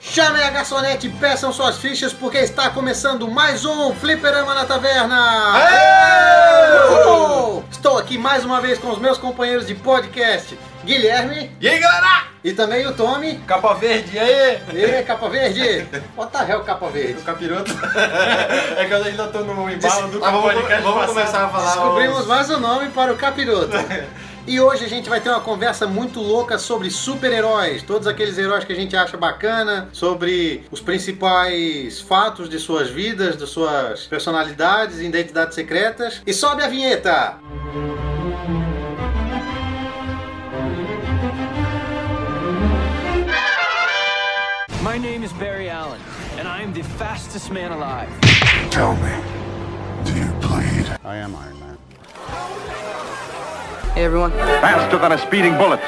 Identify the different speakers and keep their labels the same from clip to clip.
Speaker 1: Chamem a garçonete, peçam suas fichas, porque está começando mais um Fliperama na Taverna! Uhul! Estou aqui mais uma vez com os meus companheiros de podcast, Guilherme
Speaker 2: E aí, galera?
Speaker 1: e também o Tommy.
Speaker 2: Capa verde, e aí?
Speaker 1: E capa verde! Bota réu capa verde.
Speaker 2: O capiroto. é que eu ainda tô no embalo do
Speaker 3: Ah, vamos,
Speaker 2: podcast
Speaker 3: vamos
Speaker 2: passado.
Speaker 3: começar a falar.
Speaker 1: Descobrimos
Speaker 3: os-
Speaker 1: mais um nome para o capiroto. E hoje a gente vai ter uma conversa muito louca sobre super-heróis, todos aqueles heróis que a gente acha bacana, sobre os principais fatos de suas vidas, de suas personalidades, identidades secretas. E sobe a vinheta!
Speaker 4: My name is Barry Allen, and I am the fastest man alive.
Speaker 5: Tell me, do you bleed?
Speaker 6: Hey everyone,
Speaker 5: Faster than a speeding bullet.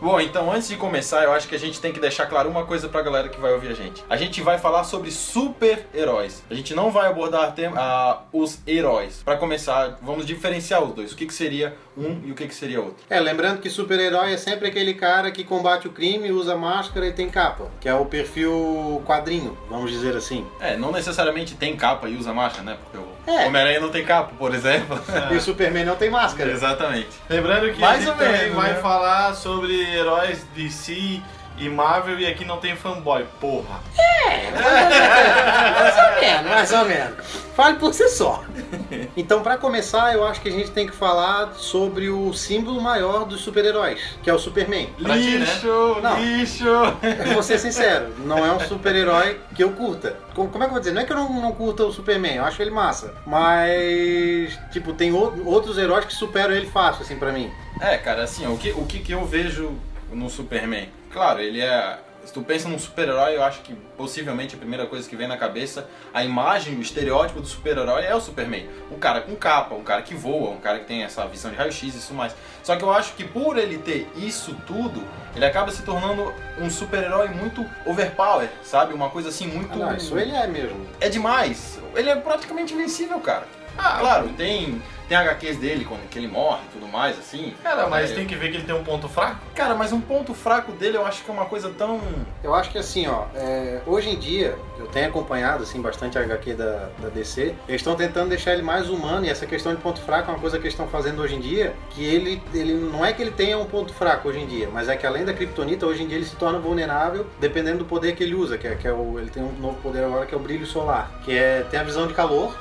Speaker 2: Bom, então antes de começar, eu acho que a gente tem que deixar claro uma coisa pra galera que vai ouvir a gente. A gente vai falar sobre super-heróis. A gente não vai abordar tem- ah, os heróis. Pra começar, vamos diferenciar os dois. O que, que seria um e o que, que seria outro.
Speaker 1: É, lembrando que super-herói é sempre aquele cara que combate o crime, usa máscara e tem capa, que é o perfil quadrinho, vamos dizer assim.
Speaker 2: É, não necessariamente tem capa e usa marcha, né? Porque o
Speaker 1: É.
Speaker 2: Homem-Aranha não tem capa, por exemplo.
Speaker 1: E o Superman não tem
Speaker 2: É.
Speaker 1: máscara.
Speaker 2: Exatamente.
Speaker 3: Lembrando que
Speaker 2: Mais
Speaker 3: a gente
Speaker 2: ou
Speaker 3: também
Speaker 2: menos,
Speaker 3: vai
Speaker 2: né?
Speaker 3: falar sobre heróis DC e Marvel e aqui não tem fanboy, porra.
Speaker 1: mais ou menos, mais ou menos. Fale por si só. Então, pra começar, eu acho que a gente tem que falar sobre o símbolo maior dos super-heróis, que é o Superman.
Speaker 2: Pra ti, né?
Speaker 3: lixo,
Speaker 1: Não.
Speaker 3: lixo.
Speaker 1: Eu vou ser sincero, não é um super-herói que eu curta. Como, como é que eu vou dizer? Não é que eu não, não curta o Superman, eu acho ele massa. Mas, tipo, tem ou- outros heróis que superam ele fácil, assim, pra mim.
Speaker 2: É, cara, assim, o que, o que, que eu vejo no Superman? Claro, ele é. Se tu pensa num super-herói, eu acho que possivelmente a primeira coisa que vem na cabeça, a imagem, o estereótipo do super-herói é o Superman. Um cara com capa, um cara que voa, um cara que tem essa visão de raio-x e isso mais. Só que eu acho que por ele ter isso tudo, ele acaba se tornando um super-herói muito overpower, sabe? Uma coisa assim muito.
Speaker 1: Ah, não, isso ele é mesmo.
Speaker 2: É demais. Ele é praticamente invencível, cara. Ah, claro, tem, tem HQs dele quando que ele morre e tudo mais, assim.
Speaker 3: Cara, mas
Speaker 2: É,
Speaker 3: tem que ver que ele tem um ponto fraco.
Speaker 2: Cara, mas um ponto fraco dele eu acho que é uma coisa tão.
Speaker 1: Eu acho que assim, ó, é, hoje em dia, eu tenho acompanhado assim, bastante a HQ da, da DC, eles estão tentando deixar ele mais humano, e essa questão de ponto fraco é uma coisa que eles estão fazendo hoje em dia, que ele, ele não é que ele tenha um ponto fraco hoje em dia, mas é que além da Kryptonita, hoje em dia ele se torna vulnerável dependendo do poder que ele usa, que, é, que é o, ele tem um novo poder agora que é o brilho solar, que é, tem a visão de calor,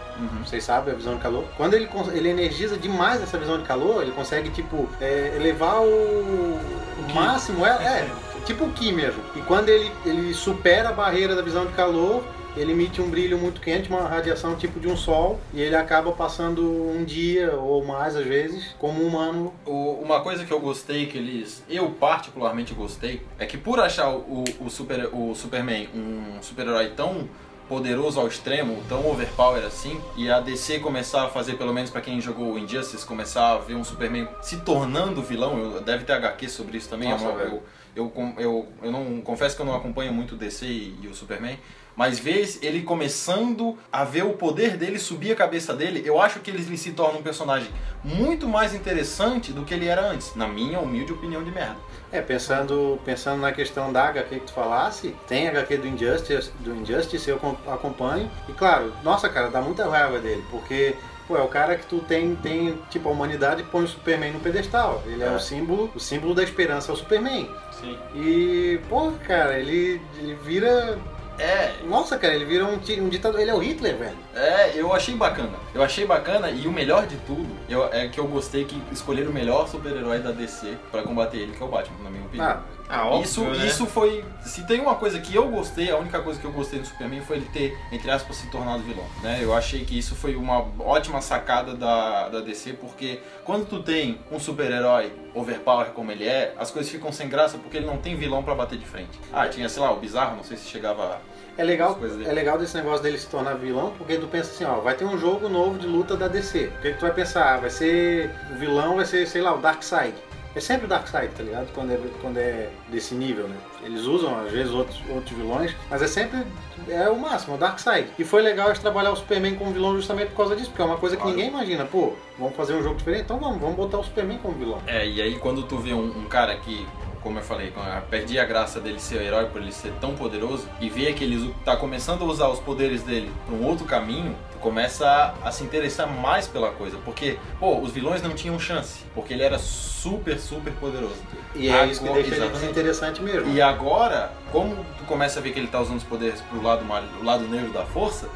Speaker 1: vocês sabem a visão de calor. Quando ele, cons- ele energiza demais essa visão de calor, ele consegue, tipo, é, elevar o, o
Speaker 3: Ki.
Speaker 1: máximo. É, é, tipo o Ki mesmo. E quando ele, ele supera a barreira da visão de calor, ele emite um brilho muito quente, uma radiação tipo de um sol, e ele acaba passando um dia ou mais, às vezes, como um humano.
Speaker 2: O- uma coisa que eu gostei que eles. Eu particularmente gostei. É que por achar o, o, super, o Superman um super-herói tão poderoso ao extremo, tão overpower assim, e a DC começar a fazer, pelo menos pra quem jogou o Injustice, começar a ver um Superman se tornando vilão, eu- deve ter HQ sobre isso também,
Speaker 1: Nossa,
Speaker 2: eu,
Speaker 1: velho.
Speaker 2: eu, eu, com- eu, eu não confesso que eu não acompanho muito o DC e, e o Superman, mas ver ele começando a ver o poder dele subir a cabeça dele, eu acho que ele se torna um personagem muito mais interessante do que ele era antes, na minha humilde opinião de merda.
Speaker 1: É, pensando, pensando na questão da HQ que tu falasse, tem HQ do Injustice, do Injustice eu com- acompanho. E claro, nossa cara, dá muita raiva dele, porque pô, é o cara que tu tem, tem tipo, a humanidade põe o Superman no pedestal. Ele é,
Speaker 2: É.
Speaker 1: o símbolo, o símbolo da esperança é o Superman.
Speaker 3: Sim.
Speaker 1: E, pô, cara, ele, ele vira.
Speaker 2: É,
Speaker 1: Nossa, cara, ele vira um, ti- um ditador. Ele é o Hitler, velho.
Speaker 2: É, eu achei bacana. Eu achei bacana e o melhor de tudo eu- é que eu gostei que escolheram o melhor super-herói da DC pra combater ele, que é o Batman, na minha opinião.
Speaker 1: Ah,
Speaker 3: Ah, óbvio,
Speaker 2: isso,
Speaker 3: né?
Speaker 2: isso foi. Se tem uma coisa que eu gostei, a única coisa que eu gostei do Superman foi ele ter, entre aspas, se tornado vilão. Né? Eu achei que isso foi uma ótima sacada da, da DC, porque quando tu tem um super-herói overpower como ele é, as coisas ficam sem graça porque ele não tem vilão pra bater de frente. Ah, tinha, sei lá, o bizarro, não sei se chegava.
Speaker 1: É legal,
Speaker 2: As coisas dele.
Speaker 1: é legal desse negócio dele se tornar vilão, porque tu pensa assim, ó, vai ter um jogo novo de luta da DC. O que, que tu vai pensar? Ah, vai ser o vilão, vai ser, sei lá, o Darkseid. É sempre o Darkseid, tá ligado? Quando é, quando é desse nível, né? Eles usam, às vezes, outros, outros vilões, mas é sempre é o máximo, é o Darkseid. E foi legal eles trabalhar o Superman como vilão justamente por causa disso, porque é uma coisa que ninguém imagina. Pô, vamos fazer um jogo diferente? Então vamos, vamos botar o Superman como vilão.
Speaker 2: É, e aí quando tu vê um, um cara que, como eu falei, quando eu perdi a graça dele ser o herói por ele ser tão poderoso, e vê que ele u- tá começando a usar os poderes dele pra um outro caminho, tu começa a, a se interessar mais pela coisa. Porque, pô, os vilões não tinham chance, porque ele era super, super poderoso.
Speaker 1: E é isso que
Speaker 2: Agora-
Speaker 1: deixa ele
Speaker 2: Ah, exatamente.
Speaker 1: desinteressante mesmo.
Speaker 2: E agora, como tu começa a ver que ele tá usando os poderes pro lado, mal- o lado negro da força,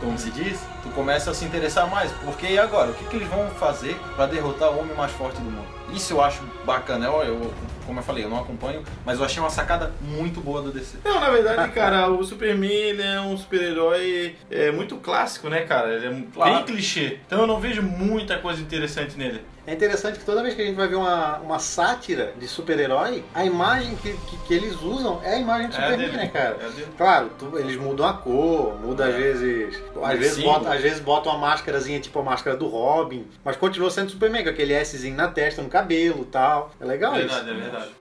Speaker 2: como se diz, tu começa a se interessar mais. Porque e agora? O que, que eles vão fazer pra derrotar o homem mais forte do mundo? Isso eu acho bacana. Eu, eu- como eu falei, eu não acompanho, mas eu achei uma sacada muito boa da DC.
Speaker 3: Não, na verdade, cara, o Superman ele é um super-herói é, muito clássico, né, cara? Ele é
Speaker 2: Claro.
Speaker 3: bem clichê. Então eu não vejo muita coisa interessante nele.
Speaker 1: É interessante que toda vez que a gente vai ver uma, uma sátira de super-herói, a imagem que, que, que eles usam é a imagem do
Speaker 3: É a
Speaker 1: Superman,
Speaker 3: dele.
Speaker 1: né, cara?
Speaker 3: É a dele.
Speaker 1: Claro, tu- eles mudam a cor, muda às vezes. Às vezes,
Speaker 2: símbolo.
Speaker 1: bota, às vezes botam uma máscarazinha, tipo a máscara do Robin, mas continua sendo Superman, com aquele Szinho na testa, no cabelo e tal. É legal
Speaker 3: É
Speaker 1: isso.
Speaker 3: verdade, é verdade.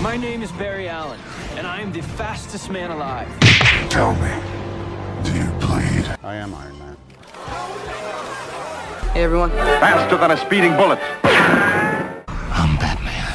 Speaker 4: My name is Barry Allen, and I am the fastest man alive.
Speaker 5: Tell me, do you bleed? I am Iron Man.
Speaker 6: Hey, everyone.
Speaker 5: Faster than a speeding bullet. I'm Batman.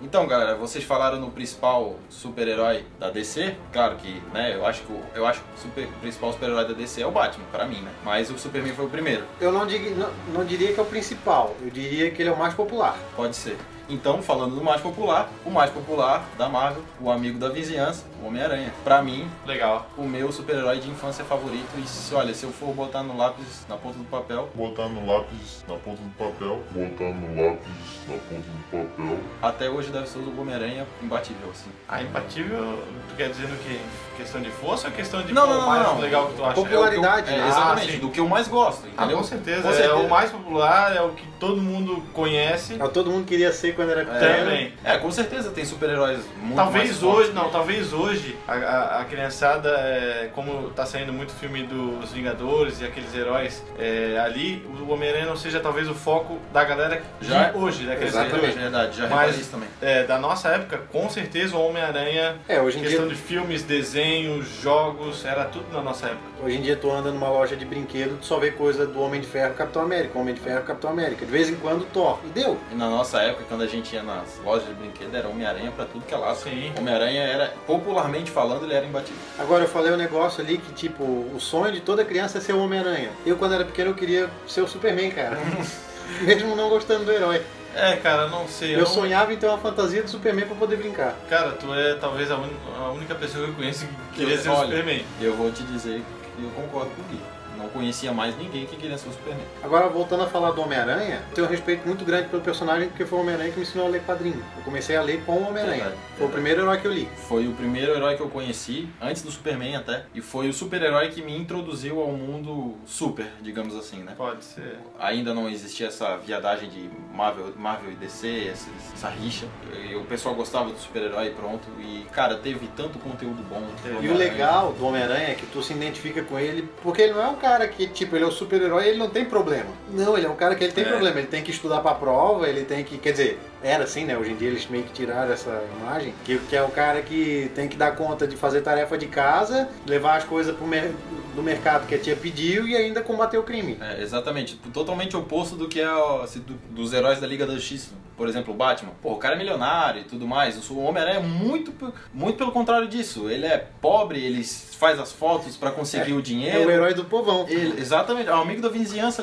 Speaker 2: Então, galera, vocês falaram no principal super-herói da DC. Claro que, né, eu acho que o eu acho que o super- principal super-herói da DC é o Batman, pra mim, né? Mas o Superman foi o primeiro.
Speaker 1: Eu não, dig- não- não diria que é o principal, eu diria que ele é o mais popular.
Speaker 2: Pode ser. Então, falando do mais popular, o mais popular da Marvel, o amigo da vizinhança, o Homem-Aranha. Pra mim,
Speaker 3: Legal.
Speaker 2: o meu super-herói de infância favorito. E se, olha, se eu for botar no lápis, na ponta do papel,
Speaker 7: botar no lápis na ponta do papel, botar no lápis na ponta do papel.
Speaker 2: até hoje deve ser o Homem-Aranha imbatível, assim.
Speaker 3: A Ah, imbatível, tu quer dizer no que? Questão de força ou questão de
Speaker 2: Não,
Speaker 3: qual
Speaker 2: não, não,
Speaker 3: mais
Speaker 2: não.
Speaker 3: legal que tu
Speaker 2: É
Speaker 3: acha?
Speaker 2: o que eu-
Speaker 1: Popularidade,
Speaker 2: é,
Speaker 1: né?
Speaker 2: exatamente,
Speaker 3: Ah, sim.
Speaker 2: do que eu mais gosto,
Speaker 3: Ah,
Speaker 2: entendeu?
Speaker 3: com certeza.
Speaker 2: Com certeza.
Speaker 3: É o mais popular, é o que todo mundo conhece.
Speaker 1: É o que Todo mundo queria ser quando era pequeno.
Speaker 3: Também.
Speaker 2: É, com certeza tem super-heróis muito mais
Speaker 3: Talvez
Speaker 2: fortes.
Speaker 3: hoje, não, talvez hoje a, a- a criançada, é, como tá saindo muito filme dos Vingadores e aqueles heróis é, ali, o Homem-Aranha não seja talvez o foco da galera de
Speaker 2: Já-
Speaker 3: hoje, da criança.
Speaker 2: Exatamente,
Speaker 1: Exatamente.
Speaker 2: é verdade, já
Speaker 3: Mas-
Speaker 2: reparei isso também.
Speaker 3: É, da nossa época, com certeza o Homem-Aranha,
Speaker 1: É, hoje em dia
Speaker 3: questão de filmes, desenhos, jogos, era tudo na nossa época.
Speaker 1: Hoje em dia tu anda numa loja de brinquedo, tu só vê coisa do Homem de Ferro Capitão América, Homem de Ferro Capitão América. De vez em quando Thor. E deu.
Speaker 2: E na nossa época, quando a gente ia nas lojas de brinquedo, era Homem-Aranha pra tudo que é lado.
Speaker 3: Sim.
Speaker 2: Homem-Aranha era, popularmente falando, ele era imbatível.
Speaker 1: Agora eu falei um negócio ali que, tipo, o sonho de toda criança é ser o Homem-Aranha. Eu, quando era pequeno, eu queria ser o Superman, cara. Mesmo não gostando do herói.
Speaker 3: É, cara, não sei.
Speaker 1: Eu,
Speaker 2: um-
Speaker 3: não-
Speaker 1: sonhava em ter uma fantasia do Superman pra poder brincar.
Speaker 3: Cara, tu é talvez a, un- a única pessoa que eu conheço que queria
Speaker 2: Eu-
Speaker 3: ser o
Speaker 2: olha,
Speaker 3: Superman.
Speaker 2: Eu vou te dizer que eu concordo com o Gui. Não conhecia mais ninguém que queria ser o Superman.
Speaker 1: Agora, voltando a falar do Homem-Aranha, eu tenho um respeito muito grande pelo personagem porque foi o Homem-Aranha que me ensinou a ler quadrinho. Eu comecei a ler com o Homem-Aranha.
Speaker 2: Verdade,
Speaker 1: Foi o
Speaker 2: verdade.
Speaker 1: primeiro herói que eu li.
Speaker 2: Foi o primeiro herói que eu conheci, antes do Superman até, e foi o super-herói que me introduziu ao mundo super, digamos assim, né?
Speaker 3: Pode ser.
Speaker 2: Ainda não existia essa viadagem de Marvel, Marvel e DC, essa, essa rixa. E o pessoal gostava do super-herói, pronto. E, cara, teve tanto conteúdo bom.
Speaker 3: Teve.
Speaker 1: E o legal do Homem-Aranha é que tu se identifica com ele, porque ele não é um cara que, tipo, ele é um super-herói e ele não tem problema. Não, ele é um cara que ele tem
Speaker 2: É.
Speaker 1: problema, ele tem que estudar pra prova, ele tem que. Quer dizer, era assim, né? Hoje em dia eles meio que tiraram essa imagem, que, que é o cara que tem que dar conta de fazer tarefa de casa, levar as coisas pro mer- do mercado que a tia pediu e ainda combater o crime.
Speaker 2: É, exatamente. Tipo, Totalmente oposto do que é o- se do- dos heróis da Liga da Justiça. Por exemplo, o Batman. Pô, o cara é milionário e tudo mais. O Homem-Aranha é muito, pe- muito pelo contrário disso. Ele é pobre, ele s- faz as fotos pra conseguir o
Speaker 1: É,
Speaker 2: dinheiro.
Speaker 1: o herói do povão.
Speaker 2: Ele- exatamente, é um amigo da vizinhança,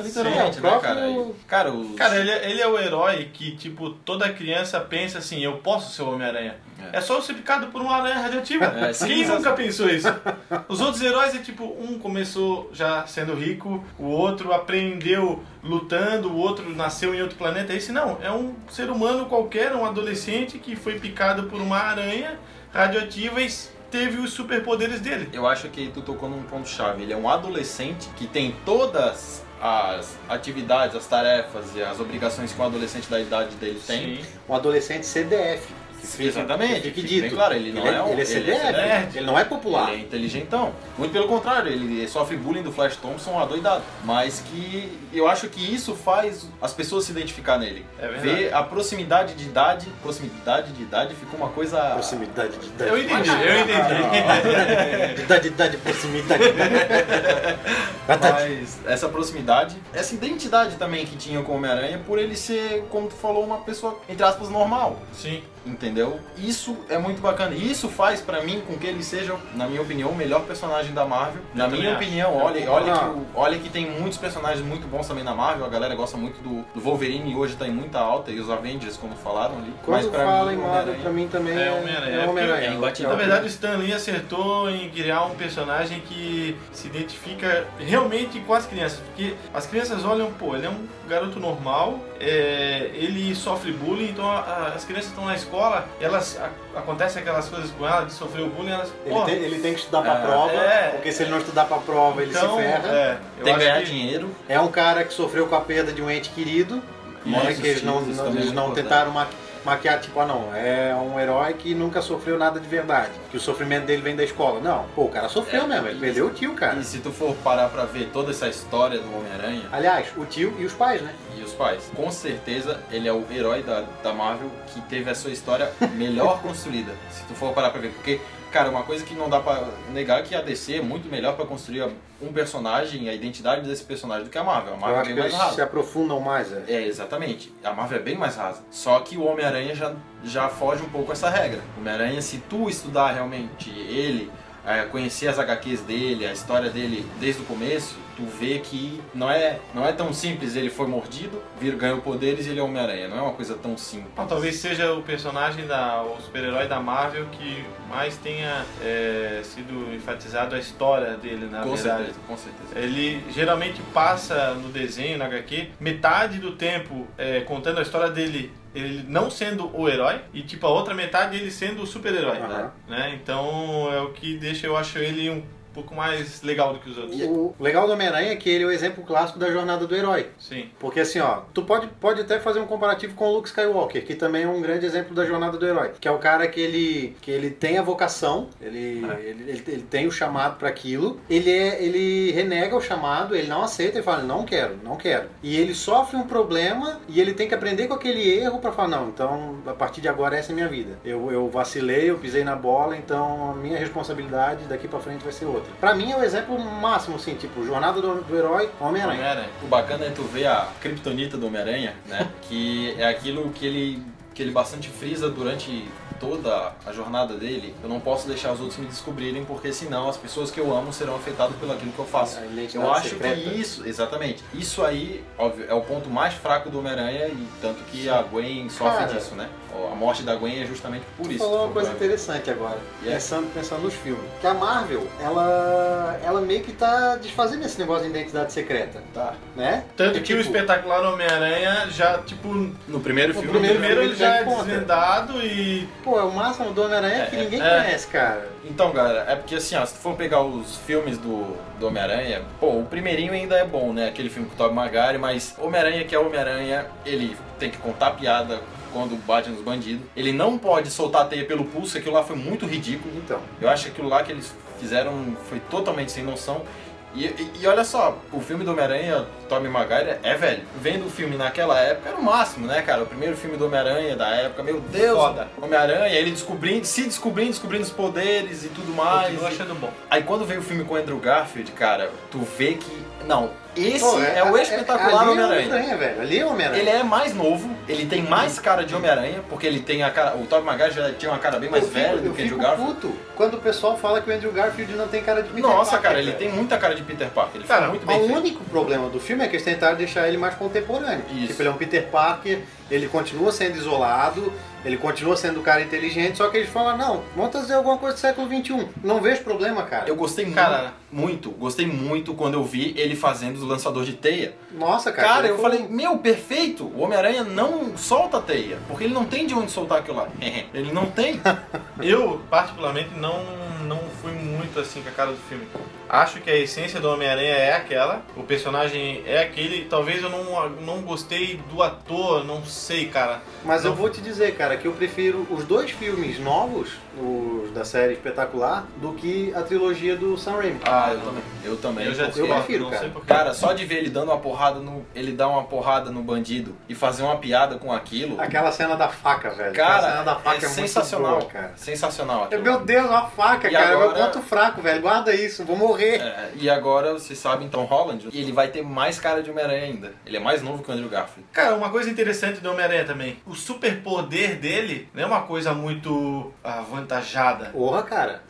Speaker 1: Sim,
Speaker 2: literalmente,
Speaker 1: é o
Speaker 2: né,
Speaker 1: próprio-
Speaker 2: cara? E, cara, os-
Speaker 3: Cara, ele, é- ele é o herói que, tipo, toda criança pensa assim, eu posso ser o Homem-Aranha.
Speaker 2: É.
Speaker 3: É. só eu ser picado por uma aranha radioativa.
Speaker 2: É, sim,
Speaker 3: Quem
Speaker 2: exato.
Speaker 3: nunca pensou isso? Os outros heróis é tipo, um começou já sendo rico, o outro aprendeu lutando, o outro nasceu em outro planeta. Esse não, é um ser humano qualquer, um adolescente que foi picado por uma aranha radioativa e s- teve os superpoderes dele.
Speaker 2: Eu acho que tu tocou num ponto-chave. Ele é um adolescente que tem todas as atividades, as tarefas e as obrigações que um adolescente da idade dele tem.
Speaker 1: Um adolescente CDF. que fica-
Speaker 2: Exatamente,
Speaker 1: que Fique
Speaker 2: fique
Speaker 1: dito.
Speaker 2: bem claro, ele não é um-
Speaker 1: ele é
Speaker 2: ele é
Speaker 1: CDF, ele,
Speaker 2: CDF.
Speaker 1: não é popular.
Speaker 2: Ele é inteligentão. Muito pelo contrário, ele sofre bullying do Flash Thompson adoidado. Mas que eu acho que isso faz as pessoas se identificar nele.
Speaker 3: É verdade.
Speaker 2: Ver a proximidade de idade. Proximidade de idade ficou uma coisa.
Speaker 1: Proximidade de idade.
Speaker 3: Eu entendi, eu
Speaker 1: Ah,
Speaker 3: entendi.
Speaker 1: Idade, idade, proximidade. Batati.
Speaker 2: Mas essa proximidade, essa identidade também que tinha com o Homem-Aranha, por ele ser, como tu falou, uma pessoa, entre aspas, normal.
Speaker 3: Sim.
Speaker 2: Entendeu? Isso é muito bacana. E isso faz pra mim com que ele seja, na minha opinião, o melhor personagem da Marvel. na
Speaker 3: também
Speaker 2: minha
Speaker 3: acho.
Speaker 2: opinião,
Speaker 1: Eu
Speaker 2: olha,
Speaker 1: concordo.
Speaker 2: olha, que, o- olha que tem muitos personagens muito bons também na Marvel. A galera gosta muito do, do Wolverine e hoje tá em muita alta. E os Avengers, como falaram ali.
Speaker 1: Quando
Speaker 2: pra
Speaker 1: fala
Speaker 2: mim,
Speaker 1: em
Speaker 2: o
Speaker 1: Marvel,
Speaker 2: Homem-Aranha-
Speaker 1: pra mim também
Speaker 3: É
Speaker 1: é
Speaker 3: Homem-Aranha,
Speaker 1: é
Speaker 3: porque
Speaker 1: Homem-Aranha.
Speaker 2: é imbatível.
Speaker 1: É
Speaker 3: Na
Speaker 1: o-
Speaker 3: verdade, o Stan Lee acertou em criar um personagem que se identifica realmente com as crianças. Porque as crianças olham, pô, ele é um garoto normal, é, ele sofre bullying, então a- a- as crianças estão na escola, elas a- acontecem aquelas coisas com ela, de sofrer o bullying, elas.
Speaker 1: Ele
Speaker 3: pô,
Speaker 1: tem, ele tem que estudar pra
Speaker 2: É,
Speaker 1: prova,
Speaker 3: é.
Speaker 1: porque se ele não estudar pra prova, ele
Speaker 3: então,
Speaker 1: se ferra.
Speaker 3: é,
Speaker 2: Tem
Speaker 3: eu
Speaker 2: que
Speaker 3: acho
Speaker 2: ganhar
Speaker 3: que-
Speaker 2: dinheiro.
Speaker 1: É. um cara que sofreu com a perda de um ente querido, né,
Speaker 2: Isso,
Speaker 1: que eles não,
Speaker 2: isso
Speaker 1: não-
Speaker 2: também é
Speaker 1: eles não
Speaker 2: importante.
Speaker 1: tentaram ma- maquiar, tipo, ah não, é um herói que nunca sofreu nada de verdade, que o sofrimento dele vem da escola. Não, pô, o cara sofreu
Speaker 2: É,
Speaker 1: mesmo, ele
Speaker 2: e-
Speaker 1: perdeu o tio, cara.
Speaker 2: E se tu for parar pra ver toda essa história do Homem-Aranha,
Speaker 1: Aliás, o tio e os pais, né?
Speaker 2: E os pais. Com certeza, ele é o herói da, da Marvel que teve a sua história melhor construída. Se tu for parar pra ver. Porque, cara, uma coisa que não dá pra negar é que a DC é muito melhor pra construir a- um personagem e a identidade desse personagem do que a Marvel. A
Speaker 1: Eu
Speaker 2: Marvel é
Speaker 1: acho
Speaker 2: bem
Speaker 1: que
Speaker 2: mais
Speaker 1: eles se
Speaker 2: rasa.
Speaker 1: aprofundam mais, é.
Speaker 2: É, exatamente. A Marvel é bem mais rasa. Só que o Homem-Aranha já, já foge um pouco essa regra. O Homem-Aranha, se tu estudar realmente ele, é, conhecer as HQs dele, a história dele desde o começo, tu vê que não é, não é tão simples. Ele foi mordido, vir, ganhou poderes e ele é o Homem-Aranha. Não é uma coisa tão simples.
Speaker 3: Bom, Ah, talvez seja o personagem da o super-herói da Marvel que mais tenha é, sido enfatizado a história dele, na
Speaker 2: Com
Speaker 3: verdade.
Speaker 2: certeza, com certeza.
Speaker 3: Ele geralmente passa no desenho, na HQ, metade do tempo é, contando a história dele, ele não sendo o herói, e tipo a outra metade ele sendo o super-herói.
Speaker 1: Aham.
Speaker 3: Né? Então é o que deixa, eu acho, ele um pouco mais legal do que os outros.
Speaker 1: O o legal do Homem-Aranha é que ele é o exemplo clássico da jornada do herói.
Speaker 3: Sim.
Speaker 1: Porque assim, ó, tu pode, pode até fazer um comparativo com o Luke Skywalker, que também é um grande exemplo da jornada do herói. Que é o cara que ele, que ele tem a vocação, ele, ele, ele, ele tem o chamado pra aquilo, ele, é, ele renega o chamado, ele não aceita, ele fala, não quero, não quero. E ele sofre um problema e ele tem que aprender com aquele erro pra falar, não, então a partir de agora essa é a minha vida. Eu, eu vacilei, eu pisei na bola, então a minha responsabilidade daqui pra frente vai ser outra. Pra mim é o exemplo máximo, assim, tipo, jornada do, do herói, Homem-Aranha.
Speaker 2: Homem-Aranha. O bacana é tu ver a criptonita do Homem-Aranha, né? que é aquilo que ele, que ele bastante frisa durante toda a jornada dele. Eu não posso deixar os outros me descobrirem, porque senão as pessoas que eu amo serão afetadas pelo aquilo que eu faço.
Speaker 1: A identidade
Speaker 2: Eu acho
Speaker 1: secreta.
Speaker 2: que isso, exatamente. Isso aí, óbvio, é o ponto mais fraco do Homem-Aranha e tanto que a Gwen sofre
Speaker 1: Cara.
Speaker 2: disso, né? A morte da Gwen é justamente por isso.
Speaker 1: falou uma coisa
Speaker 2: Foi-
Speaker 1: interessante agora, é
Speaker 2: Yeah.
Speaker 1: pensando, pensando nos filmes. Que a Marvel, ela, ela meio que tá desfazendo esse negócio de identidade secreta,
Speaker 2: Tá.
Speaker 1: né?
Speaker 3: Tanto
Speaker 1: É
Speaker 3: que o
Speaker 1: tipo,
Speaker 3: espetacular Homem-Aranha já, tipo,
Speaker 2: No primeiro
Speaker 3: no
Speaker 2: filme.
Speaker 3: primeiro,
Speaker 1: primeiro
Speaker 3: ele
Speaker 1: ele
Speaker 3: já
Speaker 1: já
Speaker 3: é
Speaker 1: encontra.
Speaker 3: desvendado e
Speaker 1: Pô, é o máximo do Homem-Aranha que ninguém
Speaker 3: é.
Speaker 1: conhece, cara.
Speaker 2: Então, galera, é porque assim, ó, se tu for pegar os filmes do, do Homem-Aranha, pô, o primeirinho ainda é bom, né? Aquele filme com o Tobey Maguire, mas Homem-Aranha que é Homem-Aranha, ele tem que contar piada quando bate nos bandidos. Ele não pode soltar a teia pelo pulso, aquilo lá foi muito ridículo.
Speaker 1: Então,
Speaker 2: Eu acho que aquilo lá que eles fizeram foi totalmente sem noção. E, e- e olha só, o filme do Homem-Aranha, Tommy Maguire, é velho. Vendo o filme naquela época era o máximo, né, cara? O primeiro filme do Homem-Aranha da época, meu Deus!
Speaker 3: Foda.
Speaker 2: Homem-Aranha, ele descobrindo, se descobrindo, descobrindo os poderes e tudo mais.
Speaker 3: continua
Speaker 2: E-
Speaker 3: Ah, achando bom.
Speaker 2: Aí quando veio o filme com o Andrew Garfield, cara, tu vê que. Não, esse
Speaker 1: pô,
Speaker 2: é, o espetacular
Speaker 1: ali é
Speaker 2: Homem-Aranha.
Speaker 1: velho. Ali é o Homem-Aranha.
Speaker 2: Ele é mais novo, ele tem mais cara de Homem-Aranha, porque ele tem a cara. O Tobey Maguire já tinha uma cara bem é mais
Speaker 1: eu fico,
Speaker 2: velha do
Speaker 1: eu
Speaker 2: que o Andrew
Speaker 1: fico
Speaker 2: Garfield.
Speaker 1: puto quando o pessoal fala que o Andrew Garfield não tem cara de Peter
Speaker 2: Nossa,
Speaker 1: Parker,
Speaker 2: cara, ele
Speaker 1: velho.
Speaker 2: tem muita cara de Peter Parker. Ele
Speaker 3: Cara,
Speaker 2: foi muito
Speaker 1: Mas
Speaker 2: bem
Speaker 1: o
Speaker 2: feito.
Speaker 1: único problema do filme é que eles tentaram deixar ele mais contemporâneo.
Speaker 2: Isso.
Speaker 1: Tipo, ele é um Peter Parker, ele continua sendo isolado, ele continua sendo um cara inteligente, só que eles falam, não, vamos trazer alguma coisa do século XXI. Não vejo problema, cara.
Speaker 2: Eu gostei mu-
Speaker 3: Cara.
Speaker 2: muito, gostei muito quando eu vi ele fazendo o lançador de teia.
Speaker 1: Nossa, cara.
Speaker 2: Cara,
Speaker 1: ele
Speaker 2: eu
Speaker 1: foi- um-
Speaker 2: falei, meu, perfeito, o Homem-Aranha não solta a teia, porque ele não tem de onde soltar aquilo lá. ele não tem.
Speaker 3: Eu, particularmente, não, muito assim com a cara do filme. Acho que a essência do Homem-Aranha é aquela, o personagem é aquele. Talvez eu não, não gostei do ator, não sei, cara.
Speaker 1: Mas
Speaker 3: não
Speaker 1: eu vou te dizer, cara, que eu prefiro os dois filmes novos, os da série espetacular, do que a trilogia do Sam Raimi.
Speaker 2: Ah, eu também. Eu também.
Speaker 3: Eu já
Speaker 2: porque-
Speaker 1: eu
Speaker 3: discordo,
Speaker 1: prefiro,
Speaker 3: não
Speaker 1: cara.
Speaker 3: sei porquê.
Speaker 2: Cara, só de ver ele dando uma porrada no. Ele dar uma porrada no bandido e fazer uma piada com aquilo.
Speaker 1: Aquela cena da faca, velho. Aquela cena da
Speaker 2: Cara,
Speaker 1: faca
Speaker 2: é,
Speaker 1: é, muito
Speaker 2: sensacional.
Speaker 1: boa, cara. É
Speaker 2: Sensacional. aquilo.
Speaker 1: Meu Deus, uma faca,
Speaker 2: E
Speaker 1: cara. É meu
Speaker 2: agora-
Speaker 1: ponto fraco, velho. Guarda isso, vou morrer.
Speaker 2: É, e agora você sabe, então, Holland, ele vai ter mais cara de Homem-Aranha ainda. Ele é mais novo que o Andrew Garfield.
Speaker 3: Cara, uma coisa interessante do Homem-Aranha também. O superpoder dele não é uma coisa muito avantajada.
Speaker 1: Porra, cara.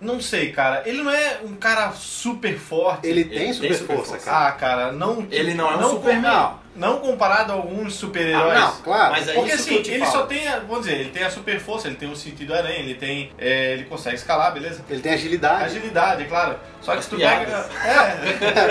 Speaker 3: Não sei, cara. Ele não é um cara super forte.
Speaker 1: Ele,
Speaker 2: tem
Speaker 1: tem super,
Speaker 2: super
Speaker 1: força,
Speaker 2: força.
Speaker 1: cara.
Speaker 3: Ah, cara, não.
Speaker 2: Ele não é um
Speaker 3: não
Speaker 2: Superman.
Speaker 3: Não, não comparado a alguns super-heróis.
Speaker 1: Ah, não, claro.
Speaker 2: Mas é
Speaker 3: Porque
Speaker 2: isso
Speaker 3: assim,
Speaker 2: que eu te
Speaker 3: ele
Speaker 2: falo.
Speaker 3: só tem, a, vamos dizer, ele tem a super força, ele tem o sentido aranha, ele tem. é, ele consegue escalar, beleza?
Speaker 1: Ele tem agilidade.
Speaker 3: Agilidade, é claro. Só que se tu
Speaker 2: Piadas.
Speaker 3: pega. É.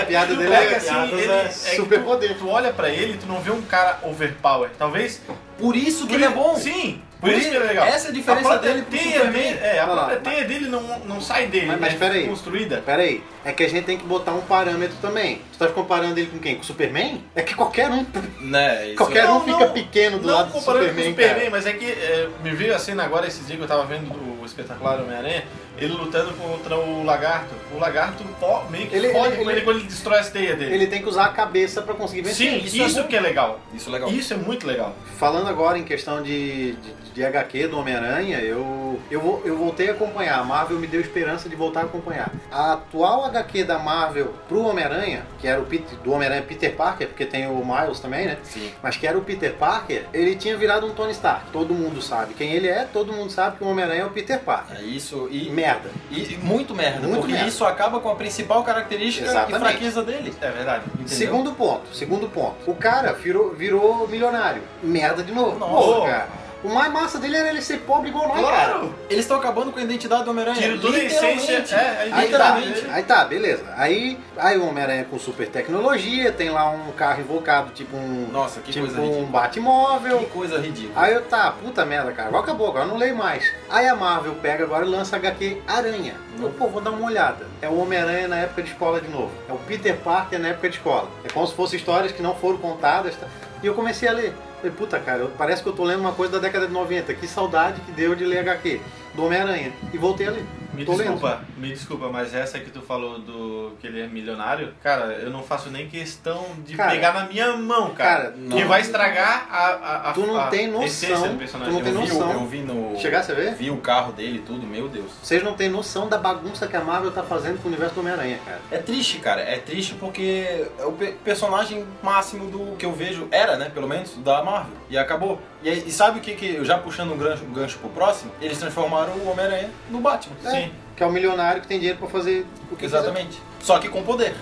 Speaker 1: A piada
Speaker 3: Tu
Speaker 1: dele
Speaker 3: pega
Speaker 1: é,
Speaker 3: assim,
Speaker 1: piadas
Speaker 3: ele
Speaker 1: é
Speaker 3: é que
Speaker 1: super
Speaker 3: tu-
Speaker 1: poder.
Speaker 3: Tu olha pra ele, tu não vê um cara overpower. Talvez
Speaker 2: Por isso que ele é bom.
Speaker 3: Sim,
Speaker 2: Por
Speaker 3: por isso
Speaker 2: isso-
Speaker 3: que é legal.
Speaker 2: essa é a diferença
Speaker 3: própria
Speaker 2: dele pro
Speaker 3: teia
Speaker 2: Superman.
Speaker 3: dele- é, a
Speaker 1: Olha lá,
Speaker 3: própria teia dele não, não sai dele,
Speaker 1: Mas- mas
Speaker 3: é
Speaker 1: peraí.
Speaker 3: construída.
Speaker 1: Pera aí, é que a gente tem que botar um parâmetro também. Tu tá comparando ele com quem? Com o Superman? É que qualquer um,
Speaker 2: Né? Isso
Speaker 1: qualquer
Speaker 3: Não,
Speaker 1: um fica
Speaker 3: não.
Speaker 1: pequeno do
Speaker 3: não
Speaker 1: lado do
Speaker 3: comparando
Speaker 1: Superman,
Speaker 3: com o
Speaker 1: cara.
Speaker 3: Superman, mas é que é, me veio a cena agora esse dia que eu tava vendo do espetacular Homem-Aranha, ele lutando contra o lagarto. O lagarto fo- meio que
Speaker 1: Ele-
Speaker 3: fode
Speaker 1: ele-
Speaker 3: com ele,
Speaker 1: ele-
Speaker 3: quando ele destrói as teias dele.
Speaker 1: Ele tem que usar a cabeça pra conseguir vencer.
Speaker 3: Sim,
Speaker 2: isso
Speaker 3: isso,
Speaker 2: é bom.
Speaker 3: que é legal.
Speaker 1: um.
Speaker 2: Isso é legal.
Speaker 3: Isso é muito legal.
Speaker 1: Falando agora em questão de, de, de HQ do Homem-Aranha, eu, eu, vo- eu voltei a acompanhar. A Marvel me deu esperança de voltar a acompanhar. A atual HQ da Marvel pro Homem-Aranha, que era o Peter, do Homem-Aranha Peter Parker, porque tem o Miles também, né?
Speaker 2: Sim.
Speaker 1: Mas que era o Peter Parker, ele tinha virado um Tony Stark. Todo mundo sabe quem ele é, todo mundo sabe que o Homem-Aranha é o Peter Parker.
Speaker 2: É isso e,
Speaker 1: Merda.
Speaker 2: e- e muito merda,
Speaker 1: Muito
Speaker 2: porque
Speaker 1: merda.
Speaker 2: isso acaba com a principal característica e
Speaker 1: Exatamente.
Speaker 2: fraqueza dele.
Speaker 3: É verdade.
Speaker 2: Entendeu?
Speaker 1: Segundo ponto, segundo ponto. O cara virou, virou milionário. Merda de novo.
Speaker 2: Nossa.
Speaker 1: Porra, cara. O mais massa dele era ele ser pobre igual nós, cara.
Speaker 2: Eles estão acabando com a identidade do
Speaker 1: É,
Speaker 2: Homem-Aranha.
Speaker 3: Tiro toda a
Speaker 2: Literalmente.
Speaker 3: essência, é, a
Speaker 1: Aí tá,
Speaker 2: Literalmente.
Speaker 1: aí tá, beleza. Aí, aí o Homem-Aranha com super tecnologia, tem lá um carro invocado, tipo um,
Speaker 2: Nossa, que
Speaker 1: tipo
Speaker 2: coisa
Speaker 1: um
Speaker 2: ridícula.
Speaker 1: Batmóvel.
Speaker 2: Que coisa ridícula.
Speaker 1: Aí eu tá, puta merda, cara, agora acabou, agora eu não leio mais. Aí a Marvel pega agora e lança a HQ Aranha. Eu, pô, vou dar uma olhada. É o Homem-Aranha na época de escola de novo. É o Peter Parker na época de escola. É como se fossem histórias que não foram contadas. tá? E eu comecei a ler. Falei, puta, cara, eu- parece que eu tô lendo uma coisa da década de 90. Que saudade que deu de ler HQ do Homem-Aranha. E voltei a ler.
Speaker 3: Me
Speaker 1: Tô lendo.
Speaker 3: desculpa, me desculpa, mas essa que tu falou do que ele é milionário, cara, eu não faço nem questão de
Speaker 1: Cara,
Speaker 3: pegar na minha mão,
Speaker 1: Cara,
Speaker 3: cara.
Speaker 2: não.
Speaker 3: que vai estragar a, a, a
Speaker 1: Tu não
Speaker 3: a
Speaker 1: tem noção,
Speaker 3: essência do
Speaker 1: tu
Speaker 3: personagem.
Speaker 1: não tem
Speaker 2: eu, vi, o-
Speaker 1: noção.
Speaker 2: eu vi no.
Speaker 1: Chegasse a ver?
Speaker 2: Vi o carro dele e tudo, meu Deus.
Speaker 1: Vocês não têm noção da bagunça que a Marvel tá fazendo com o universo do Homem-Aranha, cara.
Speaker 2: É triste, cara. É triste porque é o pe- personagem máximo do que eu vejo era, né? Pelo menos da Marvel. E acabou. E, aí- e sabe o que que eu já puxando um gancho, um gancho pro próximo? Eles transformaram o Homem-Aranha no Batman. É,
Speaker 1: É,
Speaker 3: Sim.
Speaker 1: que é o milionário que tem dinheiro pra fazer o que quiser.
Speaker 2: Exatamente. Só que com poder.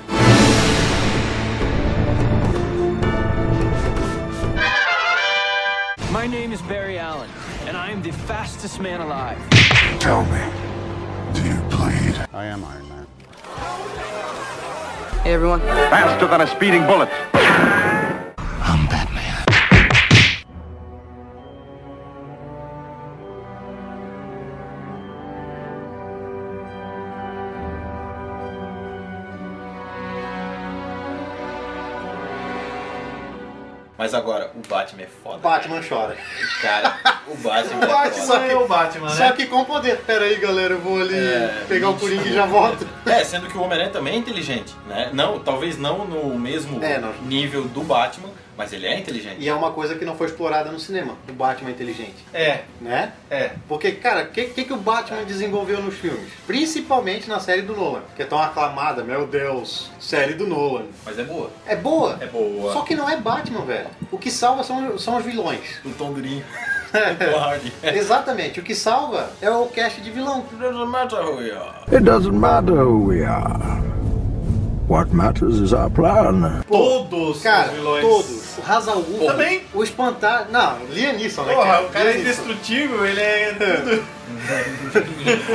Speaker 4: My name is Barry Allen, and I am the fastest man alive.
Speaker 5: Tell me, do you bleed? I am Iron Man.
Speaker 6: Hey everyone.
Speaker 5: Faster than a speeding bullet. I'm Batman.
Speaker 2: Mas agora, o Batman é foda.
Speaker 1: Batman chora.
Speaker 2: Cara, o Batman
Speaker 1: O
Speaker 2: é
Speaker 1: Batman.
Speaker 2: foda.
Speaker 3: Só que é o Batman, né?
Speaker 1: Só que com poder. Pera aí, galera, eu vou ali
Speaker 2: É,
Speaker 1: pegar o
Speaker 2: gente,
Speaker 1: Coringa e já volto.
Speaker 2: É, sendo que o Homem-Aranha também é inteligente, né? Não, talvez não no mesmo
Speaker 1: É, não.
Speaker 2: nível do Batman, mas ele é inteligente.
Speaker 1: E é uma coisa que não foi explorada no cinema. O Batman inteligente,
Speaker 3: É,
Speaker 1: né?
Speaker 3: é.
Speaker 1: Porque, cara, o que, que, que o Batman desenvolveu nos filmes? Principalmente na série do Nolan, que é tão aclamada, meu Deus, série do Nolan.
Speaker 2: Mas é boa.
Speaker 1: É boa,
Speaker 2: É boa.
Speaker 1: só que não é Batman, velho. O que salva são, são os vilões.
Speaker 2: O Tom Durinho. o Tom Hardy.
Speaker 1: Exatamente, o que salva é o cast de vilão.
Speaker 2: It doesn't matter who you are.
Speaker 5: It doesn't matter who we are. What matters is our plan.
Speaker 3: todos
Speaker 1: Cara,
Speaker 3: os vilões.
Speaker 1: todos. O Hazalgu
Speaker 3: Também.
Speaker 1: O Espantalho. Não, Lianisson, né?
Speaker 3: Porra, o cara é
Speaker 1: Lianisson.
Speaker 3: indestrutível, ele é tudo.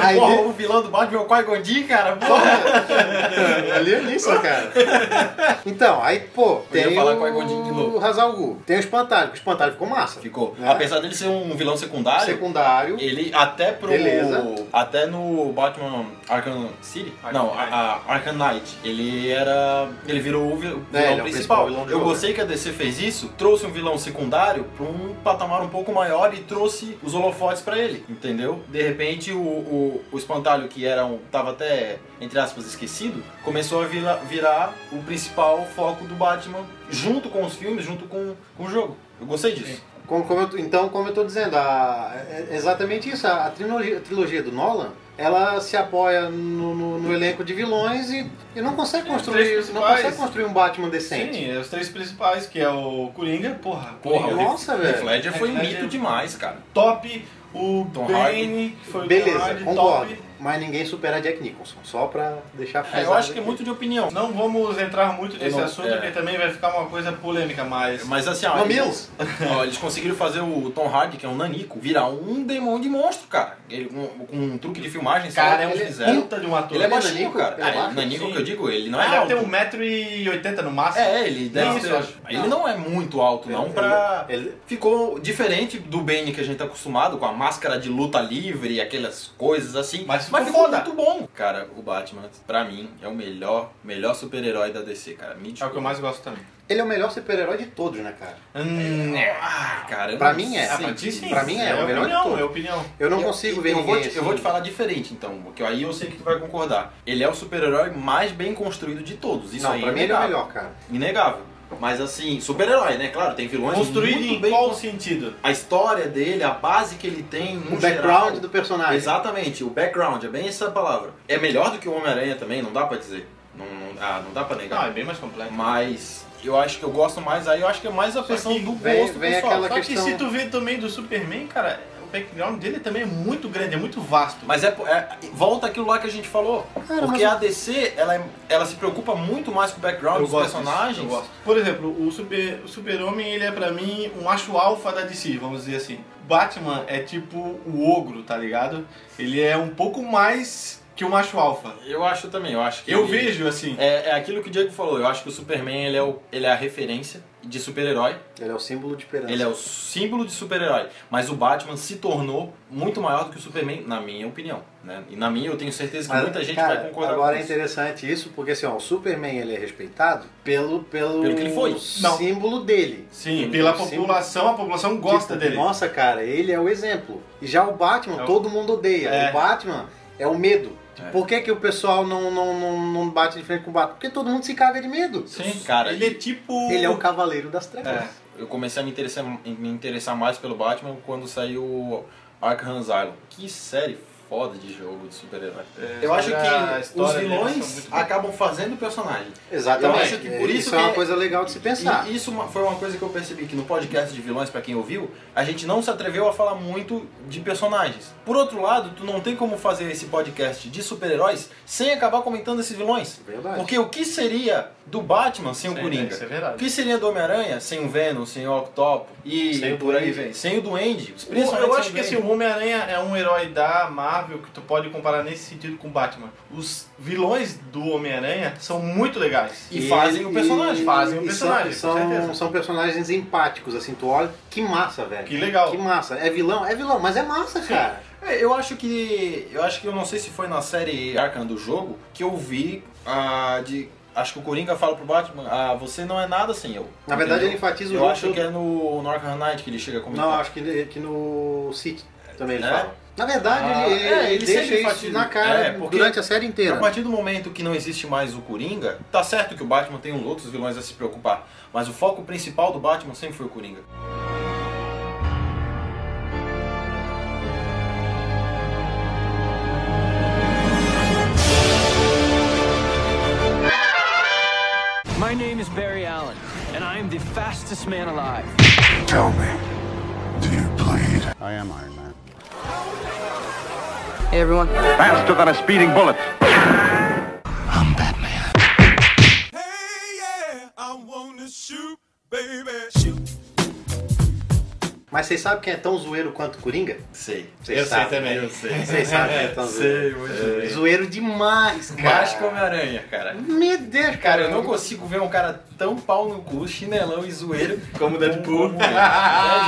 Speaker 1: Aí
Speaker 2: Porra,
Speaker 1: de-
Speaker 2: o vilão do Batman é o Qui-Gon Jinn, cara, porra.
Speaker 1: Alienista, é cara. Então, aí, pô,
Speaker 2: ia
Speaker 1: tem
Speaker 2: falar
Speaker 1: o,
Speaker 2: com a Gondinha de novo.
Speaker 1: o Hazalgu, tem o Espantalho, que o Espantalho ficou massa.
Speaker 2: Ficou.
Speaker 1: Né?
Speaker 2: Apesar dele ser um vilão secundário,
Speaker 1: Secundário.
Speaker 2: ele até pro...
Speaker 1: Beleza.
Speaker 2: Até no Batman Arkham City? não, a, a Arkham Knight. Ele era... Ele virou o vi- o vilão
Speaker 1: É, ele é o
Speaker 2: principal.
Speaker 1: principal vilão do
Speaker 2: Eu
Speaker 1: jogo.
Speaker 2: gostei que a DC fez isso, trouxe um vilão secundário pra um patamar um pouco maior e trouxe os holofotes pra ele, entendeu? De repente, o, o, o Espantalho, que era um... Tava até, entre aspas, esquecido, começou a vira- virar o principal foco do Batman junto com os filmes, junto com, com o jogo. Eu gostei disso.
Speaker 1: Como- como eu tô- então, como eu tô dizendo, a- é é exatamente isso. A, a trilogia, a trilogia do Nolan, ela se apoia no, no- no elenco de vilões e, e não consegue construir.
Speaker 3: três
Speaker 1: Não
Speaker 3: principais.
Speaker 1: consegue construir um Batman decente.
Speaker 3: Sim, é os três principais, que é o Coringa, porra.
Speaker 2: Porra,
Speaker 3: Coringa,
Speaker 2: o
Speaker 1: Nossa,
Speaker 2: Heath-
Speaker 1: velho.
Speaker 2: Heath Ledger foi um
Speaker 3: Heath Ledger.
Speaker 2: mito demais, cara.
Speaker 3: top, o
Speaker 2: Tom
Speaker 3: Bane, que foi o Tom
Speaker 1: Beleza,
Speaker 3: Hardy,
Speaker 1: concordo.
Speaker 3: top.
Speaker 1: Mas ninguém supera Jack Nicholson, só pra deixar
Speaker 2: É, eu
Speaker 1: frisado
Speaker 2: acho que é
Speaker 1: aqui.
Speaker 2: muito de opinião.
Speaker 3: Não vamos entrar muito nesse
Speaker 2: não-
Speaker 3: assunto,
Speaker 2: é.
Speaker 3: porque também vai ficar uma coisa polêmica, mas...
Speaker 2: Mas assim, ó,
Speaker 1: Mamilos!
Speaker 2: eles, ó, eles conseguiram fazer o Tom Hardy, que é um nanico, virar um demônio de monstro, cara. Ele, com, com um truque de filmagem, sei lá
Speaker 3: Cara,
Speaker 2: como
Speaker 3: ele é
Speaker 2: fizeram.
Speaker 3: puta de um
Speaker 2: Ele é
Speaker 3: ator.
Speaker 1: Ele é
Speaker 2: baixinho,
Speaker 1: nanico?
Speaker 2: cara.
Speaker 1: Ele é
Speaker 2: Ah, ele-
Speaker 1: baixo?
Speaker 2: nanico
Speaker 3: Sim.
Speaker 2: que eu digo, ele não
Speaker 3: Ah, Ele
Speaker 2: é
Speaker 3: deve
Speaker 2: alto.
Speaker 3: ter 1,80m no máximo.
Speaker 2: É, ele deve
Speaker 3: Não, isso
Speaker 2: ter...
Speaker 3: eu acho. é-
Speaker 2: Ele não é muito alto, não, pra...
Speaker 1: ele-
Speaker 2: Ficou diferente do Bane que a gente tá acostumado, com a máscara de luta livre e aquelas coisas assim.
Speaker 3: Mas ficou
Speaker 2: ficou
Speaker 3: foda.
Speaker 2: muito bom. Cara, o Batman, pra mim, é o melhor, melhor super-herói da DC, cara. Me
Speaker 3: É o que eu
Speaker 2: desculpa.
Speaker 3: mais gosto também.
Speaker 1: Ele é o melhor super-herói de todos, né, cara?
Speaker 3: Hum,
Speaker 2: Ah, cara, eu
Speaker 1: Pra
Speaker 2: não
Speaker 1: mim é.
Speaker 2: sei.
Speaker 1: Ah, pra
Speaker 3: ti sim.
Speaker 1: Pra mim é, o melhor de
Speaker 3: opinião,
Speaker 1: todos.
Speaker 3: é opinião.
Speaker 1: Eu não
Speaker 2: Eu-
Speaker 1: consigo
Speaker 2: eu,
Speaker 1: ver
Speaker 2: eu
Speaker 1: ninguém
Speaker 2: vou te,
Speaker 1: assim.
Speaker 2: eu vou te falar diferente, então, porque aí eu sei que tu vai concordar. Ele é o super-herói mais bem construído de todos. Isso
Speaker 1: Não,
Speaker 2: aí
Speaker 1: pra
Speaker 2: é
Speaker 1: mim ele é o
Speaker 2: inegável.
Speaker 1: melhor, cara.
Speaker 2: Inegável. Mas assim, super-herói, né? Claro, tem vilões
Speaker 3: Construído
Speaker 2: muito
Speaker 3: em
Speaker 2: bem
Speaker 3: qual
Speaker 2: cons-
Speaker 3: sentido?
Speaker 2: A história dele, a base que ele tem, no
Speaker 1: O background
Speaker 2: geral.
Speaker 1: do personagem.
Speaker 2: Exatamente, o background, é bem essa palavra. É melhor do que o Homem-Aranha também, não dá pra dizer. Não, não, ah, não dá pra
Speaker 3: Não, é
Speaker 2: negar.
Speaker 3: bem mais complexo.
Speaker 2: Mas eu acho que eu gosto mais aí, eu acho que é mais a questão
Speaker 3: que
Speaker 2: do
Speaker 1: vem-
Speaker 2: gosto
Speaker 1: vem
Speaker 2: pessoal.
Speaker 1: aquela
Speaker 3: Só
Speaker 1: questão-
Speaker 3: que se tu vê também do Superman, cara, o background dele também é muito grande, é muito vasto.
Speaker 2: Mas é, é- volta aquilo lá que a gente falou. porque a DC, ela, é- ela se preocupa muito mais com o background dos
Speaker 3: disso,
Speaker 2: personagens.
Speaker 3: eu gosto. Por exemplo, o Super- o Super-Homem, ele é pra mim um macho alfa da DC, vamos dizer assim. Batman é tipo o ogro, tá ligado? Ele é um pouco mais que o macho alfa.
Speaker 2: Eu acho também, eu acho que.
Speaker 3: Eu
Speaker 2: ele-
Speaker 3: vejo assim.
Speaker 2: É, é aquilo que o Diego falou, eu acho que o Superman ele é, o- ele é a referência de super-herói.
Speaker 1: Ele é o símbolo de esperança.
Speaker 2: Ele é o símbolo de super-herói. Mas o Batman se tornou muito maior do que o Superman, na minha opinião. Né? E na minha eu tenho certeza que
Speaker 1: Mas,
Speaker 2: muita gente
Speaker 1: cara,
Speaker 2: vai concordar
Speaker 1: Agora
Speaker 2: com
Speaker 1: é
Speaker 2: isso.
Speaker 1: interessante isso, porque assim, ó, o Superman ele é respeitado pelo, pelo,
Speaker 2: Pelo que ele foi.
Speaker 3: Não.
Speaker 1: símbolo dele.
Speaker 3: Sim,
Speaker 1: Ele
Speaker 3: pela
Speaker 1: é um símbolo.
Speaker 3: população, a população gosta
Speaker 1: Tipo,
Speaker 3: dele.
Speaker 1: Nossa, cara, ele é o exemplo. E já o Batman,
Speaker 3: É o-
Speaker 1: todo mundo odeia.
Speaker 3: É.
Speaker 1: O Batman é o medo.
Speaker 2: É.
Speaker 1: Por que, que o pessoal não, não, não, não bate de frente com o Batman? Porque todo mundo se caga de medo.
Speaker 2: Sim, cara.
Speaker 3: Ele é tipo...
Speaker 1: Ele é o cavaleiro das trevas.
Speaker 3: É.
Speaker 2: Eu comecei a me interessar, me interessar mais pelo Batman quando saiu Arkham Asylum. Que série foda de jogo de super-herói.
Speaker 3: É,
Speaker 2: eu acho
Speaker 3: a
Speaker 2: que os
Speaker 3: história dele são muito
Speaker 2: vilões
Speaker 3: boas.
Speaker 2: acabam fazendo o personagem.
Speaker 1: Exatamente.
Speaker 2: Eu acho que por isso
Speaker 1: é uma
Speaker 2: que-
Speaker 1: coisa legal de se pensar.
Speaker 2: E isso uma- foi uma coisa que eu percebi que no podcast de vilões, pra quem ouviu, a gente não se atreveu a falar muito de personagens. Por outro lado, tu não tem como fazer esse podcast de super-heróis sem acabar comentando esses vilões.
Speaker 1: Verdade.
Speaker 2: Porque o que seria do Batman sem o
Speaker 3: Sim,
Speaker 2: Coringa?
Speaker 3: isso é verdade.
Speaker 2: O que seria do Homem-Aranha sem o Venom, sem o Octopo e
Speaker 1: Sem o
Speaker 2: por aí
Speaker 1: Duende.
Speaker 2: vem? Sem o Duende. principalmente
Speaker 3: Eu
Speaker 2: sem
Speaker 3: acho
Speaker 2: o
Speaker 3: que assim,
Speaker 2: Duende.
Speaker 3: o Homem-Aranha é um herói da Marvel que tu pode comparar nesse sentido com o Batman. Os vilões do Homem-Aranha são muito legais.
Speaker 2: E fazem o personagem.
Speaker 1: e-
Speaker 3: Fazem o
Speaker 1: e
Speaker 3: personagem,
Speaker 1: são,
Speaker 3: com
Speaker 1: são-
Speaker 3: certeza.
Speaker 1: são personagens empáticos, assim, tu olha, que massa, velho.
Speaker 3: Que legal.
Speaker 1: Que massa. É vilão? É vilão, mas é massa, cara.
Speaker 2: É, eu acho que. Eu acho que eu não sei se foi na série Arkham do jogo que eu vi a de. Acho que o Coringa fala pro Batman, ah, você não é nada sem eu.
Speaker 1: Na verdade,
Speaker 2: Entendeu?
Speaker 1: ele enfatiza o
Speaker 2: Eu
Speaker 1: jogo
Speaker 2: acho
Speaker 1: todo.
Speaker 2: que é no, no Arkham Knight que ele chega a comentar.
Speaker 1: Não, acho que, que no City também ele
Speaker 2: É?
Speaker 1: fala. Na verdade,
Speaker 2: Ah,
Speaker 1: ele,
Speaker 2: é,
Speaker 1: ele
Speaker 2: ele
Speaker 1: deixa
Speaker 2: sempre
Speaker 1: isso
Speaker 2: enfatiza.
Speaker 1: na cara
Speaker 2: É, porque-
Speaker 1: durante a série inteira.
Speaker 2: A partir do momento que não existe mais o Coringa, tá certo que o Batman tem uns outros vilões a se preocupar, mas o foco principal do Batman sempre foi o Coringa.
Speaker 4: My name is Barry Allen, and I am the fastest man alive.
Speaker 5: Tell me, do you bleed?
Speaker 6: Hey everyone.
Speaker 8: faster than a speeding bullet.
Speaker 1: Mas vocês sabem quem é tão zoeiro quanto o Coringa?
Speaker 2: Sei.
Speaker 1: Vocês
Speaker 8: Eu sei
Speaker 1: sabem.
Speaker 8: também.
Speaker 2: Eu sei.
Speaker 1: Vocês sabem quem é tão
Speaker 2: Sei,
Speaker 1: zoeiro?
Speaker 2: muito bem.
Speaker 1: Zoeiro demais, cara.
Speaker 2: Mais que é Homem-Aranha, cara.
Speaker 1: Meu Deus,
Speaker 2: Cara, eu não consigo ver um cara tão pau no cu, chinelão e zoeiro
Speaker 8: Como o Deadpool.
Speaker 2: como ele.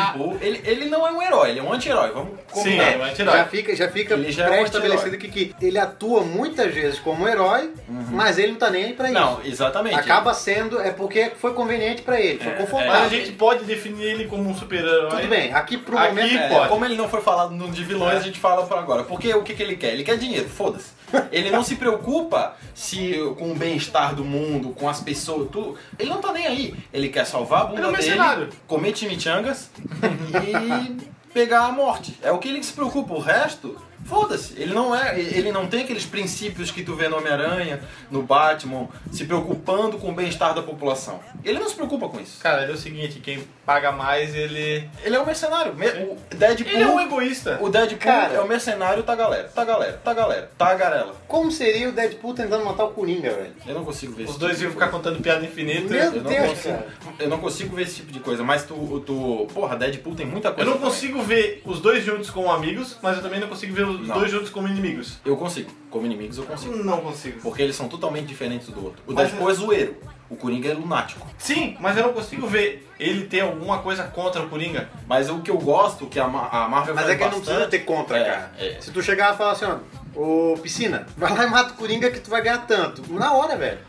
Speaker 2: Deadpool. Ele, ele não é um herói, ele é um anti-herói. Vamos
Speaker 8: Sim,
Speaker 2: combinar.
Speaker 8: é, vai
Speaker 1: Já
Speaker 8: tirar.
Speaker 1: fica, já fica
Speaker 2: Ele já é um
Speaker 1: pré-estabelecido que, que ele atua muitas vezes como um herói,
Speaker 2: Uhum.
Speaker 1: mas ele não tá nem aí pra isso.
Speaker 2: Não, exatamente.
Speaker 1: Acaba sendo, é porque foi conveniente pra ele,
Speaker 2: É,
Speaker 1: foi
Speaker 3: Mas a
Speaker 1: confortável.
Speaker 3: gente pode definir ele como um super-herói.
Speaker 1: Tudo bem, aqui pro
Speaker 3: Aqui,
Speaker 1: momento.
Speaker 2: É,
Speaker 3: pode. É.
Speaker 2: Como ele não foi falado no de vilões, a gente fala por agora. Porque o que, que ele quer? Ele quer dinheiro, foda-se. Ele não se preocupa se, com o bem-estar do mundo, com as pessoas, tudo. Ele não tá nem aí. Ele quer salvar a bunda
Speaker 3: Ele é um mercenário.
Speaker 2: dele, comer chimichangas e pegar a morte. É o que ele se preocupa. O resto, foda-se. Ele não é. Ele não tem aqueles princípios que tu vê no Homem-Aranha, no Batman, se preocupando com o bem-estar da população. Ele não se preocupa com isso.
Speaker 3: Cara, ele é o seguinte, quem paga mais, ele...
Speaker 2: Ele é um mercenário. Me- O Deadpool
Speaker 3: Ele é um egoísta.
Speaker 2: o Deadpool
Speaker 1: Cara.
Speaker 2: é o mercenário tá galera, tá galera, tá galera, tá garela.
Speaker 1: Como seria o Deadpool tentando matar o Coringa, velho?
Speaker 2: Eu não consigo ver
Speaker 3: Os
Speaker 2: esse
Speaker 3: dois
Speaker 2: tipo
Speaker 3: iam
Speaker 2: de
Speaker 3: ficar
Speaker 2: coisa.
Speaker 3: contando piada infinita.
Speaker 1: Meu
Speaker 2: Eu não,
Speaker 1: Deus,
Speaker 2: consigo,
Speaker 1: cara.
Speaker 2: eu não consigo ver esse tipo de coisa, mas tu, tu. Porra, Deadpool tem muita
Speaker 3: Eu
Speaker 2: coisa.
Speaker 3: não
Speaker 2: também.
Speaker 3: consigo ver os dois juntos como amigos, mas eu também não consigo ver os
Speaker 2: Não.
Speaker 3: dois juntos como inimigos.
Speaker 2: Eu consigo. Como inimigos eu consigo.
Speaker 3: Não consigo.
Speaker 2: Porque eles são totalmente diferentes do outro. O
Speaker 3: Mas
Speaker 2: Deadpool é zoeiro. O Coringa é lunático.
Speaker 3: Sim, mas eu não consigo ver ele ter alguma coisa contra o Coringa.
Speaker 2: Mas o que eu gosto, que a, Ma- a Marvel
Speaker 1: Mas
Speaker 2: faz
Speaker 1: é que ele não
Speaker 2: bastante-
Speaker 1: precisa ter contra,
Speaker 2: É,
Speaker 1: cara.
Speaker 2: é.
Speaker 1: Se tu chegar e falar assim, ó, ô piscina, vai lá e mata o Coringa que tu vai ganhar tanto. Na hora, velho.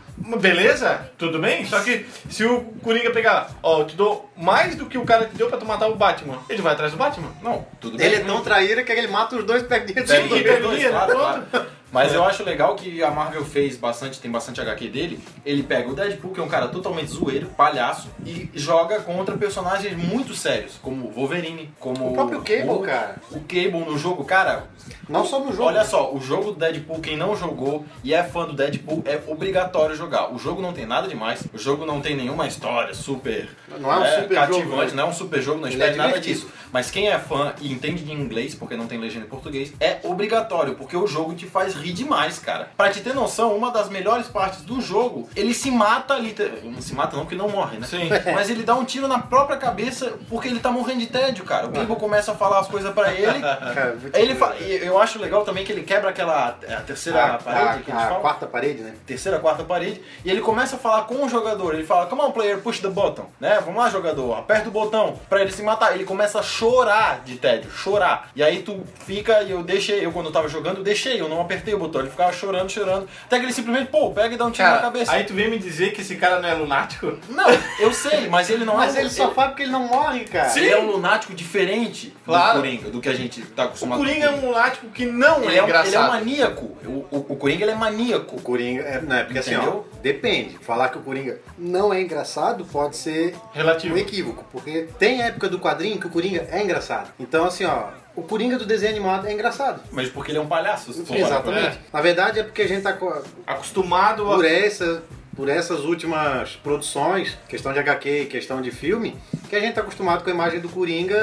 Speaker 3: Beleza? Tudo bem? Só que se o Coringa pegar, ó, eu te dou mais do que o cara te deu pra tu matar o Batman, ele vai atrás do Batman.
Speaker 2: Não, tudo bem.
Speaker 1: Ele é tão traíra que ele mata os dois e pega dinheiro
Speaker 3: Sim,
Speaker 1: dos dois.
Speaker 3: e pega- Berlim,
Speaker 2: claro,
Speaker 3: né?
Speaker 2: claro. Mas eu acho legal que a Marvel fez bastante, tem bastante HQ dele. Ele pega o Deadpool, que é um cara totalmente zoeiro, palhaço, e joga contra personagens muito sérios, como o Wolverine, como
Speaker 1: O próprio Cable,
Speaker 2: Hulk.
Speaker 1: cara.
Speaker 2: O Cable no jogo, cara.
Speaker 1: Não só no jogo. né?
Speaker 2: Olha só, o jogo do Deadpool, quem não jogou e é fã do Deadpool, é obrigatório jogar. O jogo não tem nada demais, o jogo não tem nenhuma história super.
Speaker 1: Não é um super jogo,
Speaker 2: cativante,
Speaker 1: né?
Speaker 2: não é um super jogo, não
Speaker 1: Ele
Speaker 2: espere
Speaker 1: é
Speaker 2: nada
Speaker 1: divertido.
Speaker 2: disso. Mas quem é fã e entende de inglês, porque não tem legenda em português, é obrigatório, porque o jogo te faz rir demais, cara. Pra te ter noção, uma das melhores partes do jogo, ele se mata literalmente. Não se mata não, porque não morre, né?
Speaker 3: Sim.
Speaker 2: Mas ele dá um tiro na própria cabeça porque ele tá morrendo de tédio, cara. O Cable começa a falar as coisas pra ele.
Speaker 1: Cara, muito
Speaker 2: Ele
Speaker 1: doido.
Speaker 2: fa- e Eu acho legal também que ele quebra aquela é, a terceira
Speaker 3: Ah,
Speaker 1: A,
Speaker 2: parede que
Speaker 1: a-
Speaker 2: eles
Speaker 1: a
Speaker 2: falam.
Speaker 1: quarta parede, né?
Speaker 2: Terceira, quarta parede, e ele começa a falar com o jogador. Ele fala, come on, player, push the button, né? Vamos lá, jogador, aperta o botão pra ele se matar. Ele começa a chorar de tédio, chorar. E aí tu fica, e eu deixei, eu quando eu tava jogando, eu deixei, eu não apertei o botão. Ele ficava chorando, chorando, até que ele simplesmente, pô, pega e dá um tiro na
Speaker 3: Cara,
Speaker 2: cabeça.
Speaker 3: aí tu vem me dizer que esse cara não é lunático?
Speaker 2: Não, eu sei, mas ele não
Speaker 1: Mas
Speaker 2: é.
Speaker 1: ele só faz porque ele não morre, cara.
Speaker 2: Ele é um lunático diferente
Speaker 3: Claro.
Speaker 2: do Coringa, do que a gente tá
Speaker 3: O
Speaker 2: acostumado
Speaker 3: Coringa é um lunático que não
Speaker 2: Ele é, um,
Speaker 3: é
Speaker 2: ele é um
Speaker 3: engraçado.
Speaker 2: maníaco. O, o, o Coringa ele é maníaco.
Speaker 1: O Coringa. É, não, é porque
Speaker 2: Entendeu?
Speaker 1: assim, ó, depende. Falar que o Coringa não é engraçado pode ser
Speaker 3: Relativo.
Speaker 1: um equívoco, porque tem época do quadrinho que o Coringa é engraçado. Então, assim, ó, o Coringa do desenho animado é engraçado.
Speaker 2: Mas porque ele é um palhaço. se tu for olhar pra
Speaker 1: Exatamente. Na verdade, é porque a gente tá co-
Speaker 3: Acostumado
Speaker 1: por
Speaker 3: a...
Speaker 1: essa. Por essas últimas produções, questão de HQ e questão de filme, que a gente tá acostumado com a imagem do Coringa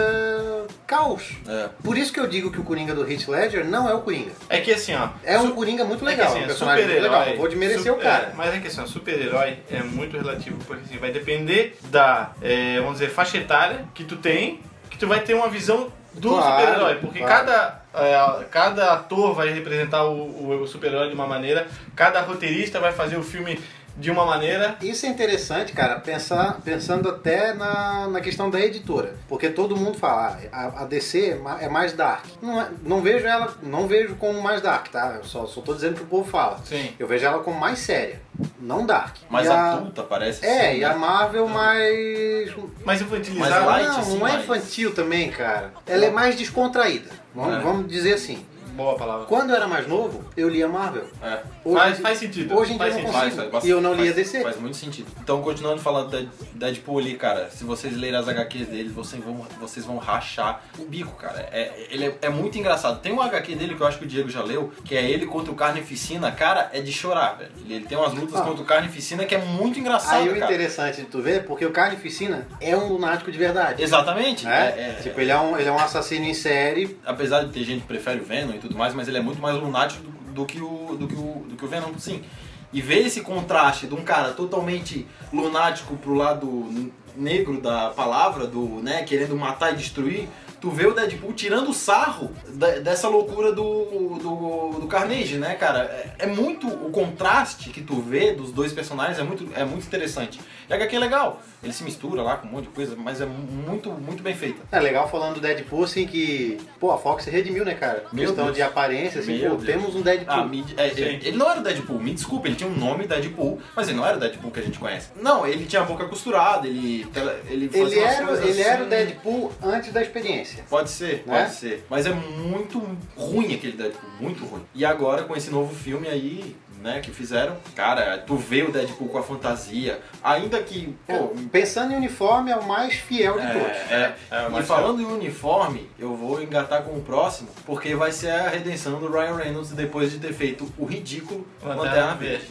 Speaker 1: caos.
Speaker 2: ver. É.
Speaker 1: Por isso que eu digo que o Coringa do Heath Ledger não é o Coringa.
Speaker 3: É que assim, ó...
Speaker 1: É um
Speaker 3: su-
Speaker 1: Coringa muito
Speaker 3: É que,
Speaker 1: legal,
Speaker 3: assim,
Speaker 1: um
Speaker 3: é
Speaker 1: personagem muito
Speaker 3: super-herói.
Speaker 1: legal. Não vou desmerecer o
Speaker 3: Su-
Speaker 1: cara.
Speaker 3: é, mas é que assim, ó, super-herói é muito relativo, porque assim, vai depender da, é, vamos dizer, faixa etária que tu tem, que tu vai ter uma visão do
Speaker 1: Claro,
Speaker 3: super-herói. Porque
Speaker 1: claro.
Speaker 3: cada, é, cada ator vai representar o, o- o super-herói de uma maneira, cada roteirista vai fazer o filme de uma maneira.
Speaker 1: Isso é interessante, cara, pensar, pensando até na, na questão da editora. Porque todo mundo fala, ah, a, a DC é ma- é mais dark. Não, é- não vejo ela, não vejo como mais dark, tá? Eu só, só tô dizendo que o povo fala.
Speaker 3: Sim.
Speaker 1: Eu vejo ela como mais séria, não dark.
Speaker 2: Mais
Speaker 1: E a-
Speaker 2: adulta, parece.
Speaker 1: É,
Speaker 2: assim,
Speaker 1: e
Speaker 2: né?
Speaker 1: a Marvel mais.
Speaker 3: Mas
Speaker 2: Mas
Speaker 3: infantilizado...
Speaker 2: light,
Speaker 1: não,
Speaker 2: assim,
Speaker 1: não é
Speaker 2: mais-
Speaker 1: infantil também, cara. Ela é mais descontraída. Vamos,
Speaker 2: É.
Speaker 1: vamos dizer assim.
Speaker 3: Boa palavra.
Speaker 1: Quando eu era mais novo, eu lia Marvel.
Speaker 2: É.
Speaker 1: Hoje-
Speaker 3: Faz- faz sentido,
Speaker 1: Hoje em dia
Speaker 3: faz
Speaker 1: eu não
Speaker 3: sentido.
Speaker 1: consigo.
Speaker 2: Faz, faz,
Speaker 1: e eu não
Speaker 2: faz-
Speaker 1: lia DC.
Speaker 2: Faz muito sentido. Então, continuando falando da Deadpool ali, cara, se vocês lerem as HQs dele, vocês vão, vocês vão rachar o bico, cara. É, ele é, é muito engraçado. Tem um HQ dele que eu acho que o Diego já leu, que é ele contra o Carnificina, cara, é de chorar, velho. Ele, ele tem umas lutas
Speaker 1: Ah.
Speaker 2: contra o Carnificina que é muito engraçado,
Speaker 1: Aí o
Speaker 2: cara.
Speaker 1: interessante de tu ver é porque o Carnificina é um lunático de verdade.
Speaker 2: Exatamente.
Speaker 1: né?
Speaker 2: É- é-
Speaker 1: tipo, ele é, um, ele é um assassino em série.
Speaker 2: apesar de ter gente que prefere o Venom e tudo mais, mas ele é muito mais lunático do, do que, o, do, que, o, do que o Venom, sim. E ver esse contraste de um cara totalmente lunático pro lado negro da palavra, do, né, querendo matar e destruir, tu vê o Deadpool tirando sarro da- dessa loucura do, do, do Carnage, né, cara? É, é muito. O contraste que tu vê dos dois personagens é muito, é muito interessante. E a HQ é legal. Ele se mistura lá com um monte de coisa, mas é muito, muito bem feita.
Speaker 1: É legal falando do Deadpool, assim, que. Pô, a Fox se redimiu, né, cara?
Speaker 2: Meu
Speaker 1: Questão
Speaker 2: Deus.
Speaker 1: de aparência, assim, pô,
Speaker 2: Meu Deus.
Speaker 1: temos um Deadpool.
Speaker 2: Ah, me- é, é, ele não era o Deadpool, me desculpa, ele tinha um nome Deadpool, mas ele não era o Deadpool que a gente conhece. Não, ele tinha a boca costurada, ele. tele- Ele, fazia
Speaker 1: ele
Speaker 2: umas
Speaker 1: era,
Speaker 2: coisas
Speaker 1: ele era o
Speaker 2: assim.
Speaker 1: Deadpool antes da experiência.
Speaker 2: Pode ser,
Speaker 1: Né?
Speaker 2: pode ser. Mas é muito ruim aquele Deadpool, muito ruim. E agora com esse novo filme aí, né, que fizeram, cara, tu vê o Deadpool com a fantasia, ainda que, pô,
Speaker 1: Pensando em uniforme, é o mais fiel de todos.
Speaker 2: é,
Speaker 3: É,
Speaker 2: e
Speaker 3: mas
Speaker 2: falando em uniforme, eu vou engatar com o próximo, porque vai ser a redenção do Ryan Reynolds depois de ter feito o ridículo
Speaker 3: Lanterna
Speaker 2: Lanterna
Speaker 3: Verde.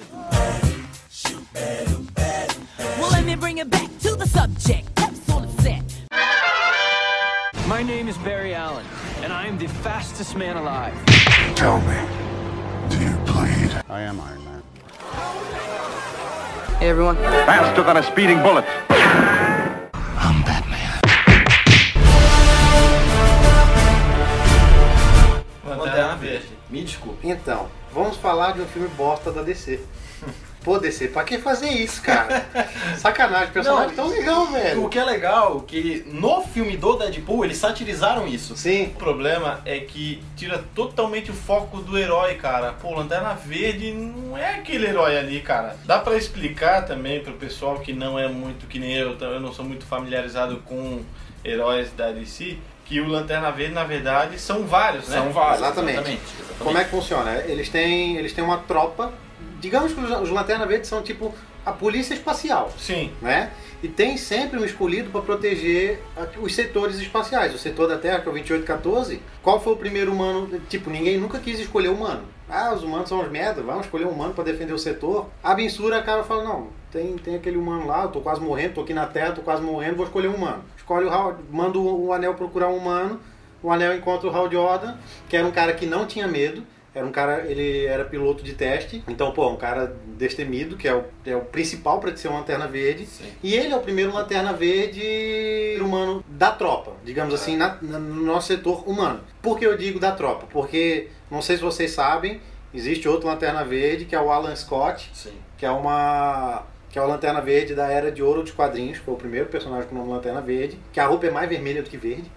Speaker 2: Verde.
Speaker 8: Well, let me bring it back to the subject. Taps on the set.
Speaker 4: My name is Barry Allen, and I am the fastest man alive.
Speaker 5: Tell me, do you bleed?
Speaker 6: Hey, everyone.
Speaker 9: faster than a speeding bullet.
Speaker 2: Lanterna Verde. Me desculpe.
Speaker 1: Então, vamos falar de um filme bosta da DC. Pô, DC, pra que fazer isso, cara? Sacanagem, personagem tão legal,
Speaker 2: O
Speaker 1: velho.
Speaker 2: que é legal é que no filme do Deadpool eles satirizaram isso.
Speaker 1: Sim.
Speaker 3: O problema é que tira totalmente o foco do herói, cara. Pô, Lanterna Verde não é aquele herói ali, cara. Dá pra explicar também pro pessoal que não é muito que nem eu, tá? eu não sou muito familiarizado com heróis da DC, que o Lanterna Verde, na verdade, são vários, né?
Speaker 2: São vários.
Speaker 1: Exatamente.
Speaker 2: exatamente.
Speaker 1: Como é que funciona? Eles têm, eles têm uma tropa. Digamos que os, os Lanterna Verde são tipo a polícia espacial.
Speaker 3: Sim.
Speaker 1: né? E tem sempre um escolhido para proteger a- os setores espaciais. O setor da Terra, que é o 2814, qual foi o primeiro humano? Tipo, ninguém nunca quis escolher humano. Ah, os humanos são uns merda, vamos escolher um humano para defender o setor. A Bensura, cara, fala, não, tem, tem aquele humano lá, eu tô quase morrendo, tô aqui na Terra, tô quase morrendo, vou escolher um humano. Escolhe o Hal, manda o, o Anel procurar um humano, o Anel encontra o Hal Jordan, que era um cara que não tinha medo, era um cara, ele era piloto de teste, então, pô, um cara destemido, que é o, é o principal pra ser uma lanterna verde.
Speaker 2: Sim.
Speaker 1: E ele é o primeiro lanterna verde humano da tropa, digamos assim, na- na- no nosso setor humano. Por que eu digo da tropa? Porque, não sei se vocês sabem, existe outro lanterna verde, que é o Alan Scott,
Speaker 2: Sim.
Speaker 1: que é uma que é o Lanterna Verde da Era de Ouro dos quadrinhos, foi o primeiro personagem com o nome Lanterna Verde, que a roupa é mais vermelha do que verde.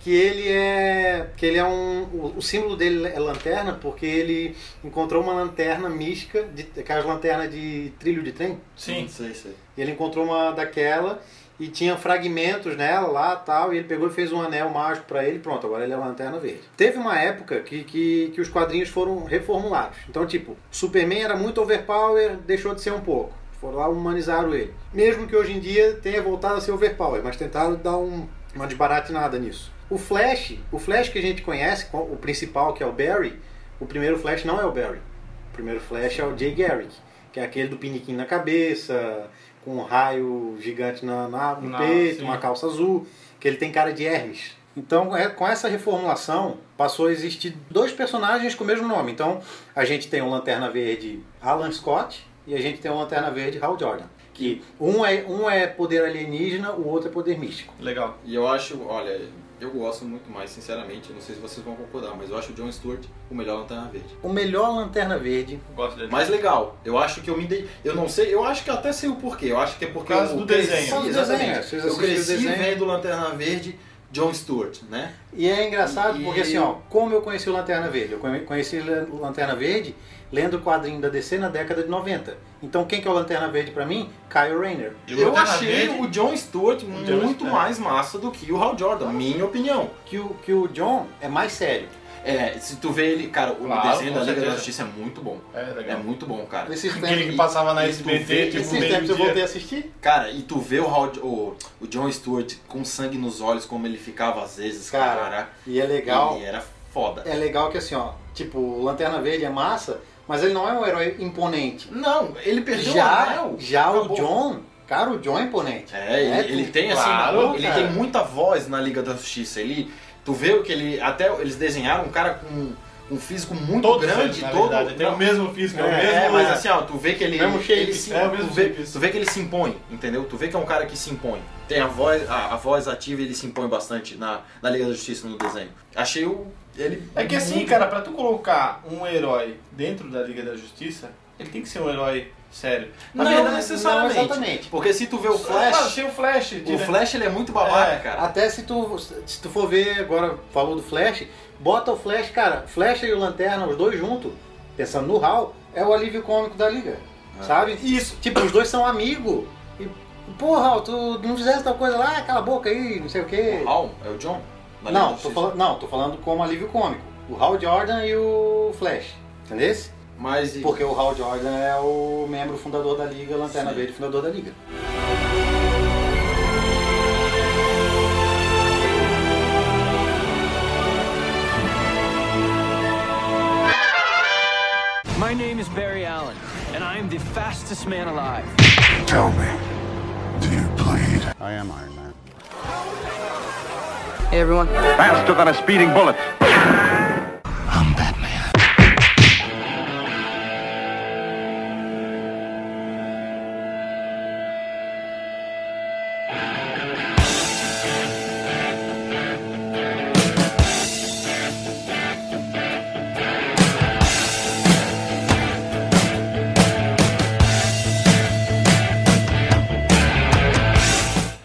Speaker 1: que ele é que ele é um o, o símbolo dele é lanterna porque ele encontrou uma lanterna mística de aquelas lanternas de trilho de trem.
Speaker 3: Sim.
Speaker 2: Sei, sei.
Speaker 1: E ele encontrou uma daquela e tinha fragmentos nela lá tal. E ele pegou e fez um anel mágico pra ele. Pronto, agora ele é uma lanterna verde. Teve uma época que, que, que os quadrinhos foram reformulados. Então, tipo, Superman era muito overpower, deixou de ser um pouco. Foram lá humanizaram ele. Mesmo que hoje em dia tenha voltado a ser overpower, mas tentaram dar um, uma desbaratinada nisso. O Flash, o Flash que a gente conhece, co- o principal que é o Barry, o primeiro Flash não é o Barry. O primeiro Flash é o Jay Garrick, que é aquele do piniquim na cabeça, com um raio gigante na, na- no
Speaker 3: Na-
Speaker 1: peito,
Speaker 3: sim.
Speaker 1: uma calça azul, que ele tem cara de Hermes. Então, é- com essa reformulação, passou a existir dois personagens com o mesmo nome. Então, a gente tem o Lanterna Verde Alan Scott e a gente tem o Lanterna Verde Hal Jordan. Que um é, um é poder alienígena, o outro é poder místico.
Speaker 3: Legal.
Speaker 2: E eu acho, olha, eu gosto muito mais, sinceramente, não sei se vocês vão concordar, mas eu acho o John Stewart o melhor Lanterna Verde.
Speaker 1: O melhor Lanterna Verde
Speaker 3: Gosto dele.
Speaker 2: Mais legal. Eu acho que eu me dei. Eu não sei, eu acho que eu até sei o porquê. Eu acho que é porque
Speaker 3: Por causa
Speaker 2: eu
Speaker 3: do
Speaker 2: cresci-
Speaker 3: desenho. Por
Speaker 1: causa do desenho, é,
Speaker 2: Exatamente.
Speaker 1: vocês
Speaker 2: eu
Speaker 1: assistiram o
Speaker 2: cresci
Speaker 1: desenho.
Speaker 2: vendo Lanterna Verde John Stewart, né?
Speaker 1: E é engraçado porque
Speaker 2: E-
Speaker 1: assim, ó, como eu conheci o Lanterna Verde? Eu conhe- conheci o Lanterna Verde lendo o quadrinho da DC na década de 90. Então quem que é o Lanterna Verde pra mim? Kyle Rayner.
Speaker 3: E o
Speaker 2: Eu
Speaker 3: Lanterna
Speaker 2: achei
Speaker 3: Verde-
Speaker 2: o John Stewart
Speaker 3: John
Speaker 2: muito
Speaker 3: Stewart.
Speaker 2: mais massa do que o Hal Jordan, minha opinião.
Speaker 1: Que o, que o John é mais sério.
Speaker 2: É, se tu vê ele, cara, o
Speaker 3: Claro,
Speaker 2: desenho
Speaker 3: com
Speaker 2: da Liga
Speaker 3: certeza.
Speaker 2: da Justiça é muito bom.
Speaker 3: É
Speaker 2: É
Speaker 3: legal.
Speaker 2: muito bom, cara.
Speaker 1: Nesses
Speaker 3: Aquele que
Speaker 1: tempos-
Speaker 3: passava na
Speaker 2: e tu vê-
Speaker 3: SBT, tipo,
Speaker 1: Esses tempos eu
Speaker 3: meio-dia.
Speaker 1: voltei a assistir.
Speaker 2: Cara, e tu vê o, Hal- o, o John Stewart com sangue nos olhos, como ele ficava às vezes, cara.
Speaker 1: Cara, e é legal.
Speaker 2: Ele era foda.
Speaker 1: É legal que assim, ó, tipo, o Lanterna Verde é massa, mas ele não é um herói imponente.
Speaker 2: Não, ele perdeu o
Speaker 1: Já,
Speaker 2: anel.
Speaker 1: já o
Speaker 2: Acabou.
Speaker 1: John, cara, o John é imponente.
Speaker 2: É, ele,
Speaker 1: tu-
Speaker 2: ele tem assim,
Speaker 1: Claro,
Speaker 2: ele
Speaker 1: cara.
Speaker 2: tem muita voz na Liga da Justiça. Ele, tu vê o que ele, até eles desenharam um cara com um físico muito
Speaker 3: Todos
Speaker 2: grande,
Speaker 3: eles, na
Speaker 2: todo.
Speaker 3: verdade, tem o mesmo físico, é o
Speaker 2: É,
Speaker 3: mesmo.
Speaker 2: é, mas assim, ó, tu vê que ele,
Speaker 1: Mesmo shape,
Speaker 2: ele se,
Speaker 3: é o mesmo
Speaker 2: tu, vê,
Speaker 3: shape, isso.
Speaker 2: tu vê que ele se impõe, entendeu? Tu vê que é um cara que se impõe. Tem a voz, a, a voz ativa e ele se impõe bastante na, na Liga da Justiça no desenho. Achei o. Ele
Speaker 3: É que assim, cara, pra tu colocar um herói dentro da Liga da Justiça, ele tem que ser um herói sério. Na
Speaker 2: Não,
Speaker 3: verdade, é
Speaker 2: necessariamente.
Speaker 1: não exatamente.
Speaker 2: Porque se tu vê o
Speaker 3: Claro,
Speaker 2: Flash,
Speaker 3: tem o Flash.
Speaker 2: o
Speaker 3: tira-
Speaker 2: Flash ele é muito babaca,
Speaker 3: né? É,
Speaker 2: cara.
Speaker 1: Até se tu, se tu for ver agora, falou do Flash, bota o Flash, cara, Flash e o Lanterna, os dois juntos, pensando no Hal, é o alívio cômico da liga.
Speaker 2: É.
Speaker 1: Sabe? Isso. Tipo, os dois são amigos. E, porra, Hal, tu não fizesse tal coisa lá, cala a boca aí, não sei o quê.
Speaker 2: O Hal é o John? na Liga da
Speaker 1: não, tô
Speaker 2: Justiça.
Speaker 1: falando, não, tô falando como alívio cômico. O Hal Jordan e o Flash. Entendeu?
Speaker 2: Mas e-
Speaker 1: Porque o Hal Jordan é o membro fundador da Liga, Lanterna
Speaker 2: Sim.
Speaker 1: Verde, fundador da Liga.
Speaker 4: My name is Barry Allen, and I am the fastest man alive.
Speaker 5: Tell me, do you bleed?
Speaker 6: Everyone.
Speaker 5: Faster than a speeding bullet. I'm Batman.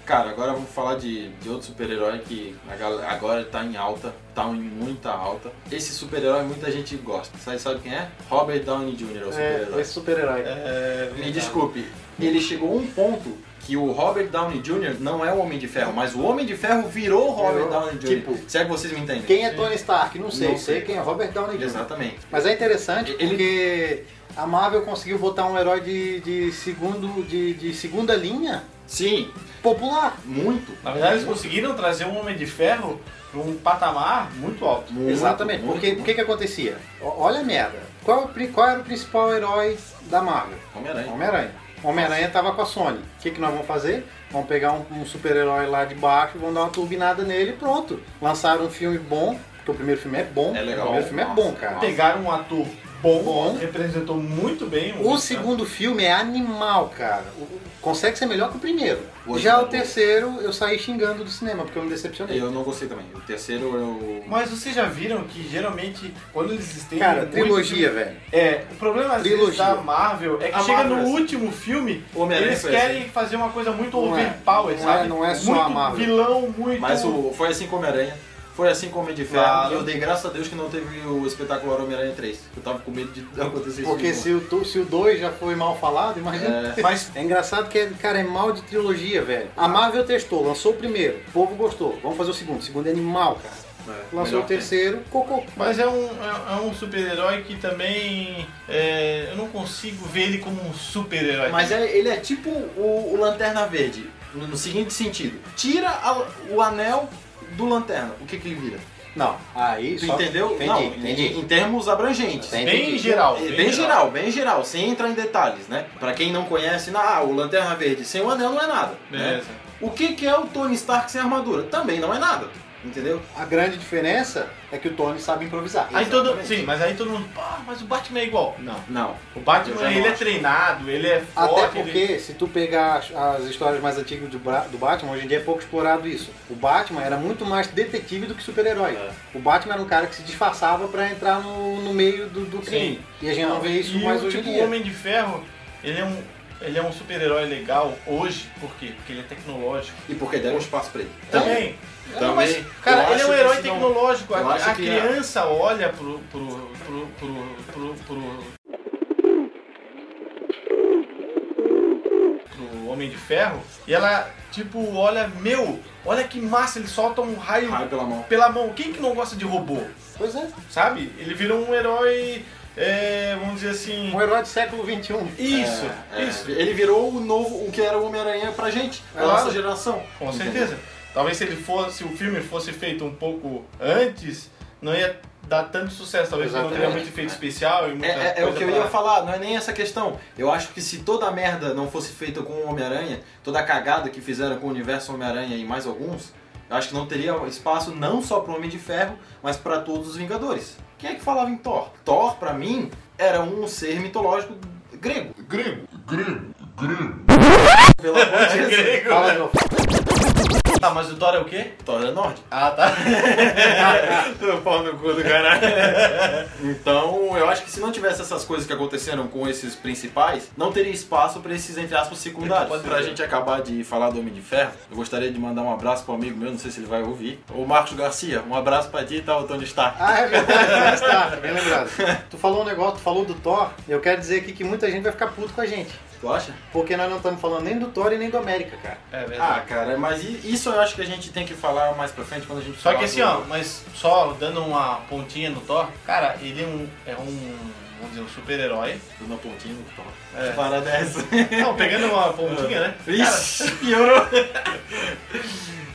Speaker 2: Cara, agora vamos falar de, de outro super-herói que a gal- agora tá em alta, tá em muita alta. Esse super-herói muita gente gosta. Sabe, sabe quem é? Robert Downey Jr. é o super-herói.
Speaker 1: Esse super-herói.
Speaker 3: É,
Speaker 2: Me desculpe, ele chegou a um ponto que o Robert Downey Jr. não é o Homem de Ferro, mas o Homem de Ferro virou o Robert
Speaker 1: Virou.
Speaker 2: Downey Jr.
Speaker 1: Tipo,
Speaker 2: Será que vocês me entendem?
Speaker 1: Quem é Tony Stark? Não sei.
Speaker 2: Não
Speaker 1: sei
Speaker 2: sei.
Speaker 1: quem é Robert Downey Jr.
Speaker 2: Exatamente.
Speaker 1: Mas é interessante
Speaker 2: Ele-
Speaker 1: porque a Marvel conseguiu botar um herói de, de segundo, de, de segunda linha
Speaker 2: Sim,
Speaker 1: popular.
Speaker 2: muito.
Speaker 3: Na verdade, eles conseguiram trazer um Homem de Ferro pra um patamar muito alto.
Speaker 2: muito,
Speaker 1: Exatamente.
Speaker 2: muito,
Speaker 1: porque o
Speaker 2: muito.
Speaker 1: que, que acontecia? O- olha a merda. Qual, é o pri- qual era o principal herói da Marvel?
Speaker 2: Homem-Aranha.
Speaker 1: Homem-Aranha. Homem-Aranha tava com a Sony. O que, que nós vamos fazer? Vamos pegar um, um super-herói lá de baixo, vamos dar uma turbinada nele e pronto. Lançaram um filme bom, porque o primeiro filme é bom.
Speaker 2: É legal.
Speaker 1: O primeiro filme é
Speaker 2: Nossa,
Speaker 1: bom, cara.
Speaker 2: nossa.
Speaker 3: Pegaram um ator bom,
Speaker 1: Bom.
Speaker 3: representou muito bem
Speaker 1: O segundo filme é animal, cara. O- o- Consegue ser melhor que o primeiro.
Speaker 2: Hoje
Speaker 1: Já
Speaker 2: tá
Speaker 1: o
Speaker 2: bom.
Speaker 1: terceiro eu saí xingando do cinema, porque eu me decepcionei.
Speaker 2: Eu não gostei também. O terceiro eu.
Speaker 3: Mas vocês já viram que geralmente quando eles estendem
Speaker 1: Cara,
Speaker 3: muito-
Speaker 1: trilogia, velho.
Speaker 3: É, o problema às vezes
Speaker 1: Trilogia.
Speaker 3: da Marvel é que
Speaker 2: A
Speaker 3: chega
Speaker 2: Marvel é
Speaker 3: no
Speaker 2: assim.
Speaker 3: último filme,
Speaker 2: O Homem-Aranha é
Speaker 3: eles
Speaker 2: foi
Speaker 3: querem fazer uma coisa muito
Speaker 1: Não é.
Speaker 3: overpower,
Speaker 1: Não é-
Speaker 3: sabe?
Speaker 1: não é só
Speaker 3: muito
Speaker 1: a Marvel.
Speaker 3: vilão, muito...
Speaker 2: Mas
Speaker 1: então-
Speaker 2: o, foi assim com Homem-Aranha, foi assim com Homem de Ferro.
Speaker 3: Claro.
Speaker 2: E eu dei graças a Deus que não teve o espetacular Homem-Aranha 3. Eu tava com medo de acontecer isso.
Speaker 1: Porque
Speaker 2: de novo.
Speaker 1: se o 2 se o dois já foi mal falado, imagina.
Speaker 2: É.
Speaker 1: Mas é engraçado que, cara, é mal de trilogia, velho. A Marvel testou, lançou o primeiro, o povo gostou. Vamos fazer o segundo. O segundo é animal, cara.
Speaker 2: É,
Speaker 1: Lançou
Speaker 2: melhor
Speaker 1: o terceiro, cocô.
Speaker 3: Mas é um, é, é um super-herói que também... é, eu não consigo ver ele como um super-herói.
Speaker 2: que- Mas é- ele é tipo o, o Lanterna Verde, no, no seguinte sentido: tira a- o anel do lanterna, o que que ele vira?
Speaker 1: Não, aí
Speaker 2: Tu
Speaker 1: só...
Speaker 2: entendeu?
Speaker 1: Entendi,
Speaker 2: não, Em,
Speaker 1: entendi.
Speaker 2: em termos abrangentes.
Speaker 1: Entendi.
Speaker 3: Bem geral.
Speaker 2: É, Bem geral, bem geral, sem entrar em detalhes, né? Pra quem não conhece, na- ah, o Lanterna Verde sem o anel não é nada. né?
Speaker 3: Beleza.
Speaker 2: O que, que é o Tony Stark sem armadura? Também não é nada, entendeu?
Speaker 1: A grande diferença é que o Tony sabe improvisar.
Speaker 3: Aí todo, sim, mas aí todo mundo, pá, mas o Batman é igual. Não.
Speaker 2: Não.
Speaker 3: O
Speaker 2: Eu
Speaker 3: Batman,
Speaker 2: já não
Speaker 3: ele é
Speaker 2: acho.
Speaker 3: treinado, ele é
Speaker 1: Até
Speaker 3: forte.
Speaker 1: porque,
Speaker 3: ele-
Speaker 1: se tu pegar as, as histórias mais antigas do, Bra- do Batman, hoje em dia é pouco explorado isso. O Batman era muito mais detetive do que super-herói.
Speaker 3: É.
Speaker 1: O Batman era um cara que se disfarçava pra entrar no, no meio do, do crime. E a gente não vê isso
Speaker 3: e
Speaker 1: mais
Speaker 3: o,
Speaker 1: hoje
Speaker 3: tipo,
Speaker 1: em
Speaker 3: o
Speaker 1: dia.
Speaker 3: Homem de Ferro, ele é um, ele é um super-herói legal hoje, por quê? Porque ele é tecnológico.
Speaker 2: E porque deram espaço pra ele.
Speaker 1: Então,
Speaker 3: Também.
Speaker 2: Também.
Speaker 3: Não, mas,
Speaker 2: Eu
Speaker 3: cara, ele é
Speaker 2: acho
Speaker 3: um
Speaker 2: que
Speaker 3: herói
Speaker 2: se não-
Speaker 3: tecnológico.
Speaker 2: eu
Speaker 3: A,
Speaker 2: acho
Speaker 3: a
Speaker 2: que-
Speaker 3: criança olha pro. pro. pro. pro. pro. pro, pro Homem de Ferro e ela, tipo, olha, meu, olha que massa, ele solta um raio,
Speaker 2: Raio pela mão.
Speaker 3: pela mão. Quem que não gosta de robô?
Speaker 1: Pois é,
Speaker 3: Sabe? Ele virou um herói. é, vamos dizer assim.
Speaker 1: um herói do século XXI.
Speaker 3: Isso,
Speaker 2: É,
Speaker 3: isso. É
Speaker 2: Ele virou o novo, o que era o Homem-Aranha pra gente, pra
Speaker 3: Claro.
Speaker 2: nossa geração.
Speaker 3: Com
Speaker 2: entendeu?
Speaker 3: certeza. Talvez se ele fosse, se o filme fosse feito um pouco antes, não ia dar tanto sucesso. Talvez não teria
Speaker 1: Exatamente.
Speaker 3: muito efeito especial e muita
Speaker 2: É, é- é
Speaker 3: coisa
Speaker 2: o que eu
Speaker 3: pra-
Speaker 2: ia falar, não é nem essa questão. Eu acho que se toda a merda não fosse feita com o Homem-Aranha, toda a cagada que fizeram com o universo Homem-Aranha e mais alguns, eu acho que não teria espaço não só pro Homem de Ferro, mas pra todos os Vingadores. Quem é que falava em Thor? Thor, pra mim, era um ser mitológico grego.
Speaker 7: Grego, grego, grego.
Speaker 2: Pelo amor de Jesus.
Speaker 1: Fala, meu.
Speaker 3: Tá, mas o Thor é o quê?
Speaker 2: Thor era nórdico.
Speaker 3: Ah, tá.
Speaker 2: Tô pau no cu do caralho. Então, eu acho que se não tivesse essas coisas que aconteceram com esses principais, não teria espaço pra esses, entre aspas, secundários.
Speaker 3: Pode
Speaker 2: Pra
Speaker 3: ser.
Speaker 2: gente acabar de falar do Homem de Ferro, eu gostaria de mandar um abraço pro amigo meu, não sei se ele vai ouvir. O Marcos Garcia, um abraço pra ti e tal, Tony Stark.
Speaker 1: Ah, é verdade, Tony Stark, bem lembrado. Tu falou um negócio, tu falou do Thor, e eu quero dizer aqui que muita gente vai ficar puto com a gente.
Speaker 2: Tu acha?
Speaker 1: Porque nós não estamos falando nem do Thor e nem do América, cara.
Speaker 3: É
Speaker 2: Ah,
Speaker 3: verdade.
Speaker 2: cara, mas i- isso eu acho que a gente tem que falar mais pra frente quando a gente
Speaker 3: só
Speaker 2: falar
Speaker 3: que assim,
Speaker 2: do-
Speaker 3: ó, mas só dando uma pontinha no Thor, cara, ele é um, é um vamos dizer, um super-herói.
Speaker 2: do Não Pontinho, Thor.
Speaker 3: É.
Speaker 2: Que Parada é essa.
Speaker 3: Não, pegando uma pontinha, né?
Speaker 2: Ixi, piorou.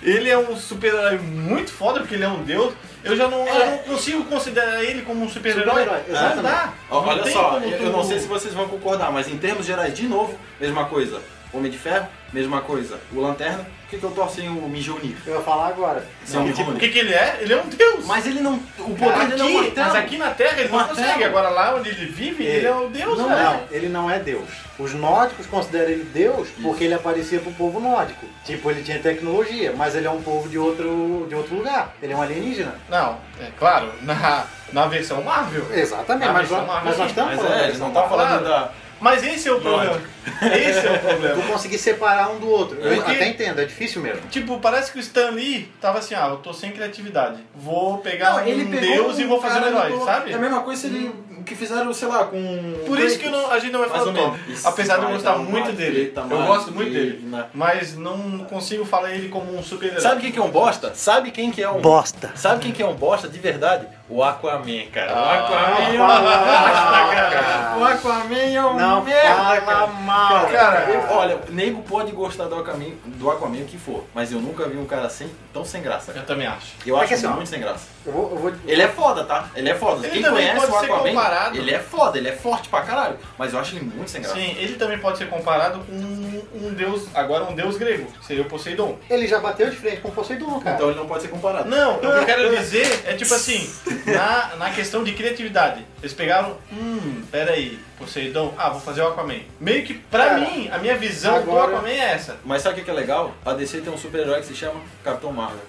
Speaker 3: Ele é um super-herói muito foda, porque ele é um deus. Eu já não,
Speaker 2: É.
Speaker 3: eu não consigo considerar ele como um super-herói.
Speaker 1: Super-herói,
Speaker 3: não dá.
Speaker 2: Ó,
Speaker 3: Não
Speaker 2: Olha
Speaker 3: tem
Speaker 2: só,
Speaker 3: como
Speaker 2: eu
Speaker 3: tu-
Speaker 2: eu não sei se vocês vão concordar, mas em termos gerais, de novo, mesma coisa. Homem de Ferro, mesma coisa. O Lanterna, por que, que eu torço sem o Mjolnir?
Speaker 1: Eu ia falar agora.
Speaker 2: Sem o
Speaker 3: Que tipo, o
Speaker 2: Mjolnir.
Speaker 3: que, que ele é? Ele é um deus.
Speaker 2: Mas ele não... O poder
Speaker 3: aqui,
Speaker 2: dele é um martelo.
Speaker 3: mas aqui na Terra ele não
Speaker 2: Martelo.
Speaker 3: consegue. Agora lá onde ele vive, ele é o deus,
Speaker 1: Não,
Speaker 3: velho.
Speaker 1: não, ele não é Deus. Os nórdicos consideram ele Deus porque ele aparecia pro povo nórdico. Tipo, ele tinha tecnologia, mas ele é um povo de outro, de outro lugar. Ele é um alienígena.
Speaker 3: Não, é claro, na, na versão Marvel.
Speaker 1: Exatamente,
Speaker 3: Ah,
Speaker 1: mas,
Speaker 3: mas
Speaker 1: nós-
Speaker 3: tá
Speaker 1: mas nós estamos
Speaker 2: Mas
Speaker 1: falando.
Speaker 2: é, ele não tá falando da...
Speaker 3: Mas esse é o problema. Esse é o
Speaker 1: Tu
Speaker 3: problema.
Speaker 1: conseguir separar um do outro. Eu
Speaker 3: Porque-
Speaker 1: até entendo, é difícil mesmo.
Speaker 3: Tipo, parece que o Stan Lee tava assim, ah, eu tô sem criatividade. Vou pegar um
Speaker 2: pegou
Speaker 3: deus e vou fazer um
Speaker 2: cara
Speaker 3: herói,
Speaker 2: do-
Speaker 3: sabe?
Speaker 2: É a mesma coisa se ele, que fizeram, sei lá, com.
Speaker 3: Por isso que eu não- a gente não vai
Speaker 2: Mais
Speaker 3: falar
Speaker 2: ou
Speaker 3: do Thor.
Speaker 2: menos. Isso
Speaker 3: Apesar de eu
Speaker 2: vai
Speaker 3: gostar
Speaker 2: dar uma
Speaker 3: muito dele.
Speaker 2: treta,
Speaker 3: Eu
Speaker 2: mano,
Speaker 3: gosto muito
Speaker 2: e-
Speaker 3: dele.
Speaker 2: né?
Speaker 3: Mas não consigo falar ele como um super-herói.
Speaker 2: Sabe quem que é um bosta? Sabe quem que é um.
Speaker 1: Bosta.
Speaker 2: Sabe quem que é um bosta de verdade? O Aquaman, cara. o
Speaker 3: Ah.
Speaker 2: Aquaman é um
Speaker 1: fala,
Speaker 2: bosta, cara.
Speaker 1: cara.
Speaker 2: O Aquaman é um
Speaker 1: Ah. Não
Speaker 2: merda,
Speaker 1: fala
Speaker 2: cara.
Speaker 1: mal.
Speaker 2: Cara, eu- olha, nego pode gostar do Aquaman, do Aquaman o que for, mas eu nunca vi um cara sem, tão sem graça. cara.
Speaker 3: Eu também acho.
Speaker 2: Eu
Speaker 1: É
Speaker 2: acho
Speaker 1: que assim, ó,
Speaker 2: muito sem graça.
Speaker 1: Eu vou, eu vou-
Speaker 2: Ele é foda, tá? Ele é foda.
Speaker 3: Ele
Speaker 2: Quem
Speaker 3: também
Speaker 2: conhece
Speaker 3: pode
Speaker 2: o
Speaker 3: ser
Speaker 2: Aquaman,
Speaker 3: comparado.
Speaker 2: ele é foda, ele é forte pra caralho. Mas eu acho ele muito sem graça.
Speaker 3: Sim, ele também pode ser comparado com um, um deus, agora um deus grego, que seria o Poseidon.
Speaker 1: Ele já bateu de frente com o Poseidon, cara.
Speaker 2: Então ele não pode ser comparado.
Speaker 3: Não, o que eu quero dizer é tipo assim, na, na questão de criatividade, eles pegaram, hum, peraí, Poseidon, ah, vou fazer o Aquaman. Meio que pra
Speaker 1: Cara,
Speaker 3: mim, a minha visão
Speaker 1: agora-
Speaker 3: do Aquaman é essa.
Speaker 2: Mas sabe o que que é legal? A DC tem um super-herói que se chama Capitão Marvel.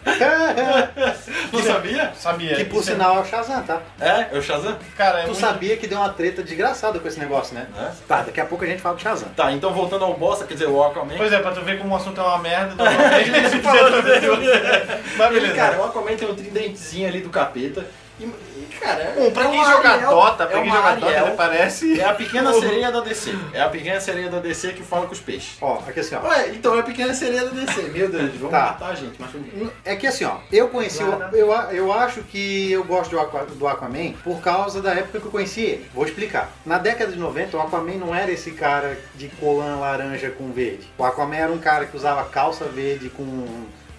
Speaker 2: Não sabia?
Speaker 3: Sabia?
Speaker 1: que por
Speaker 3: Isso é-
Speaker 1: sinal é o Shazam, tá?
Speaker 2: É, é o Shazam?
Speaker 3: cara, é
Speaker 1: Tu
Speaker 3: muito-
Speaker 1: sabia que deu uma treta desgraçada com esse negócio, né?
Speaker 2: É.
Speaker 1: Tá, daqui a pouco a gente fala do Shazam.
Speaker 2: Tá, então voltando ao bosta, quer dizer, o Aquaman.
Speaker 3: Pois é, pra tu ver como o assunto é uma merda. do Aquaman. Mas
Speaker 2: Ele,
Speaker 3: é, beleza.
Speaker 2: cara, o Aquaman tem um tridentezinho ali do capeta. E, e, cara,
Speaker 3: Bom, pra
Speaker 2: é
Speaker 3: quem
Speaker 2: uma
Speaker 3: joga
Speaker 2: Ariel-
Speaker 3: Dota, pra
Speaker 2: é
Speaker 3: quem
Speaker 2: uma
Speaker 3: joga Dota, né?
Speaker 2: Ariel.
Speaker 3: ele parece...
Speaker 2: É a pequena sereia da DC. É a pequena sereia da DC que fala com os peixes.
Speaker 1: Ó, aqui assim, ó.
Speaker 2: Ué, então é a pequena sereia da DC. Meu Deus, vamos
Speaker 1: Tá.
Speaker 2: matar a gente. Mas...
Speaker 1: É que assim, ó, eu conheci o, eu, a- eu acho que eu gosto do, Aqua- do Aquaman por causa da época que eu conheci ele. Vou explicar. Na década de 90, o Aquaman não era esse cara de colã laranja com verde. O Aquaman era um cara que usava calça verde com,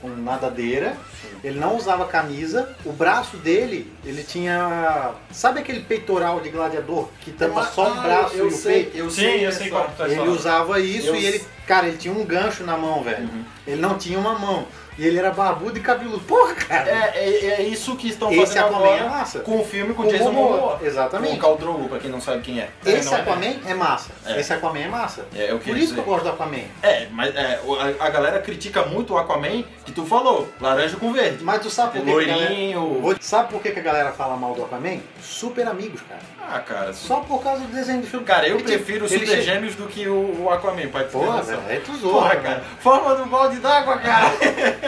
Speaker 1: com nadadeira. Ele não usava camisa. O braço dele, ele tinha. Sabe aquele peitoral de gladiador que tampa só o braço
Speaker 2: eu
Speaker 1: e o
Speaker 2: sei,
Speaker 1: peito?
Speaker 2: Eu
Speaker 3: Sim,
Speaker 2: sei,
Speaker 3: eu sei
Speaker 2: pessoal.
Speaker 3: qual que tu tá
Speaker 1: Ele
Speaker 3: falando.
Speaker 1: usava isso
Speaker 2: Eu- Uhum.
Speaker 1: e ele, cara, ele tinha um gancho na mão, velho. Ele não tinha uma mão. E ele era barbudo e cabeludo. Porra, cara!
Speaker 2: É, é, é isso que estão
Speaker 1: Esse
Speaker 2: fazendo
Speaker 1: Aquaman
Speaker 2: agora
Speaker 1: é massa.
Speaker 2: com o filme com,
Speaker 1: Com
Speaker 2: Jason
Speaker 1: o Momoa,
Speaker 2: Momoa.
Speaker 1: exatamente.
Speaker 2: Com o Khal Drogo, pra quem não sabe quem é.
Speaker 1: Esse
Speaker 3: não é.
Speaker 1: Aquaman é, massa.
Speaker 2: É.
Speaker 1: Esse Aquaman é massa.
Speaker 2: É, eu
Speaker 1: Por
Speaker 2: queria
Speaker 1: isso que
Speaker 2: dizer.
Speaker 1: eu gosto do Aquaman.
Speaker 2: É, mas é, o- a, a galera critica muito o Aquaman, que tu falou, laranja com verde.
Speaker 1: Mas tu sabe por que, que a galera...
Speaker 2: Loirinho.
Speaker 1: Vou- Sabe por que, que a galera fala mal do Aquaman? Super amigos, cara.
Speaker 2: Ah, cara. su-
Speaker 1: Só por causa do desenho do filme.
Speaker 2: Cara, eu
Speaker 1: Ele-
Speaker 2: prefiro os
Speaker 1: ele
Speaker 2: Super
Speaker 1: chega-
Speaker 2: Gêmeos do que o, o Aquaman, pra te ter
Speaker 1: Porra,
Speaker 2: noção.
Speaker 1: velho, aí tu zoa.
Speaker 2: Porra, cara. Forma do balde d'água, cara.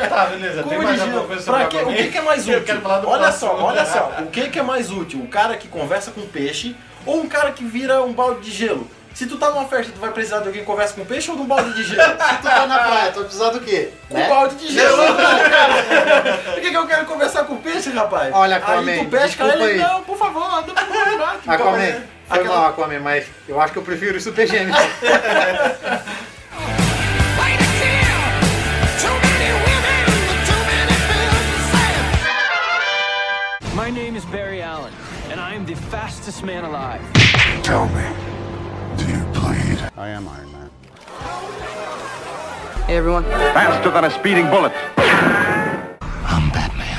Speaker 3: Tá, beleza.
Speaker 2: Como
Speaker 3: Tem mais
Speaker 2: eles-
Speaker 3: alguma coisa sobre
Speaker 2: pra que- o
Speaker 3: Aquaman?
Speaker 2: que, que é mais útil?
Speaker 3: Eu quero falar do
Speaker 2: olha
Speaker 3: próximo.
Speaker 2: só, olha só. O que, que é mais útil? O cara que conversa com peixe ou um cara que vira um balde de gelo? Se tu tá numa festa, tu vai precisar de alguém que conversa com peixe ou de um balde de gelo?
Speaker 1: Tu tá na praia, tu vai precisar do quê?
Speaker 2: Com balde de gelo, cara. Por que, que eu quero conversar com o peixe, rapaz?
Speaker 1: Olha,
Speaker 2: Aí
Speaker 1: Aquaman,
Speaker 2: tu pesca
Speaker 1: desculpa
Speaker 2: ele,
Speaker 1: aí.
Speaker 2: não, por favor, não por
Speaker 1: Aquaman. Foi
Speaker 2: é Aquela- É
Speaker 1: mal, Aquaman, mas eu acho que eu prefiro os Super Gêmeos.
Speaker 4: My name is Barry Allen, and I am the fastest man alive.
Speaker 5: Tell me, do you bleed?
Speaker 6: Everyone.
Speaker 5: Faster than a speeding bullet. I'm Batman.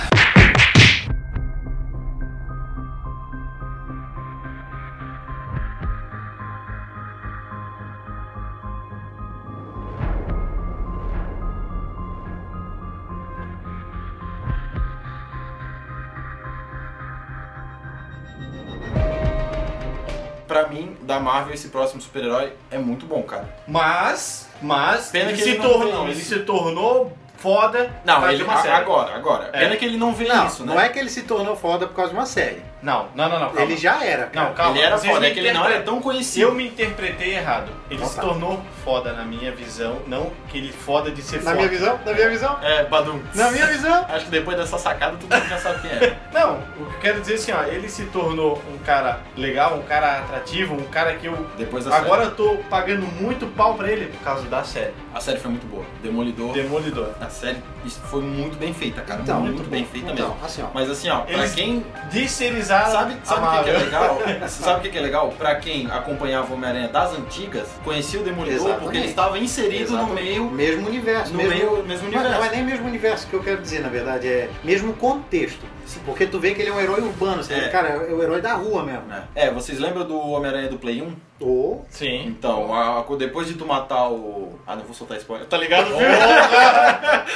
Speaker 2: pra mim, da Marvel, esse próximo super-herói é muito bom, cara.
Speaker 3: Mas, mas,
Speaker 2: Pena
Speaker 3: ele
Speaker 2: que
Speaker 3: se
Speaker 2: ele não
Speaker 3: tornou,
Speaker 2: fez
Speaker 3: ele
Speaker 2: isso.
Speaker 3: se tornou foda por
Speaker 2: Não,
Speaker 3: causa
Speaker 2: ele,
Speaker 3: de uma série.
Speaker 2: agora, agora.
Speaker 3: É.
Speaker 2: Pena que ele não vê
Speaker 1: Não,
Speaker 2: isso, né?
Speaker 1: não é que ele se tornou foda por causa de uma série.
Speaker 3: Não, não, não, não. Calma.
Speaker 1: Ele já era, cara.
Speaker 3: Não, calma.
Speaker 2: ele era
Speaker 3: Vocês
Speaker 2: foda,
Speaker 3: me
Speaker 2: é que ele não era
Speaker 3: interpretam.
Speaker 2: tão assim. Então tá.
Speaker 3: Se
Speaker 2: conhecido.
Speaker 3: eu me interpretei errado, ele
Speaker 1: Opa.
Speaker 3: se tornou foda na minha visão, não que ele foda de ser
Speaker 1: Na
Speaker 3: foda.
Speaker 1: minha visão? Na minha visão?
Speaker 2: É, Badum.
Speaker 1: Na minha visão?
Speaker 2: Acho que depois dessa sacada, todo mundo já sabe quem é.
Speaker 3: Não, o que eu quero dizer assim, ó, ele se tornou um cara legal, um cara atrativo, um cara que eu
Speaker 2: Depois da
Speaker 3: agora eu tô pagando muito pau pra ele por causa da série
Speaker 2: série. A série foi muito boa. Demolidor.
Speaker 3: Demolidor.
Speaker 2: A série isso foi muito bem feita, cara.
Speaker 1: Então,
Speaker 2: muito
Speaker 1: muito
Speaker 2: bem
Speaker 1: bom.
Speaker 2: feita
Speaker 1: Então,
Speaker 2: mesmo.
Speaker 1: assim, ó.
Speaker 2: Mas assim, ó, pra
Speaker 3: Eles-
Speaker 2: quem
Speaker 3: Desserizar
Speaker 2: Sabe, sabe o que que, é
Speaker 3: Marvel.
Speaker 2: legal? sabe o que, que é legal? Pra quem acompanhava o Homem-Aranha das antigas, conhecia o Demolidor
Speaker 1: Exatamente.
Speaker 2: porque ele estava inserido no
Speaker 1: Exatamente.
Speaker 2: meio.
Speaker 1: Mesmo universo.
Speaker 2: No
Speaker 1: mesmo,
Speaker 2: meio- mesmo
Speaker 1: Mas
Speaker 2: universo.
Speaker 1: Não é nem mesmo universo que eu quero dizer, na verdade. É mesmo contexto. Porque tu vê que ele é um herói urbano. Assim,
Speaker 2: É.
Speaker 1: Cara, é o herói da rua mesmo.
Speaker 2: É, vocês lembram do Homem-Aranha do Play 1?
Speaker 1: Ou...
Speaker 3: Sim.
Speaker 2: Então, a- a- depois de tu matar o. Ah, não vou soltar spoiler. Tá ligado?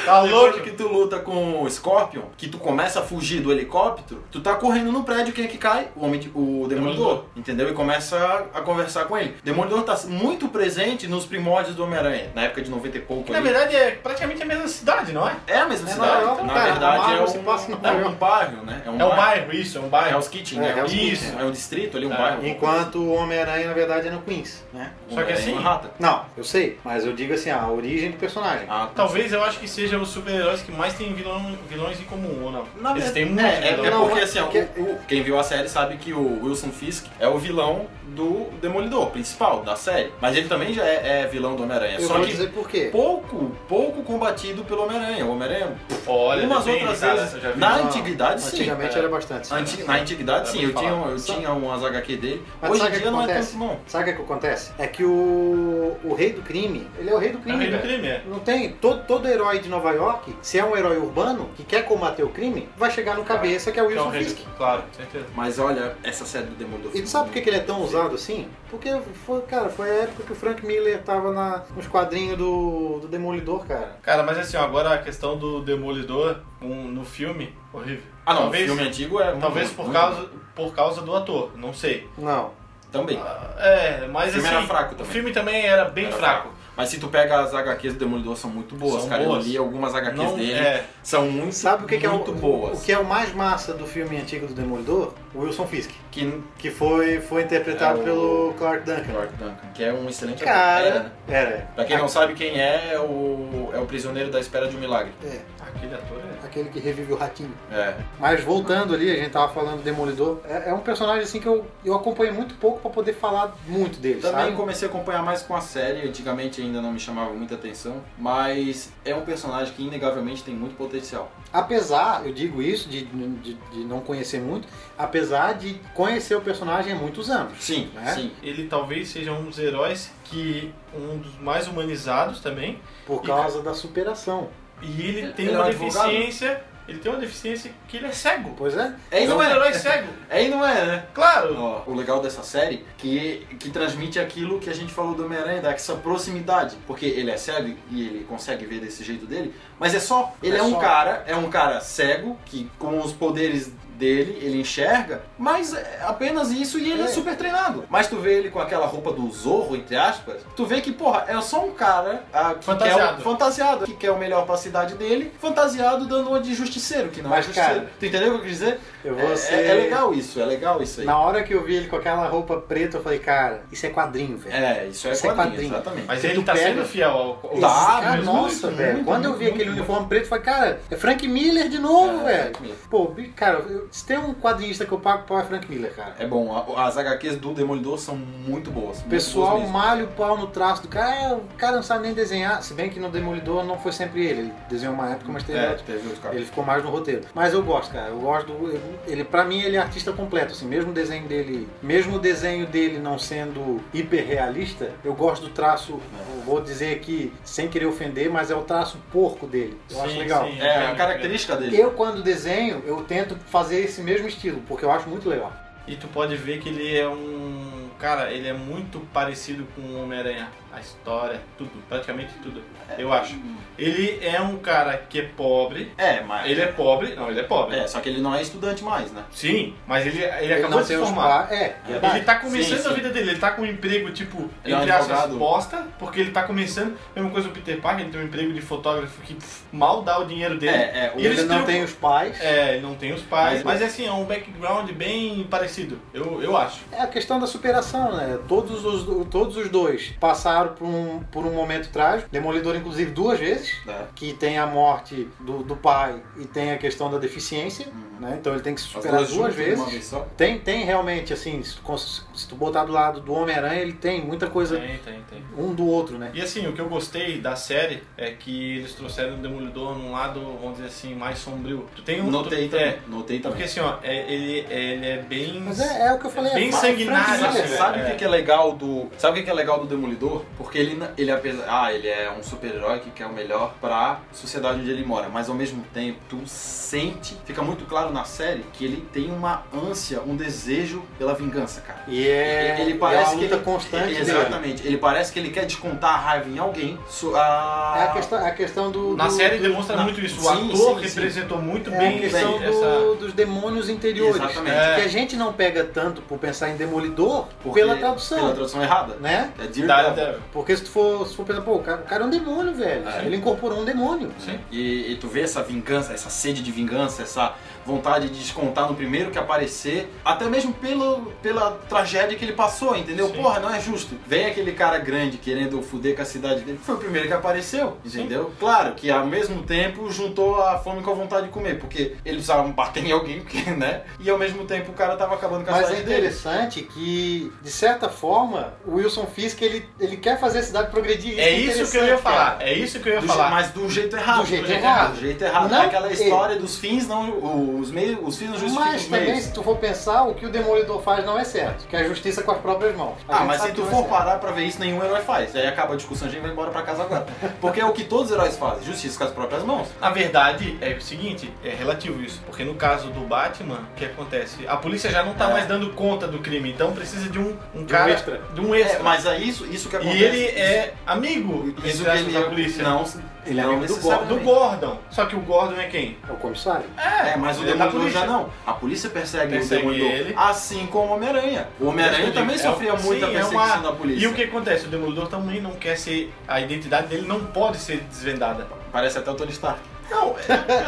Speaker 3: Tá
Speaker 2: Depois
Speaker 3: louco?
Speaker 2: que tu luta com o Scorpion, que tu começa a fugir do helicóptero, tu tá correndo no prédio, quem é que cai? O homem de- o Demolidor, entendeu? E começa a, a conversar com ele. Demolidor tá muito presente nos primórdios do Homem-Aranha, na época de 90 e pouco.
Speaker 3: Na
Speaker 2: ali.
Speaker 3: verdade é praticamente a mesma cidade, não é?
Speaker 2: É a mesma
Speaker 1: É
Speaker 2: cidade.
Speaker 1: Nova York,
Speaker 2: na
Speaker 1: cara.
Speaker 2: verdade,
Speaker 1: Marvel
Speaker 2: é,
Speaker 1: se passa em
Speaker 2: um,
Speaker 1: Nova
Speaker 2: é um
Speaker 1: York.
Speaker 2: bairro, né?
Speaker 3: É um bairro isso, é um
Speaker 2: É
Speaker 3: bairro.
Speaker 2: Hell's Kitchen,
Speaker 1: É,
Speaker 2: né?
Speaker 1: Hell's
Speaker 2: Isso,
Speaker 1: Kitchen.
Speaker 2: É um distrito ali, um
Speaker 3: É.
Speaker 2: bairro.
Speaker 1: Enquanto o Homem-Aranha, na verdade, é no Queens, né?
Speaker 2: Um
Speaker 3: Só que
Speaker 2: bairro,
Speaker 3: assim-
Speaker 2: uma rata.
Speaker 1: Não, eu sei. Mas eu digo assim, a origem do personagem.
Speaker 2: Ah, tá.
Speaker 3: Talvez eu acho que seja os super-heróis que mais tem vilão- vilões em comum, ou não?
Speaker 2: Na
Speaker 3: Eles
Speaker 2: verdade-
Speaker 3: têm
Speaker 2: é,
Speaker 3: muitos
Speaker 2: é,
Speaker 3: vilões.
Speaker 2: é
Speaker 1: Não,
Speaker 2: porque assim, ó,
Speaker 1: porque-
Speaker 2: o- o- quem viu a série sabe que o Wilson Fisk é o vilão do Demolidor, principal da série. Mas ele também já é, é vilão do Homem-Aranha.
Speaker 1: eu
Speaker 2: Só
Speaker 1: vou
Speaker 2: que
Speaker 1: dizer por quê.
Speaker 2: pouco, pouco combatido pelo Homem-Aranha. O Homem-Aranha,
Speaker 3: Olha,
Speaker 2: umas
Speaker 3: depende,
Speaker 2: outras
Speaker 3: cara, eu já
Speaker 2: vezes,
Speaker 3: vi.
Speaker 2: na
Speaker 1: Não,
Speaker 2: antiguidade, sim.
Speaker 1: Antigamente
Speaker 3: é.
Speaker 1: era bastante. sim.
Speaker 2: Anti- na antiguidade,
Speaker 3: É,
Speaker 2: sim.
Speaker 3: vou
Speaker 2: Eu
Speaker 3: te
Speaker 2: tinha,
Speaker 3: falar.
Speaker 2: eu tinha umas HQ dele.
Speaker 1: Mas
Speaker 2: Hoje
Speaker 1: sabe
Speaker 2: em
Speaker 1: o que
Speaker 2: dia não é
Speaker 1: acontece?
Speaker 2: tanto, não.
Speaker 1: Sabe o que, é que acontece? É que o, o rei do crime, ele é o rei do
Speaker 3: É
Speaker 1: crime,
Speaker 3: o rei do
Speaker 1: velho.
Speaker 3: crime, é.
Speaker 1: Não tem. Todo, todo herói de Nova York, se é um herói urbano que quer combater o crime, vai chegar no cabeça que é o
Speaker 3: É o
Speaker 1: Wilson
Speaker 3: rei
Speaker 1: Fisk.
Speaker 3: do- Claro, certeza.
Speaker 2: Mas olha, essa série do Demolidor.
Speaker 1: E tu sabe por que que ele é tão usado assim? Porque foi, cara, foi a época que o Frank Miller tava na, nos quadrinhos do, do Demolidor, cara.
Speaker 3: Cara, mas assim, ó, agora a questão do Demolidor um- no filme, horrível.
Speaker 2: Ah, não,
Speaker 3: talvez,
Speaker 2: o filme antigo é. muito
Speaker 3: Talvez
Speaker 2: bom,
Speaker 3: por,
Speaker 2: muito
Speaker 3: causa, por causa do ator, não sei.
Speaker 1: Não.
Speaker 2: bom. Também.
Speaker 3: Ah, É, mas
Speaker 2: O filme
Speaker 3: assim,
Speaker 2: era fraco
Speaker 3: o
Speaker 2: também.
Speaker 3: filme também era bem
Speaker 2: Era
Speaker 3: fraco.
Speaker 2: Mas se tu pega as HQs do Demolidor, são muito boas,
Speaker 3: São
Speaker 2: cara.
Speaker 3: boas.
Speaker 2: Eu li algumas HQs
Speaker 3: Não-
Speaker 2: dele.
Speaker 3: é.
Speaker 2: São muito,
Speaker 1: Sabe o que, que é o,
Speaker 2: muito boas.
Speaker 1: o que é o mais massa do filme antigo do Demolidor? O Wilson Fisk,
Speaker 2: Que-
Speaker 1: que foi, foi interpretado
Speaker 2: É o-
Speaker 1: pelo Clark Duncan.
Speaker 2: Clark Duncan, que é um excelente ator. Era,
Speaker 1: Cara,
Speaker 2: né?
Speaker 1: era.
Speaker 2: Pra quem não sabe quem é, é o, é o prisioneiro da espera de um milagre.
Speaker 1: É,
Speaker 3: Aquele ator é.
Speaker 1: aquele que revive o ratinho.
Speaker 2: É.
Speaker 1: Mas voltando ali, a gente tava falando do Demolidor, é, é um personagem assim que eu, eu acompanhei muito pouco pra poder falar muito dele,
Speaker 2: Também
Speaker 1: sabe?
Speaker 2: comecei a acompanhar mais com a série, antigamente ainda não me chamava muita atenção, mas é um personagem que inegavelmente tem muito potencial.
Speaker 1: Apesar, eu digo isso, de, de, de não conhecer muito, apesar de conhecer o personagem há muitos anos.
Speaker 2: Sim,
Speaker 1: Né?
Speaker 2: sim.
Speaker 3: Ele talvez seja um dos heróis que. um dos mais humanizados também.
Speaker 1: Por
Speaker 3: E-
Speaker 1: causa da superação.
Speaker 3: E ele,
Speaker 2: Ele-
Speaker 3: tem
Speaker 2: ele é
Speaker 3: uma
Speaker 2: um advogado?
Speaker 3: deficiência. Ele tem uma deficiência que ele é cego.
Speaker 1: Pois é.
Speaker 2: É e
Speaker 3: ele é
Speaker 2: não
Speaker 3: um herói
Speaker 2: é,
Speaker 3: cego.
Speaker 2: é e não é, né?
Speaker 3: Claro!
Speaker 2: Ó, o legal dessa série que que transmite aquilo que a gente falou do Homem-Aranha, dessa proximidade, porque ele é cego e ele consegue ver desse jeito dele, mas é só, ele
Speaker 1: É
Speaker 2: é, um
Speaker 1: só.
Speaker 2: cara, é um cara cego que com os poderes dele, ele enxerga, mas é apenas isso e ele é.
Speaker 1: É.
Speaker 2: super treinado. Mas tu vê ele com aquela roupa do Zorro, entre aspas, tu vê que, porra, é só um cara ah, que
Speaker 3: Fantasiado.
Speaker 2: Quer o, fantasiado, que quer o melhor pra cidade dele, fantasiado dando uma de justiceiro, que não
Speaker 1: Mas,
Speaker 2: é justiceiro.
Speaker 1: cara,
Speaker 2: tu entendeu o que eu quis dizer?
Speaker 1: Eu vou
Speaker 2: É,
Speaker 1: ser...
Speaker 2: é- é legal isso, é legal isso aí.
Speaker 1: Na hora que eu vi ele com aquela roupa preta, eu falei, cara, isso é quadrinho, velho.
Speaker 2: É, isso é
Speaker 1: Isso é
Speaker 2: quadrinho,
Speaker 1: quadrinho.
Speaker 2: exatamente.
Speaker 3: Mas
Speaker 1: Se
Speaker 3: ele
Speaker 1: tu
Speaker 3: tá
Speaker 1: pega-
Speaker 3: sendo fiel ao. ao-
Speaker 2: Tá,
Speaker 1: Cara,
Speaker 2: mas
Speaker 1: nossa,
Speaker 2: muito,
Speaker 1: velho.
Speaker 2: muito,
Speaker 1: Quando eu vi
Speaker 2: muito,
Speaker 1: aquele
Speaker 2: muito.
Speaker 1: uniforme preto, eu falei, cara, é Frank Miller de novo,
Speaker 2: É,
Speaker 1: velho.
Speaker 2: Frank Miller.
Speaker 1: Pô, bi- cara, eu- se tem um quadrinista que eu pago pau é Frank Miller, cara.
Speaker 2: É bom, a- as HQs do Demolidor são muito boas.
Speaker 1: O
Speaker 2: muito
Speaker 1: pessoal
Speaker 2: boas mesmo.
Speaker 1: malha o pau no traço do cara, é, o cara não sabe nem desenhar, se bem que no Demolidor não foi sempre ele, ele desenhou uma época, mas teve
Speaker 2: É,
Speaker 1: outra.
Speaker 2: teve os caras.
Speaker 1: Ele ficou mais no roteiro. Mas eu gosto, cara. Eu gosto do. Ele, pra mim, ele é artista completo. Assim, mesmo o desenho dele. Mesmo o desenho dele não sendo hiperrealista, eu gosto do traço. eu Vou dizer aqui, sem querer ofender, mas é o traço porco dele. Eu acho
Speaker 3: Sim,
Speaker 1: legal.
Speaker 3: sim.
Speaker 2: É a característica dele.
Speaker 1: Eu, quando desenho, eu tento fazer esse mesmo estilo, porque eu acho muito legal.
Speaker 3: E tu pode ver que ele é um cara, ele é muito parecido com o Homem-Aranha. A história, tudo, praticamente tudo, eu acho. Ele é um cara que é pobre.
Speaker 2: É, mas.
Speaker 3: Ele é pobre, não, ele é pobre.
Speaker 2: É, só que ele não é estudante mais, né?
Speaker 3: Sim, mas ele, ele,
Speaker 1: Ele
Speaker 3: acabou
Speaker 1: não
Speaker 3: de se
Speaker 1: tem os
Speaker 3: formar.
Speaker 1: pla- É,
Speaker 3: Ele
Speaker 1: verdade.
Speaker 3: tá começando
Speaker 2: Sim, sim.
Speaker 3: a vida dele, ele tá com um emprego, tipo,
Speaker 2: Ele é um
Speaker 3: entre aspas,
Speaker 2: advogado.
Speaker 3: bosta, porque ele tá começando. Mesma coisa o Peter Parker, ele tem um emprego de fotógrafo que pff, mal dá o dinheiro dele.
Speaker 2: É, é, o-
Speaker 3: E
Speaker 1: Ele
Speaker 3: eles
Speaker 1: não
Speaker 3: têm
Speaker 1: tem os pais.
Speaker 3: É, ele não tem os pais.
Speaker 2: Mas-
Speaker 3: Mas, assim, é um background bem parecido, eu, eu acho.
Speaker 1: É a questão da superação, né? Todos os, todos os dois passaram por um, por um momento trágico. Demolidor, inclusive, duas vezes.
Speaker 2: É.
Speaker 1: Que tem a morte do, do pai e tem a questão da deficiência, né? Então ele tem que se superar duas,
Speaker 2: juntas de
Speaker 1: vezes.
Speaker 2: Uma vez só.
Speaker 1: Tem, tem realmente, assim, se tu, cons- se tu botar do lado do Homem-Aranha, ele tem muita coisa
Speaker 3: tem, tem.
Speaker 1: um do outro, né?
Speaker 3: E assim, o que eu gostei da série é que eles trouxeram o Demolidor num lado, vamos dizer assim, mais sombrio. Tu tem um.
Speaker 2: Notei
Speaker 3: tu,
Speaker 2: também.
Speaker 3: é,
Speaker 2: Notei também.
Speaker 3: porque assim, ó, é, ele, é- ele é bem.
Speaker 1: Mas é, é o que eu falei.
Speaker 3: Bem
Speaker 1: é
Speaker 2: Mas,
Speaker 3: sanguinário,
Speaker 1: franquia.
Speaker 2: Sabe,
Speaker 3: assim,
Speaker 2: sabe
Speaker 3: é.
Speaker 2: o que que é legal do. Sabe o que que é legal do Demolidor? Porque ele, na- ele apesar. Ah, ele é um super-herói que quer o melhor pra sociedade onde ele mora. Mas ao mesmo tempo, tu sente. Fica muito claro na série que ele tem uma ânsia, um desejo pela vingança, cara.
Speaker 1: E é,
Speaker 2: ele
Speaker 1: é
Speaker 2: parece
Speaker 1: uma luta
Speaker 2: que ele,
Speaker 1: constante. dele.
Speaker 2: Exatamente. Ele parece que ele quer descontar a raiva em alguém. ah, Su- a-
Speaker 1: É a questão, é a questão do.
Speaker 3: Na
Speaker 1: do-
Speaker 3: série
Speaker 1: do-
Speaker 3: demonstra
Speaker 2: na-
Speaker 3: muito isso. O
Speaker 2: sim,
Speaker 3: ator
Speaker 2: sim, sim.
Speaker 3: representou muito
Speaker 1: É
Speaker 3: bem
Speaker 1: a questão
Speaker 3: essa.
Speaker 1: do- dos demônios interiores.
Speaker 2: Exatamente.
Speaker 1: Que a gente não pega tanto por pensar em Demolidor
Speaker 2: Porque-
Speaker 1: pela tradução,
Speaker 2: Pela tradução errada.
Speaker 1: né?
Speaker 2: É Daredevil.
Speaker 3: Daredevil.
Speaker 1: Porque se tu for, se for pensar, pô, o cara, o cara é um demônio, velho.
Speaker 2: É.
Speaker 1: Ele incorporou um demônio.
Speaker 2: E, e tu vê essa vingança, essa sede de vingança, essa vontade de descontar no primeiro que aparecer, até mesmo pelo, pela tragédia que ele passou, entendeu?
Speaker 3: Sim.
Speaker 2: Porra, não é justo. Vem aquele cara grande querendo fuder com a cidade dele, foi o primeiro que apareceu, entendeu? Claro que ao mesmo tempo juntou a fome com a vontade de comer, porque eles precisavam bater em alguém, porque, né? E ao mesmo tempo o cara tava acabando com a
Speaker 1: Mas é
Speaker 2: cidade dele.
Speaker 1: interessante que, de certa forma, o Wilson Fisk ele, ele quer fazer a cidade progredir.
Speaker 3: É isso que eu ia
Speaker 1: interessante, cara.
Speaker 3: falar. É isso que eu ia
Speaker 2: Do je-
Speaker 3: falar.
Speaker 2: mas do jeito errado.
Speaker 1: Do jeito errado.
Speaker 2: Do jeito errado. É
Speaker 1: Não- é.
Speaker 2: Aquela história dos fins, não. Os, meios, os fins não justificam
Speaker 1: Mas
Speaker 2: os
Speaker 1: também,
Speaker 2: meios.
Speaker 1: se tu for pensar, o que o Demolidor faz não é certo. Que é a justiça com as próprias mãos. A
Speaker 2: Ah,
Speaker 1: gente
Speaker 2: mas
Speaker 1: sabe
Speaker 2: se
Speaker 1: que
Speaker 2: tu
Speaker 1: não é
Speaker 2: for
Speaker 1: certo.
Speaker 2: parar pra ver isso, nenhum herói faz. Aí acaba a discussão, a gente vai embora pra casa agora. Porque é o que todos os heróis fazem, justiça com as próprias mãos.
Speaker 3: Na verdade, é o seguinte, é relativo isso. Porque no caso do Batman, o que acontece? A polícia já não tá
Speaker 2: É.
Speaker 3: mais dando conta do crime, então precisa de um, um
Speaker 1: um
Speaker 3: cara.
Speaker 1: extra.
Speaker 3: De um
Speaker 2: É,
Speaker 3: extra.
Speaker 2: mas é isso, isso que
Speaker 3: E
Speaker 2: acontece.
Speaker 3: ele é amigo
Speaker 2: Isso- isso
Speaker 3: entre
Speaker 2: que
Speaker 3: aspas,
Speaker 2: ele
Speaker 3: da
Speaker 2: é.
Speaker 3: polícia.
Speaker 2: Não, um
Speaker 1: Ele é
Speaker 2: não
Speaker 1: amigo do
Speaker 3: Do
Speaker 2: necessariamente.
Speaker 3: Gordon. Só que o Gordon é quem?
Speaker 1: É o comissário.
Speaker 2: É, mas o
Speaker 3: Ele é da
Speaker 2: Demolidor já
Speaker 3: polícia.
Speaker 2: não. A polícia persegue,
Speaker 3: Persegue
Speaker 2: o Demolidor.
Speaker 3: ele.
Speaker 2: Assim como o Homem-Aranha. O Homem-Aranha também
Speaker 3: É,
Speaker 2: sofria
Speaker 3: sim,
Speaker 2: muita
Speaker 3: é
Speaker 2: perseguição
Speaker 3: uma-
Speaker 2: da polícia.
Speaker 3: E o que acontece? O Demolidor também não quer ser. A identidade dele não pode ser desvendada.
Speaker 2: Parece até o Tony Stark.
Speaker 3: Não,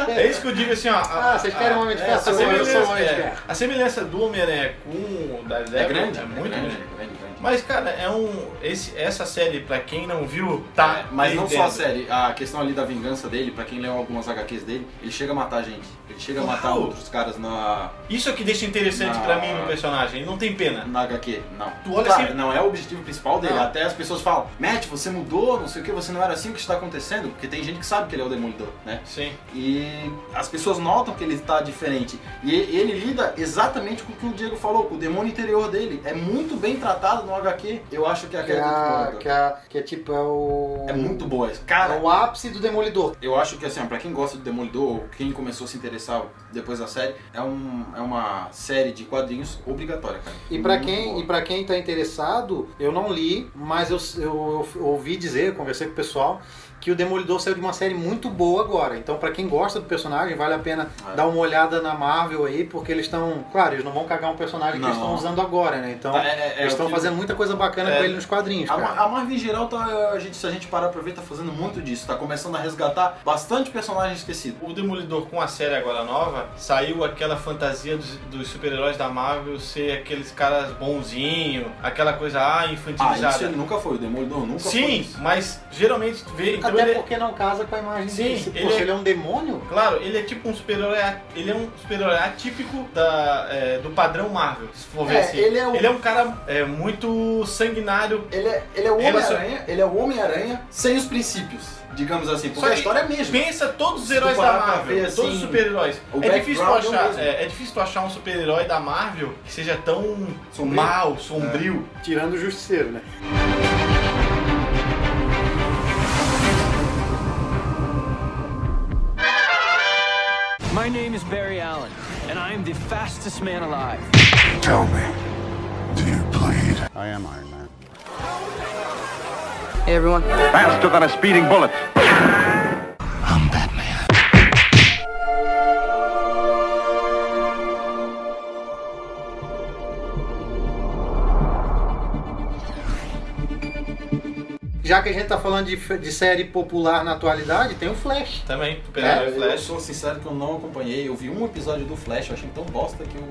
Speaker 3: é, é isso que eu digo assim, ó. a-
Speaker 1: Ah, vocês querem
Speaker 3: a-
Speaker 1: um homem de
Speaker 3: é,
Speaker 1: ferro?
Speaker 3: a
Speaker 1: Eu sou um homem de
Speaker 3: semelhança-
Speaker 1: ferro.
Speaker 3: é, A semelhança do Homem-Aranha com o Daredevil
Speaker 2: É grande.
Speaker 3: É muito
Speaker 2: grande,
Speaker 3: grande.
Speaker 2: grande, grande.
Speaker 3: Mas, cara, é um. esse- essa série, pra quem não viu, tá.
Speaker 2: É, mas não só
Speaker 3: perdendo.
Speaker 2: a série, a questão ali da vingança dele, pra quem leu algumas HQs dele, ele chega a matar gente. Ele chega a matar
Speaker 3: Uau!
Speaker 2: outros caras na,
Speaker 3: Isso é que deixa interessante
Speaker 2: Não.
Speaker 3: pra mim no personagem. Ele não tem pena.
Speaker 2: Na HQ, não.
Speaker 3: Tu olha
Speaker 2: Claro,
Speaker 3: assim-
Speaker 2: não é o objetivo principal dele.
Speaker 3: Não.
Speaker 2: Até as pessoas falam, Matt, você mudou, não sei o que, você não era assim, o que está acontecendo? Porque tem gente que sabe que ele é o Demolidor, né?
Speaker 3: Sim.
Speaker 2: E as pessoas notam que ele está diferente. E ele lida exatamente com o que o Diego falou, com o demônio interior dele. É muito bem tratado no HQ. Eu acho que a
Speaker 1: Que,
Speaker 2: HQ é
Speaker 1: é,
Speaker 2: muito
Speaker 1: que,
Speaker 2: boa.
Speaker 1: é, que é tipo, é o.
Speaker 2: É muito boa.
Speaker 1: É
Speaker 2: Cara,
Speaker 1: o ápice do Demolidor.
Speaker 2: eu acho que assim, ó, pra quem gosta do Demolidor, ou quem começou a se interessar depois da série, é, um, é uma série de quadrinhos obrigatória, cara.
Speaker 1: E pra
Speaker 2: Muito
Speaker 1: quem,
Speaker 2: boa.
Speaker 1: e pra quem tá interessado, eu não li, mas eu, eu- eu ouvi dizer, conversei com o pessoal, que o Demolidor saiu de uma série muito boa agora. Então, pra quem gosta do personagem, vale a pena
Speaker 2: É.
Speaker 1: dar uma olhada na Marvel aí, porque eles estão. Claro, eles não vão cagar um personagem que
Speaker 2: Não.
Speaker 1: eles estão usando agora, né? Então,
Speaker 2: Tá, é- é- é
Speaker 1: eles
Speaker 2: o
Speaker 1: estão
Speaker 2: que-
Speaker 1: fazendo muita coisa bacana
Speaker 3: É.
Speaker 1: com ele nos quadrinhos.
Speaker 2: A,
Speaker 1: Cara.
Speaker 2: Mar- a Marvel em geral, tá, a gente, se a gente parar pra ver, tá fazendo muito disso. Tá começando a resgatar bastante personagem esquecido.
Speaker 3: O Demolidor com a série agora nova, saiu aquela fantasia dos, dos super-heróis da Marvel ser aqueles caras bonzinhos, aquela coisa ah,
Speaker 2: Ah, isso
Speaker 3: infantilizada.
Speaker 2: ele nunca foi. O Demolidor nunca foi.
Speaker 3: Sim,
Speaker 2: isso.
Speaker 3: mas geralmente tu vê. Então
Speaker 1: Até
Speaker 3: ele é-
Speaker 1: porque não casa com a imagem
Speaker 3: Sim,
Speaker 1: dele. Se, pô,
Speaker 3: ele é-
Speaker 1: se ele é um demônio,
Speaker 3: Claro, ele é tipo um super-herói. a- Ele é um super-herói atípico da, é, do padrão Marvel, se for ver
Speaker 2: É,
Speaker 3: assim.
Speaker 2: ele é o-
Speaker 3: um cara é, muito sanguinário.
Speaker 2: Ele é, ele é o
Speaker 3: Relacion-
Speaker 2: Homem-Aranha, ele é o Homem-Aranha sem os princípios, digamos assim. Porque
Speaker 3: Só
Speaker 2: a
Speaker 3: que
Speaker 2: história é a mesma.
Speaker 3: Pensa todos os
Speaker 2: Se tu
Speaker 3: heróis da
Speaker 2: parar pra
Speaker 3: Marvel,
Speaker 2: ver, assim,
Speaker 3: todos os super-heróis.
Speaker 2: o
Speaker 3: É difícil, tu
Speaker 2: background é o
Speaker 3: achar,
Speaker 2: mesmo.
Speaker 3: é, é difícil tu achar um super-herói da Marvel que seja tão
Speaker 2: Sombrio. É.
Speaker 3: mal, sombrio.
Speaker 1: tirando o Justiceiro, né?
Speaker 4: My name is Barry Allen, and I am the fastest man alive.
Speaker 5: Tell me, do you bleed?
Speaker 9: I am Iron Man.
Speaker 6: everyone.
Speaker 5: Faster than a speeding bullet.
Speaker 1: Já que a gente tá falando de, f- de série popular na atualidade, tem o Flash.
Speaker 3: Também,
Speaker 2: Cara,
Speaker 3: Super-Herói
Speaker 2: É, eu
Speaker 3: Flash.
Speaker 2: sou sincero que eu não acompanhei. Eu vi um episódio do Flash, eu achei tão bosta que eu.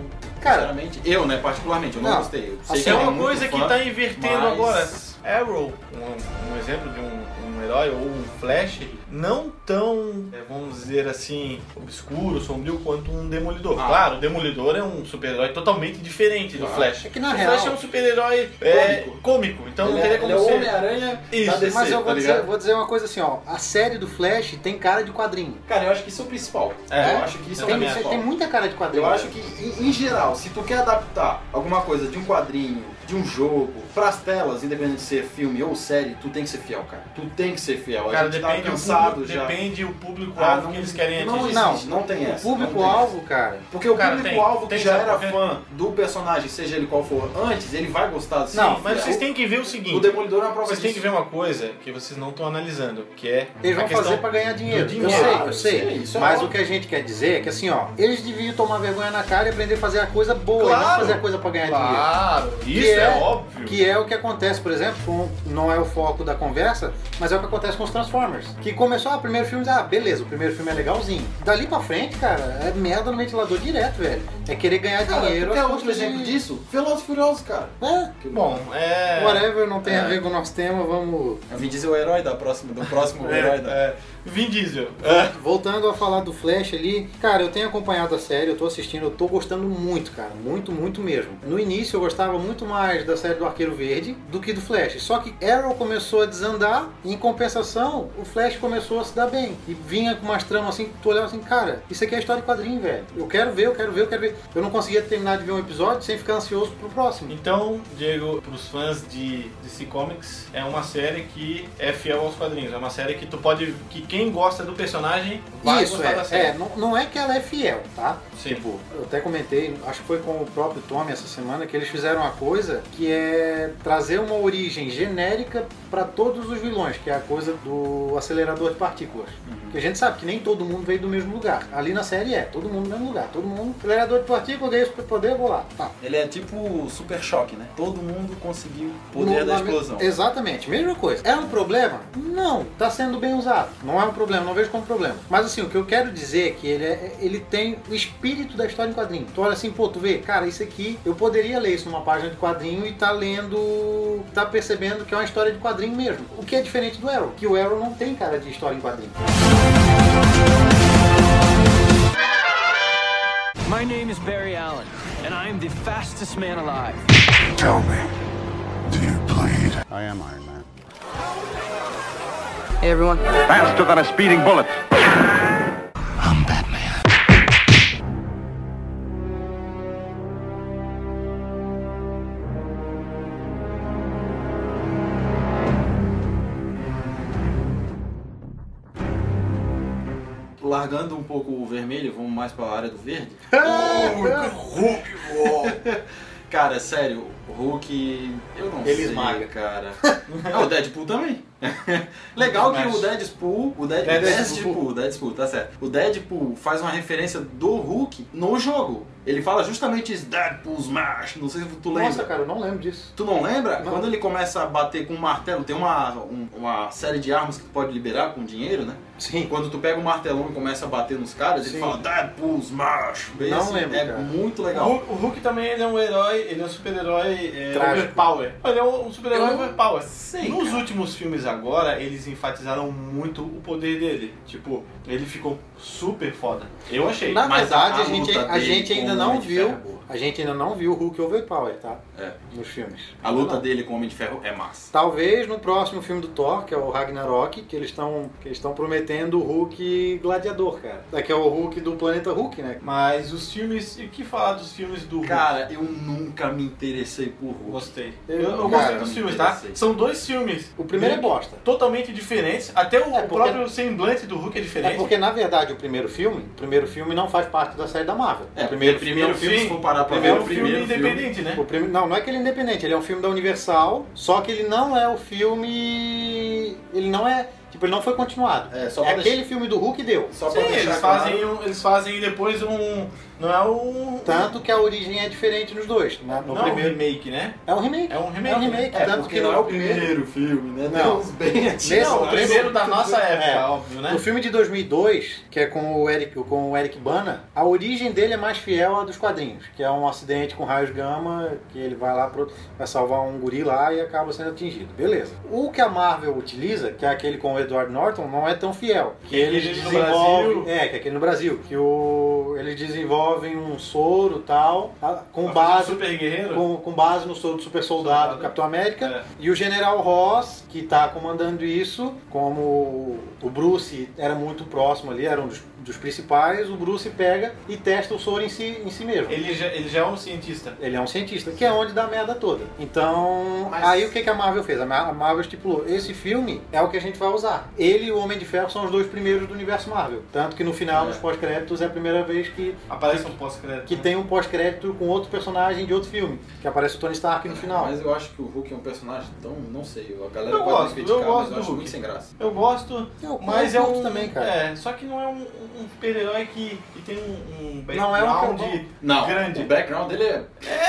Speaker 1: Cara-
Speaker 2: sinceramente, eu, né, particularmente, eu não,
Speaker 1: Não,
Speaker 2: gostei. Eu sei
Speaker 1: assim,
Speaker 2: que
Speaker 3: É
Speaker 2: tem
Speaker 3: uma
Speaker 2: muito
Speaker 3: coisa que
Speaker 2: fã,
Speaker 3: tá invertendo
Speaker 2: mas-
Speaker 3: agora. Arrow, um, um exemplo de um, um herói ou um Flash, não tão, é, vamos dizer assim, obscuro, sombrio quanto um Demolidor.
Speaker 2: Ah.
Speaker 3: Claro, o Demolidor é um super-herói totalmente diferente do
Speaker 2: Ah.
Speaker 3: Flash.
Speaker 1: É que, na
Speaker 3: o
Speaker 1: real,
Speaker 3: Flash é um super-herói é, cômico. então não
Speaker 2: Ele é,
Speaker 3: teria
Speaker 2: ele
Speaker 3: como
Speaker 2: é o
Speaker 3: ser.
Speaker 2: Homem-Aranha da
Speaker 3: Isso,
Speaker 2: DC,
Speaker 1: Mas eu
Speaker 2: tá
Speaker 1: vou, dizer,
Speaker 2: ligado?
Speaker 1: vou dizer uma coisa assim, ó. A série do Flash tem cara de quadrinho.
Speaker 2: Cara, eu acho que isso é o principal.
Speaker 3: É.
Speaker 2: Eu acho que isso é,
Speaker 1: Tem,
Speaker 2: o
Speaker 1: você
Speaker 2: principal.
Speaker 1: tem muita cara de quadrinho.
Speaker 2: Eu acho que, em, em geral, se tu quer adaptar alguma coisa de um quadrinho, de um jogo, pras telas, independente de ser filme ou série, tu tem que ser fiel, cara. Tu tem que ser fiel.
Speaker 3: Cara,
Speaker 2: a gente
Speaker 3: depende,
Speaker 2: tá
Speaker 3: o
Speaker 2: cansado
Speaker 3: público,
Speaker 2: já.
Speaker 3: depende o público-alvo
Speaker 2: Ah, não-
Speaker 3: que eles querem
Speaker 2: não
Speaker 3: atingir.
Speaker 1: Não,
Speaker 2: existe, não tem
Speaker 1: o
Speaker 2: essa, não
Speaker 1: público-alvo, cara.
Speaker 2: Porque o
Speaker 3: Cara,
Speaker 2: público-alvo
Speaker 3: tem-
Speaker 2: que
Speaker 3: tem
Speaker 2: já
Speaker 3: essa
Speaker 2: era
Speaker 3: qualquer-
Speaker 2: fã do personagem, seja ele qual for antes, ele vai gostar do
Speaker 1: Não,
Speaker 2: Sim,
Speaker 3: Mas
Speaker 2: é,
Speaker 3: vocês
Speaker 2: o-
Speaker 3: têm que ver o seguinte.
Speaker 2: O Demolidor é uma prova
Speaker 3: Vocês têm
Speaker 2: disso.
Speaker 3: que ver uma coisa que vocês não estão analisando, que é
Speaker 1: Eles
Speaker 3: a
Speaker 1: vão
Speaker 3: questão
Speaker 1: fazer pra ganhar dinheiro.
Speaker 3: do dinheiro.
Speaker 2: Ah,
Speaker 1: Eu sei,
Speaker 2: isso é-
Speaker 1: eu
Speaker 2: isso
Speaker 1: sei.
Speaker 2: é
Speaker 1: Mas
Speaker 2: óbvio.
Speaker 1: o que a gente quer dizer é que assim, ó, eles deviam tomar vergonha na cara e aprender a fazer a coisa boa, e não
Speaker 3: Claro.
Speaker 1: fazer a coisa pra ganhar dinheiro.
Speaker 3: Claro, isso
Speaker 1: Que
Speaker 3: é,
Speaker 1: é-
Speaker 3: óbvio.
Speaker 1: Que é o que acontece, por exemplo, com, não é o foco da conversa, mas é o que acontece com os Transformers. Que começou, ah, primeiro filme, ah, beleza, o primeiro filme é legalzinho. Dali pra frente, cara, é merda no ventilador direto, velho. É querer ganhar
Speaker 2: Cara,
Speaker 1: dinheiro.
Speaker 2: quer
Speaker 1: às
Speaker 2: outro
Speaker 1: custas de-
Speaker 2: exemplo disso? Veloz e Furioso, cara.
Speaker 1: É,
Speaker 3: Bom, é.
Speaker 1: whatever, não tem a ver com o nosso tema, vamos...
Speaker 2: O Vin Diesel é o herói da próxima, do próximo
Speaker 3: É,
Speaker 2: herói da...
Speaker 3: é, Vin Diesel. É.
Speaker 1: Voltando a falar do Flash ali, cara, eu tenho acompanhado a série, eu tô assistindo, eu tô gostando muito, cara, muito, muito mesmo. No início eu gostava muito mais da série do Arqueiro Verde do que do Flash, só que Arrow começou a desandar e em compensação o Flash começou a se dar bem. E vinha com umas tramas assim, tu olhava assim, cara, isso aqui é história de quadrinho, velho. Eu quero ver, eu quero ver, eu quero ver. Eu não conseguia terminar de ver um episódio sem ficar ansioso pro próximo.
Speaker 3: Então, Diego, pros fãs de DC Comics, é uma série que é fiel aos quadrinhos. É uma série que tu pode. que quem gosta do personagem vai
Speaker 1: isso,
Speaker 3: gostar da
Speaker 1: é, é
Speaker 3: série.
Speaker 1: não, não é que ela é fiel, tá?
Speaker 3: Sim.
Speaker 1: Tipo, eu até comentei, acho que foi com o próprio Tommy essa semana, que eles fizeram uma coisa que é trazer uma origem genérica para todos os vilões, que é a coisa do acelerador de partículas. Que a gente sabe que nem todo mundo veio do mesmo lugar. Ali na série é, todo mundo no mesmo lugar. Todo mundo, acelerador de partículas, ganhei superpoder, vou lá. Tá.
Speaker 2: Ele é tipo o super choque, né? Todo mundo conseguiu o poder
Speaker 1: No-
Speaker 2: da
Speaker 1: na-
Speaker 2: explosão. né?
Speaker 1: Exatamente, mesma coisa. É um problema? Não, tá sendo bem usado. Não é um problema, não vejo como problema. Mas assim, o que eu quero dizer é que ele, é- ele tem o espírito da história em quadrinho. Tu olha assim, pô, tu vê, cara, isso aqui, eu poderia ler isso numa página de quadrinho e tá lendo, tá percebendo que é uma história de quadrinho mesmo. O que é diferente do Arrow, que o Arrow não tem cara de história em quadrinho.
Speaker 4: My name is Barry Allen, and I am the fastest man alive.
Speaker 5: Tell me, do you bleed?
Speaker 9: I am Iron Man.
Speaker 6: everyone.
Speaker 5: Faster than a speeding bullet.
Speaker 2: Largando um pouco o vermelho, vamos mais pra área do verde.
Speaker 1: É,
Speaker 2: Oh, Hulk, uou. Cara, sério, o Hulk, eu não
Speaker 1: Ele
Speaker 2: sei,
Speaker 1: esmaga.
Speaker 2: cara. É, o Deadpool também. Legal que o Deadpool, o Dead-
Speaker 1: É, Deadpool.
Speaker 2: Deadpool, Deadpool, tá certo. O Deadpool faz uma referência do Hulk no jogo. Ele fala justamente isso, Deadpool Smash, não sei se tu lembra.
Speaker 1: Nossa, cara, eu não lembro disso.
Speaker 2: Tu não lembra?
Speaker 1: Não.
Speaker 2: Quando ele começa a bater com um martelo, tem uma, um- uma série de armas que tu pode liberar com dinheiro, né?
Speaker 1: Sim.
Speaker 2: Quando tu pega o martelão e começa a bater nos caras,
Speaker 1: Sim.
Speaker 2: ele fala Deadpool Smash. Bem
Speaker 1: Não lembro,
Speaker 2: É
Speaker 1: cara.
Speaker 2: muito
Speaker 3: O
Speaker 2: legal.
Speaker 3: Hulk, o Hulk também ele é um herói, ele é um super-herói é,
Speaker 1: Trágico.
Speaker 3: overpower. Ele é um super-herói
Speaker 2: Eu não
Speaker 3: overpower.
Speaker 2: sei,
Speaker 3: Nos
Speaker 2: cara.
Speaker 3: últimos filmes agora, eles enfatizaram muito o poder dele. Tipo, ele ficou super foda. Eu achei.
Speaker 1: Na
Speaker 2: Mas a-
Speaker 1: verdade, a,
Speaker 2: a
Speaker 1: gente,
Speaker 2: luta
Speaker 1: a
Speaker 2: dele
Speaker 1: gente ainda
Speaker 2: com o
Speaker 1: não
Speaker 2: Homem de
Speaker 1: viu,
Speaker 2: Ferro é boa.
Speaker 1: a gente ainda não viu o Hulk Overpower, tá?
Speaker 2: É.
Speaker 1: Nos filmes.
Speaker 2: A luta dele com o Homem de Ferro é massa.
Speaker 1: Talvez no próximo filme do Thor, que é o Ragnarok, que eles estão que eles estão prometendo o Hulk gladiador, cara. É que é o Hulk do planeta Hulk, né?
Speaker 3: Mas os filmes. E o que falar dos filmes do Hulk?
Speaker 2: Cara, eu nunca me interessei por Hulk.
Speaker 3: Gostei.
Speaker 1: Eu-
Speaker 3: Eu,
Speaker 1: cara,
Speaker 3: eu gostei dos
Speaker 2: me
Speaker 3: filmes, tá?
Speaker 2: interessei.
Speaker 3: São dois filmes.
Speaker 1: O primeiro é
Speaker 3: Meio que
Speaker 1: mostra.
Speaker 3: totalmente diferentes. Até o
Speaker 1: É, porque-
Speaker 3: próprio semblante do Hulk é diferente.
Speaker 1: É porque, na verdade, o primeiro filme, o primeiro filme não faz parte da série da Marvel.
Speaker 2: É,
Speaker 1: o primeiro,
Speaker 2: porque primeiro filme, se for parar pra
Speaker 1: primeiro
Speaker 2: ver, é o
Speaker 3: É um filme
Speaker 2: primeiro filme...
Speaker 3: independente, né?
Speaker 1: o prime- Não, não é que ele é independente, ele é um filme da Universal, só que ele não é o filme. Ele não é. Tipo, ele não foi continuado.
Speaker 2: É, só pra
Speaker 1: aquele
Speaker 2: deixar-
Speaker 1: filme do Hulk deu.
Speaker 2: Só
Speaker 3: Sim,
Speaker 2: pra deixar
Speaker 3: eles
Speaker 2: claro-
Speaker 3: fazem, um- eles fazem depois um. Não é um.
Speaker 1: Tanto que a origem é diferente nos dois. né? No
Speaker 3: não é um
Speaker 1: primeiro.
Speaker 3: remake, né?
Speaker 1: É um remake.
Speaker 3: É um remake,
Speaker 1: É um remake.
Speaker 2: É,
Speaker 1: tanto
Speaker 2: porque
Speaker 1: que
Speaker 2: não é o primeiro filme, né? Tem
Speaker 1: Não.
Speaker 2: uns bem antigos.
Speaker 1: Nesse-
Speaker 3: não, o
Speaker 1: nesse-
Speaker 3: primeiro da nossa época,
Speaker 1: É.
Speaker 3: óbvio, né?
Speaker 1: O filme de 2002, que é com o Eric, com o Eric Bana, a origem dele é mais fiel à dos quadrinhos, que é um acidente com raios gama, que ele vai lá pro, vai salvar um guri lá e acaba sendo atingido. Beleza. O que a Marvel utiliza, que é aquele com o Edward Norton, não é tão fiel. Que
Speaker 3: Que é
Speaker 1: eles
Speaker 3: aquele no
Speaker 1: desenvolvem,
Speaker 3: Brasil.
Speaker 1: é, que é aquele no Brasil, que o eles desenvolvem um soro tal, a- com
Speaker 3: Pra fazer
Speaker 1: base
Speaker 3: um Super Guerreiro.
Speaker 1: com, com base no soro do super soldado do Capitão América.
Speaker 3: É.
Speaker 1: E o General Ross, que está comandando isso, como o Bruce era muito próximo ali, era um dos, dos principais, o Bruce pega e testa o soro em si, em si mesmo. Ele...
Speaker 3: Ele, já, ele já é um cientista.
Speaker 1: é um cientista, que é onde dá a merda toda. Então,
Speaker 2: Mas-
Speaker 1: aí o que, que a Marvel fez? A Ma- a Marvel estipulou, esse filme é o que a gente vai usar. Ele e o Homem de Ferro são os dois primeiros do universo Marvel. Tanto que no final,
Speaker 2: É.
Speaker 1: nos pós-créditos, é a primeira vez que
Speaker 3: Aparece um pós-crédito.
Speaker 1: que
Speaker 3: né?
Speaker 1: tem um pós-crédito com outro personagem de outro filme, que aparece o Tony Stark no final.
Speaker 2: Mas eu acho que o Hulk é um personagem tão. Não sei, a galera
Speaker 3: Eu
Speaker 2: pode
Speaker 3: gosto,
Speaker 2: me
Speaker 3: eu
Speaker 2: criticar,
Speaker 3: gosto
Speaker 2: mas
Speaker 3: do
Speaker 2: eu acho
Speaker 3: Hulk.
Speaker 2: muito sem graça.
Speaker 3: Eu gosto,
Speaker 1: Eu-
Speaker 3: mas
Speaker 1: eu
Speaker 3: é
Speaker 1: curto
Speaker 3: um.
Speaker 1: também, cara.
Speaker 3: É, só que não é um, um super-herói que, que tem um, um
Speaker 1: Não é um
Speaker 3: background
Speaker 1: cara bom.
Speaker 2: Não,
Speaker 3: grande.
Speaker 2: o background dele é.
Speaker 3: É,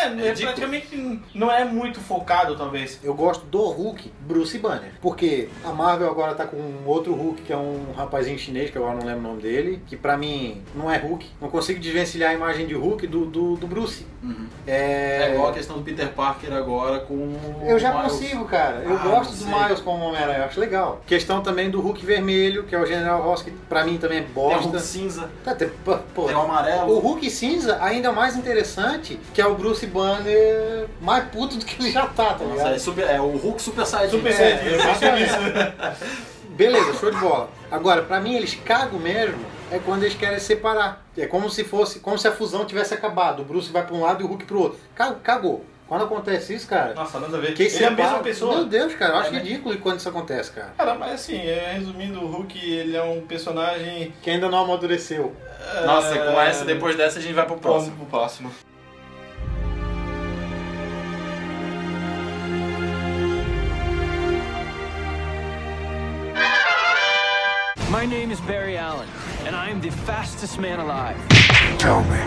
Speaker 3: é
Speaker 2: ridículo.
Speaker 3: praticamente não é muito focado, talvez.
Speaker 1: Eu gosto do Hulk, Bruce Banner. Porque a Marvel agora tá com um outro Hulk, que é um rapazinho chinês, que eu agora não lembro o nome dele, que pra mim não é Hulk. Não consigo desvencilhar a imagem de Hulk do, do, do Bruce.
Speaker 2: É
Speaker 1: É...
Speaker 2: igual a questão do Peter Parker agora com.
Speaker 1: Eu já
Speaker 2: o Miles.
Speaker 1: consigo, cara. Eu
Speaker 2: Ah,
Speaker 1: gosto do
Speaker 2: não sei.
Speaker 1: Miles como Homem-Aranha, eu acho legal. Questão também do Hulk vermelho, que é o General Ross, que pra mim também é
Speaker 2: Tem o
Speaker 1: bosta.
Speaker 2: Hulk cinza,
Speaker 1: Tá, tem- pô, pô,
Speaker 2: tem um o
Speaker 1: O
Speaker 2: amarelo.
Speaker 1: Hulk cinza ainda é mais interessante que é o Bruce Banner mais puto do que ele já tá, tá
Speaker 2: Nossa, é,
Speaker 1: ligado?
Speaker 2: super- é o Hulk Super Saiyajin.
Speaker 3: Super
Speaker 2: É,
Speaker 3: Saiyajin.
Speaker 1: Beleza, show de bola. Agora, pra mim, eles cagam mesmo é quando eles querem separar. É como se fosse, como se a fusão tivesse acabado. O Bruce vai pra um lado e o Hulk pro outro. Cagou. cagou. Quando acontece isso, cara,
Speaker 3: Nossa, nada a ver.
Speaker 1: quem
Speaker 3: ele é a mesma
Speaker 1: separa- Meu
Speaker 3: pessoa.
Speaker 1: Deus, cara, eu acho
Speaker 2: É, né?
Speaker 1: ridículo quando isso acontece, cara.
Speaker 3: Cara, mas assim, é, resumindo, o Hulk ele é um personagem.
Speaker 1: Que ainda não amadureceu.
Speaker 2: Nossa,
Speaker 3: é,
Speaker 2: com essa, depois dessa a gente vai pro próximo.
Speaker 3: Próximo, próximo.
Speaker 4: My name is Barry Allen, and I am the fastest man alive.
Speaker 5: Tell me,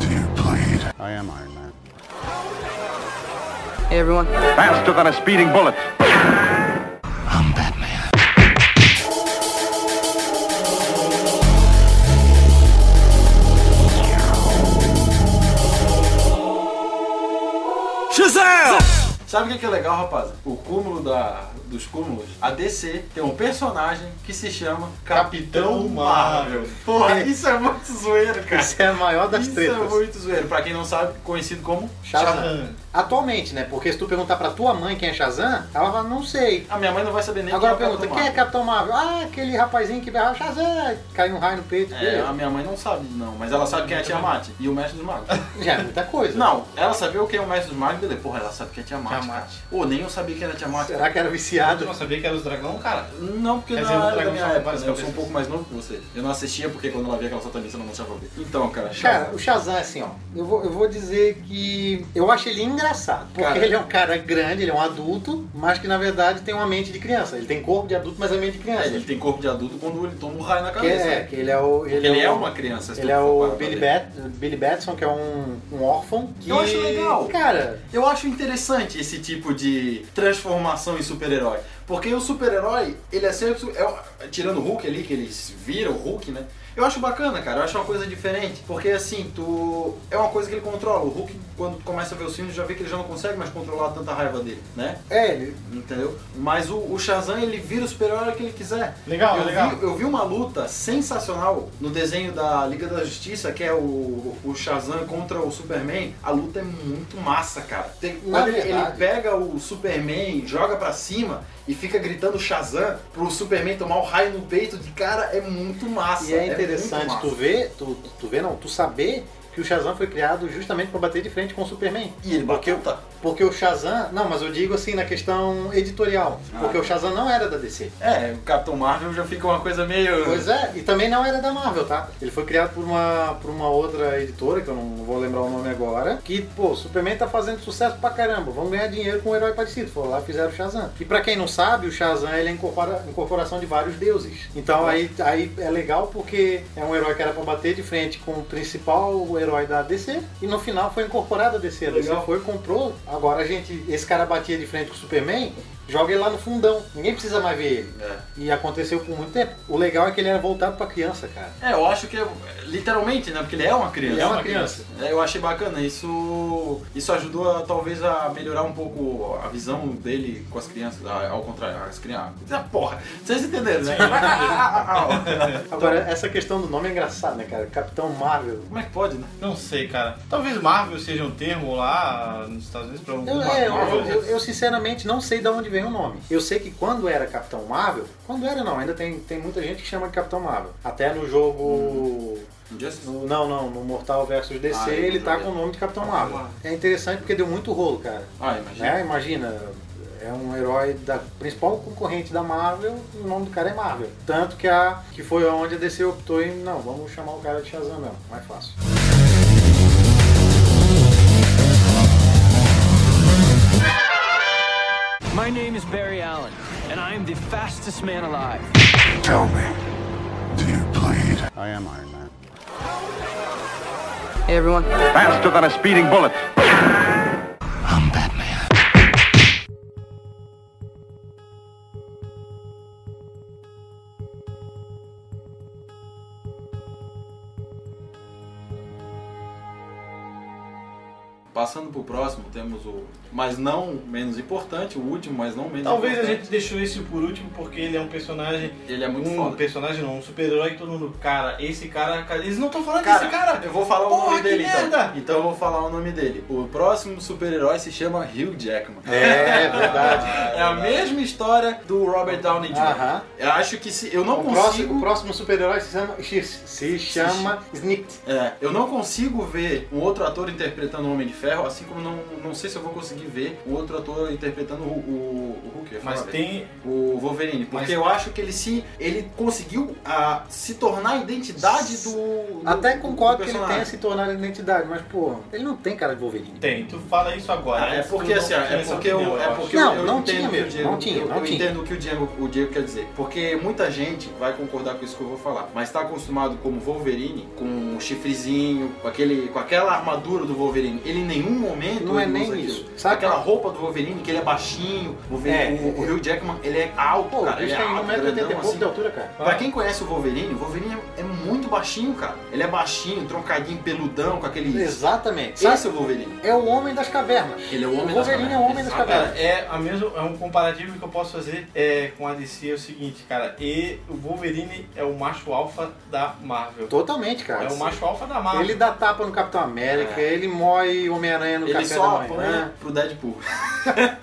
Speaker 5: do you bleed?
Speaker 6: Everyone.
Speaker 5: Faster than a speeding bullet. I'm Batman.
Speaker 2: Sabe o que que é legal, rapaz? O cúmulo da, dos cúmulos, a DC tem um personagem que se chama Capitão Marvel. Porra, isso é muito zoeiro, cara.
Speaker 1: Isso é a maior das
Speaker 2: Isso é
Speaker 1: tretas.
Speaker 2: muito zoeiro. Pra quem não sabe, conhecido como
Speaker 1: Shazam. Atualmente, né? Porque se tu perguntar pra tua mãe quem é Shazam, ela fala, não sei.
Speaker 2: A minha mãe não vai saber nem
Speaker 1: Agora
Speaker 2: quem é o
Speaker 1: pergunta,
Speaker 2: Capitão
Speaker 1: quem é Capitão Marvel? Ah, aquele rapazinho que berrava Shazam, caiu um raio no peito.
Speaker 2: Marvel. É, a
Speaker 1: beleza.
Speaker 2: minha mãe não sabe, não. Mas ela sabe quem é a Tia Mate e o Mestre dos Magos.
Speaker 1: Já é muita coisa.
Speaker 2: Não, ela sabia o que é o Mestre dos Magos, beleza. Porra, ela sabe que é a Tia Mate. cara.
Speaker 3: Mate.
Speaker 2: Ou nem eu sabia que era a Tia Mate.
Speaker 1: Será que era
Speaker 3: Tu
Speaker 1: viciado?
Speaker 3: não sabia que era os dragão, cara?
Speaker 2: Não, porque
Speaker 3: Quer
Speaker 2: não
Speaker 3: dizer, eu vou
Speaker 2: era
Speaker 3: tragar
Speaker 2: da minha
Speaker 3: só
Speaker 2: época,
Speaker 3: várias
Speaker 2: né? Eu sou um
Speaker 3: cabeças.
Speaker 2: pouco mais novo que você. Eu não assistia porque quando ela via aquela satanista, eu não deixava ver. Então, cara,
Speaker 1: Cara, o Shazam, assim, ó, eu vou, eu vou dizer que eu acho ele engraçado. Porque
Speaker 2: Cara.
Speaker 1: ele é um cara grande, ele é um adulto, mas que na verdade tem uma mente de criança. Ele tem corpo de adulto, mas é mente de
Speaker 2: É,
Speaker 1: criança.
Speaker 2: ele tem corpo de adulto quando ele toma um raio na
Speaker 1: que
Speaker 2: cabeça.
Speaker 1: é,
Speaker 2: né?
Speaker 1: que ele é o.
Speaker 2: Porque ele é uma criança. se
Speaker 1: Ele
Speaker 2: tu
Speaker 1: é
Speaker 2: for parar
Speaker 1: o
Speaker 2: pra
Speaker 1: Billy,
Speaker 2: ver.
Speaker 1: Bat, Billy Batson, que é um, um órfão. Que,
Speaker 2: Eu acho legal.
Speaker 1: Cara,
Speaker 2: Eu acho interessante esse tipo de transformação em super-herói. Porque o super-herói, ele é sempre. é- tirando o Hulk ali, que eles viram o Hulk, né? Eu acho bacana, cara. Eu acho uma coisa diferente. Porque assim, tu. É uma coisa que ele controla. O Hulk, quando tu começa a ver os filmes, já vê que ele já não consegue mais controlar tanta raiva dele, né?
Speaker 1: é, ele.
Speaker 2: Entendeu? Mas o, o Shazam, ele vira o super-herói que ele quiser.
Speaker 3: Legal,
Speaker 2: eu
Speaker 3: legal.
Speaker 2: Vi, eu vi uma luta sensacional no desenho da Liga da Justiça, que é o, o Shazam contra o Superman. A luta é muito massa, cara. Tem,
Speaker 1: Na
Speaker 2: quando ele, ele
Speaker 1: verdade-
Speaker 2: pega o Superman, joga pra cima e fica gritando Shazam pro Superman tomar o raio no peito de cara, é muito massa.
Speaker 1: E é
Speaker 2: muito
Speaker 1: interessante
Speaker 2: massa.
Speaker 1: tu ver, tu, tu ver não, tu saber que o Shazam foi criado justamente pra bater de frente com o Superman.
Speaker 2: E ele
Speaker 1: porque,
Speaker 2: bateu,
Speaker 1: o-
Speaker 2: tá?
Speaker 1: porque o Shazam. Não, mas eu digo assim na questão editorial.
Speaker 2: Ah.
Speaker 1: Porque o Shazam não era da DC.
Speaker 2: É, o Capitão Marvel já fica uma coisa meio.
Speaker 1: Pois é, e também não era da Marvel, tá? Ele foi criado por uma, por uma outra editora, que eu não vou lembrar o nome agora, que, pô, Superman tá fazendo sucesso pra caramba, vamos ganhar dinheiro com um herói parecido. Foram lá e fizeram o Shazam. E pra quem não sabe, o Shazam ele é a incorpora- incorporação de vários deuses. Então aí, aí é legal porque é um herói que era pra bater de frente com o principal herói da DC, e no final foi incorporado a DC. A DC foi, comprou, agora a gente, esse cara batia de frente com o Superman, joga ele lá no fundão, ninguém precisa mais ver ele.
Speaker 2: É.
Speaker 1: E aconteceu por muito tempo. O legal é que ele era voltado pra criança, cara.
Speaker 2: É, eu acho que literalmente, né? Porque ele é uma criança.
Speaker 1: Ele é uma criança.
Speaker 2: É, eu achei bacana, isso, isso ajudou a, talvez a melhorar um pouco a visão dele com as crianças, a- ao contrário, as crianças. Ah, porra, vocês entenderam, né? ah, Então-
Speaker 1: Agora, essa questão do nome é engraçada, né, cara? Capitão Marvel.
Speaker 2: Como é que pode, né?
Speaker 3: Não sei, cara. Talvez Marvel seja um termo lá nos Estados Unidos pra um
Speaker 1: Eu,
Speaker 3: uma
Speaker 1: é,
Speaker 3: Marvel.
Speaker 1: eu- eu- eu sinceramente não sei de onde vem o nome. Eu sei que quando era Capitão Marvel, quando era não, ainda tem, tem muita gente que chama de Capitão Marvel. Até no jogo.
Speaker 2: Injustice?
Speaker 1: no- não, não, no Mortal vs DC
Speaker 2: Ah, eu
Speaker 1: ele
Speaker 2: não
Speaker 1: tá
Speaker 2: sabia.
Speaker 1: com o nome de Capitão Marvel. É interessante porque deu muito rolo, cara.
Speaker 2: Ah, imagina.
Speaker 1: Né? Imagina, é um herói da principal concorrente da Marvel e o nome do cara é Marvel. Tanto que, a, que foi onde a DC optou em, não, vamos chamar o cara de Shazam mesmo, mais fácil.
Speaker 4: My name is Barry Allen, and I am the fastest man alive.
Speaker 5: Tell me, do you bleed?
Speaker 6: Everyone.
Speaker 5: Faster than a speeding bullet. I'm Batman.
Speaker 2: Passando pro próximo, temos o, mas não menos importante, o último, mas não menos
Speaker 3: Talvez a
Speaker 2: importante.
Speaker 3: gente deixou esse por último porque ele é um personagem.
Speaker 2: Ele é muito
Speaker 3: um
Speaker 2: foda.
Speaker 3: personagem não, um super-herói que todo mundo. Cara, esse cara. cara, Eles não estão falando
Speaker 2: Cara,
Speaker 3: desse cara!
Speaker 2: eu vou falar o
Speaker 3: Porra,
Speaker 2: nome
Speaker 3: que
Speaker 2: dele
Speaker 3: merda!
Speaker 2: então. Então eu vou falar o nome dele. O próximo super-herói se chama Hugh Jackman.
Speaker 1: É, verdade.
Speaker 2: É a mesma história do Robert Downey Jr.
Speaker 1: Aham.
Speaker 2: Eu acho que se eu não
Speaker 1: O próximo, o
Speaker 2: consigo,
Speaker 1: próximo super-herói se chama, X, se chama Snicked.
Speaker 2: é, eu não consigo ver um outro ator interpretando o Homem de Ferro, assim como não, não sei se eu vou conseguir ver um outro ator interpretando o, o, o Hulk. eu ia
Speaker 3: Mas
Speaker 2: falar dele.
Speaker 3: tem.
Speaker 2: o Wolverine, porque
Speaker 3: Mas-
Speaker 2: eu acho que ele se ele conseguiu ah, se tornar a identidade do, do-
Speaker 1: Até
Speaker 2: do
Speaker 1: concordo que ele
Speaker 2: personagem.
Speaker 1: tenha se tornado identidade, mas, pô, ele não tem cara de Wolverine.
Speaker 3: Tem, tu fala isso agora.
Speaker 2: Ah, é
Speaker 3: antes
Speaker 2: porque
Speaker 3: tu não
Speaker 2: assim, ó,
Speaker 3: tinha
Speaker 2: é
Speaker 3: essa
Speaker 2: porque eu,
Speaker 3: opinião,
Speaker 2: é
Speaker 3: eu
Speaker 2: porque
Speaker 1: Não,
Speaker 2: eu, eu
Speaker 1: não
Speaker 2: entendo
Speaker 1: tinha
Speaker 2: o que o
Speaker 1: mesmo,
Speaker 2: Diego,
Speaker 1: não tinha,
Speaker 2: eu,
Speaker 1: não
Speaker 2: eu
Speaker 1: tinha.
Speaker 2: entendo o que o Diego, o Diego quer dizer, porque muita gente vai concordar com isso que eu vou falar, mas tá acostumado como Wolverine, com o chifrezinho, com aquele, com aquela armadura do Wolverine, ele em nenhum momento
Speaker 1: Não é
Speaker 2: ele
Speaker 1: nem
Speaker 2: usa
Speaker 1: isso. Sabe
Speaker 2: Sabe aquela roupa do Wolverine que ele é baixinho, o, Wolverine-
Speaker 1: É,
Speaker 2: o- o
Speaker 1: é.
Speaker 2: Hugh Jackman ele é acho
Speaker 1: Pô,
Speaker 2: cara,
Speaker 1: ele
Speaker 2: ele é
Speaker 1: tem
Speaker 2: alto,
Speaker 1: 1,80 e
Speaker 2: grandão,
Speaker 1: pouco então,
Speaker 2: assim.
Speaker 1: de altura, cara.
Speaker 2: Pra quem conhece o Wolverine, o Wolverine é, é muito baixinho, cara. Ele é baixinho, troncadinho, peludão, com aquele.
Speaker 1: Exatamente.
Speaker 2: Esse
Speaker 1: Sabe?
Speaker 2: é o Wolverine.
Speaker 1: É o homem das cavernas.
Speaker 2: Ele é o homem das
Speaker 1: Wolverine é o
Speaker 2: cavernas.
Speaker 1: homem das
Speaker 2: Exato.
Speaker 1: cavernas.
Speaker 3: Cara, é, a mesma, é um comparativo que eu posso fazer é, com a DC é o seguinte, cara. E o Wolverine é o macho alfa da Marvel.
Speaker 1: Totalmente, cara.
Speaker 3: é o macho alfa da Marvel.
Speaker 1: Ele dá tapa no Capitão América, ele moe Homem-Aranha no
Speaker 2: É. Ele
Speaker 1: café
Speaker 2: só
Speaker 1: da manhã,
Speaker 2: apanha pro Deadpool.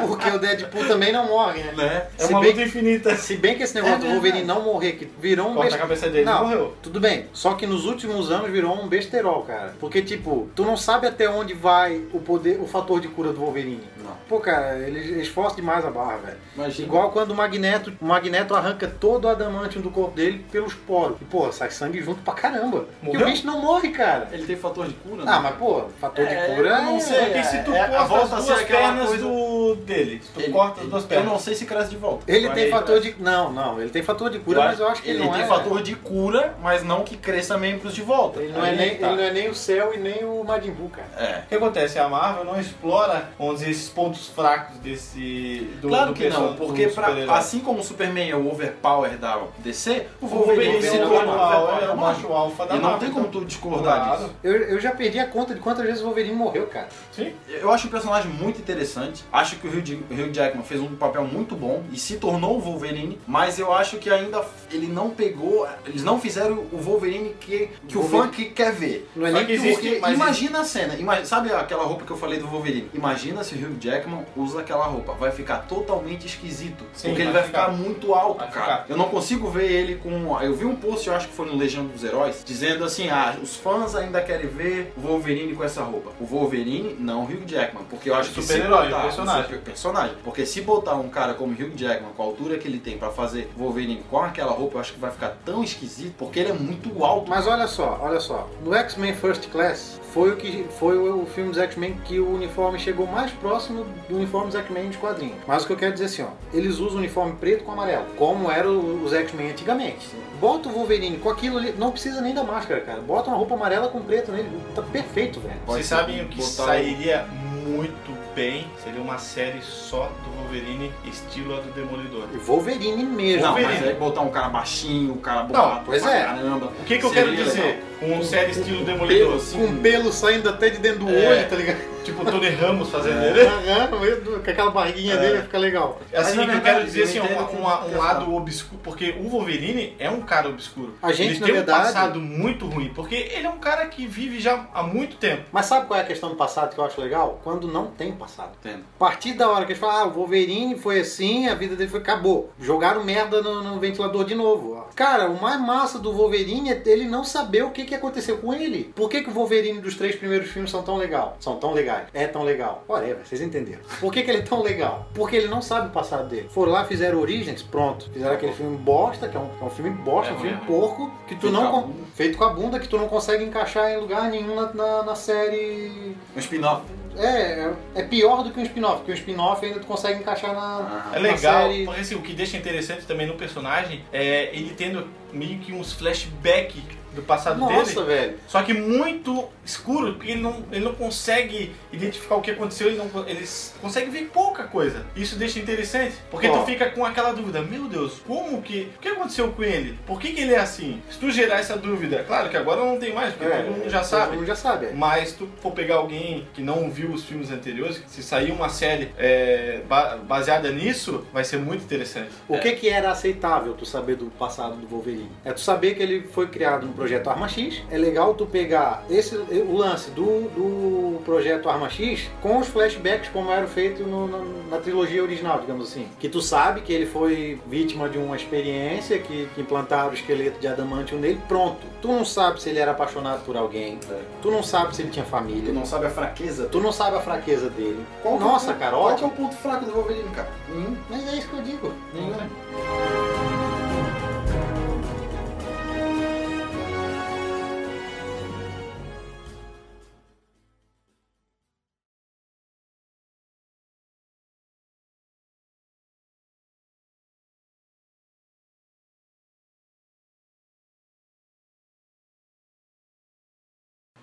Speaker 1: porque o Deadpool também não morre, né?
Speaker 2: Né?
Speaker 3: é
Speaker 1: se
Speaker 3: uma
Speaker 1: bem
Speaker 3: luta infinita.
Speaker 1: Se bem que esse negócio
Speaker 2: É
Speaker 1: do Wolverine não morrer, que virou um
Speaker 3: Corta
Speaker 1: beste-
Speaker 3: a cabeça dele,
Speaker 1: não,
Speaker 3: morreu.
Speaker 1: Tudo bem. Só que nos últimos anos virou um besterol, cara. Porque, tipo, tu não sabe até onde vai o poder, o fator de cura do Wolverine.
Speaker 2: Não.
Speaker 1: Pô, cara, ele esforça demais a barra, velho.
Speaker 2: Imagina.
Speaker 1: Igual quando o Magneto, o Magneto arranca todo o adamantium do corpo dele pelos poros. E, pô, sai sangue junto pra caramba. Porque
Speaker 3: Morreu?
Speaker 1: o bicho não morre, cara.
Speaker 2: Ele tem fator de cura, né?
Speaker 1: Ah, mas, pô, fator
Speaker 2: É,
Speaker 1: de cura...
Speaker 2: eu não
Speaker 1: é-
Speaker 2: sei.
Speaker 3: Porque se tu
Speaker 2: é, a
Speaker 3: corta
Speaker 2: volta a
Speaker 3: as
Speaker 2: ser
Speaker 3: duas
Speaker 2: aquela
Speaker 3: pernas
Speaker 2: coisa-
Speaker 3: do dele, se tu
Speaker 2: Ele-
Speaker 3: corta as
Speaker 2: ele-
Speaker 3: duas
Speaker 2: Eu
Speaker 3: pernas.
Speaker 2: não sei se cresce de volta.
Speaker 1: Ele
Speaker 3: Olha
Speaker 1: tem
Speaker 3: aí,
Speaker 1: fator de... Não, não. Ele tem fator de cura, mas eu acho que ele,
Speaker 2: ele
Speaker 1: não
Speaker 2: tem
Speaker 1: é...
Speaker 2: fator de cura, mas não que cresça membros de volta.
Speaker 1: Ele não, é
Speaker 3: Aí
Speaker 1: nem,
Speaker 3: tá.
Speaker 1: ele não é nem o céu e nem o Majin Buu, cara.
Speaker 2: É.
Speaker 3: O que acontece? A Marvel não explora, vamos dizer, esses pontos fracos desse. Do,
Speaker 2: claro
Speaker 3: do
Speaker 2: que não,
Speaker 3: perso-
Speaker 2: porque
Speaker 3: do
Speaker 2: pra-
Speaker 3: super-herói.
Speaker 2: assim como o Superman é o overpower da DC, o
Speaker 3: Wolverine
Speaker 2: Wolverine
Speaker 3: se
Speaker 2: se
Speaker 1: é o
Speaker 2: torna
Speaker 3: overpower,
Speaker 2: overpower
Speaker 3: é o macho alfa da
Speaker 2: E não
Speaker 3: Marvel,
Speaker 2: tem como
Speaker 3: então.
Speaker 2: tu discordar
Speaker 3: Claro.
Speaker 2: disso.
Speaker 1: Eu, eu já perdi a conta de quantas vezes o Wolverine morreu, cara.
Speaker 3: Sim.
Speaker 2: Eu acho o personagem muito interessante. Acho que que o Hugh Jack- Hugh Jackman fez um papel muito bom e se tornou o Wolverine, mas eu acho que ainda ele não pegou, eles não fizeram o Wolverine que, que o fã
Speaker 1: Wolverine.
Speaker 2: que quer ver.
Speaker 1: Não é
Speaker 2: Só
Speaker 1: nem que
Speaker 2: que existe,
Speaker 1: existe,
Speaker 2: porque
Speaker 1: mas-
Speaker 2: imagina a cena, ima- sabe aquela roupa que eu falei do Wolverine? Imagina se o Hugh Jackman usa aquela roupa, vai ficar totalmente esquisito,
Speaker 3: Sim,
Speaker 2: porque ele vai
Speaker 3: vai
Speaker 2: ficar,
Speaker 3: ficar.
Speaker 2: muito alto,
Speaker 3: Vai
Speaker 2: cara.
Speaker 3: ficar.
Speaker 2: Eu não consigo ver ele com. Eu vi um post, eu acho que foi no Legião dos Heróis, dizendo assim: ah, os fãs ainda querem ver o Wolverine com essa roupa. O Wolverine, não o Hugh Jackman, porque eu acho que se
Speaker 3: Super-herói,
Speaker 2: botar
Speaker 3: personagem.
Speaker 2: super- personagem, porque se botar um cara como Hugh Jackman com a altura que ele tem pra fazer Wolverine com aquela roupa, eu acho que vai ficar tão esquisito, porque ele é muito alto.
Speaker 1: Mas olha só, olha só. No X-Men First Class foi o que foi o, o filme dos X-Men que o uniforme chegou mais próximo do uniforme dos X-Men dos quadrinhos. Mas o que eu quero dizer assim, ó, eles usam o uniforme preto com amarelo, como eram os X-Men antigamente. Bota o Wolverine com aquilo ali, não precisa nem da máscara, cara. Bota uma roupa amarela com preto nele, tá perfeito, velho.
Speaker 2: Pode
Speaker 3: Vocês sabem o que
Speaker 2: botar o-
Speaker 3: sairia muito bem? Seria uma série só do Wolverine, estilo a do Demolidor.
Speaker 1: E Wolverine mesmo.
Speaker 2: Não,
Speaker 3: Wolverine.
Speaker 2: mas aí botar um cara baixinho, um cara bombado
Speaker 1: pois
Speaker 2: pra
Speaker 1: é.
Speaker 2: caramba.
Speaker 3: O que, que eu
Speaker 2: seria
Speaker 3: quero dizer
Speaker 2: legal.
Speaker 3: com um série
Speaker 2: Pelo,
Speaker 3: estilo Demolidor?
Speaker 2: assim,
Speaker 1: Com pelo saindo até de dentro do
Speaker 3: É.
Speaker 1: olho, tá ligado?
Speaker 3: Tipo o Tony Ramos fazendo
Speaker 2: É.
Speaker 3: ele.
Speaker 1: Aham, meio- com aquela barriguinha dele vai ficar legal.
Speaker 2: Mas,
Speaker 3: Assim,
Speaker 2: na
Speaker 3: que eu
Speaker 2: verdade,
Speaker 3: quero dizer
Speaker 2: eu
Speaker 3: assim,
Speaker 2: entendo
Speaker 3: um,
Speaker 2: como
Speaker 3: um- um
Speaker 2: questão.
Speaker 3: lado obscuro, porque o Wolverine é um cara obscuro.
Speaker 1: A gente,
Speaker 3: ele
Speaker 1: na
Speaker 3: tem um
Speaker 1: verdade-
Speaker 3: passado muito ruim, porque ele é um cara que vive já há muito tempo.
Speaker 1: Mas sabe qual é a questão do passado que eu acho legal? Quando não tem passado.
Speaker 2: Entendo.
Speaker 1: A partir da hora que eles falam, ah, o Wolverine foi assim, a vida dele foi acabou. Jogaram merda no, no ventilador de novo. Cara, o mais massa do Wolverine é ele não saber o que, que aconteceu com ele. Por que, que o Wolverine dos três primeiros filmes são tão legal? São tão legais. É tão legal. Whatever, vocês entenderam. Por que, que ele é tão legal? Porque ele não sabe o passado dele. Foram lá, fizeram Origins, pronto. Fizeram aquele filme bosta, que é um, é um filme bosta,
Speaker 2: É
Speaker 1: um
Speaker 2: ruim,
Speaker 1: filme
Speaker 2: é ruim.
Speaker 1: porco, que tu
Speaker 2: Feito
Speaker 1: não.
Speaker 2: com a
Speaker 1: con-
Speaker 2: bunda.
Speaker 1: Feito com a bunda que tu não consegue encaixar em lugar nenhum na- na- na série
Speaker 2: Um spin-off.
Speaker 1: é, é pior do que um spin-off, porque o spin-off ainda tu consegue encaixar na,
Speaker 2: Ah.
Speaker 3: É
Speaker 1: na
Speaker 3: legal,
Speaker 1: série.
Speaker 3: porque assim, o que deixa interessante também no personagem é ele tendo meio que uns flashback do passado dele.
Speaker 1: Nossa, velho.
Speaker 3: Só que muito escuro, porque ele não, ele não consegue identificar o que aconteceu, ele, não, ele s- consegue ver pouca coisa. Isso deixa interessante, porque
Speaker 1: Ó.
Speaker 3: tu fica com aquela dúvida, meu Deus, como que... O que aconteceu com ele? Por que, que ele é assim? Se tu gerar essa dúvida, claro que agora não tem mais, porque todo mundo já sabe.
Speaker 1: É, Todo mundo já sabe. é.
Speaker 3: Mas tu for pegar alguém que não viu os filmes anteriores, se sair uma série é, ba- baseada nisso, vai ser muito interessante.
Speaker 2: É.
Speaker 1: O que, que era aceitável tu saber do passado do Wolverine? É tu saber que ele foi criado no projeto Arma X. É legal tu pegar esse, o lance do, do projeto Arma X com os flashbacks como era feito no- no- na trilogia original, digamos assim. Que tu sabe que ele foi vítima de uma experiência que, que implantaram o esqueleto de adamantium nele, pronto. Tu não sabe se ele era apaixonado por alguém. Tu não sabe se ele tinha
Speaker 2: É. Tu
Speaker 1: família.
Speaker 2: não sabe a fraqueza.
Speaker 1: Tu não sabe a fraqueza dele.
Speaker 2: Qual que é o
Speaker 1: Nossa,
Speaker 2: ponto-
Speaker 1: cara,
Speaker 2: Qual que é
Speaker 1: ótimo.
Speaker 2: o ponto fraco do Wolverine, cara? Hum. Nenhum.
Speaker 1: Mas é isso que eu digo.
Speaker 2: Nenhum.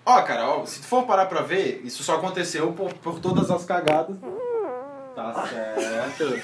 Speaker 2: Ó, cara, ó, se tu for parar pra ver, isso só aconteceu por, por todas as cagadas. Tá certo.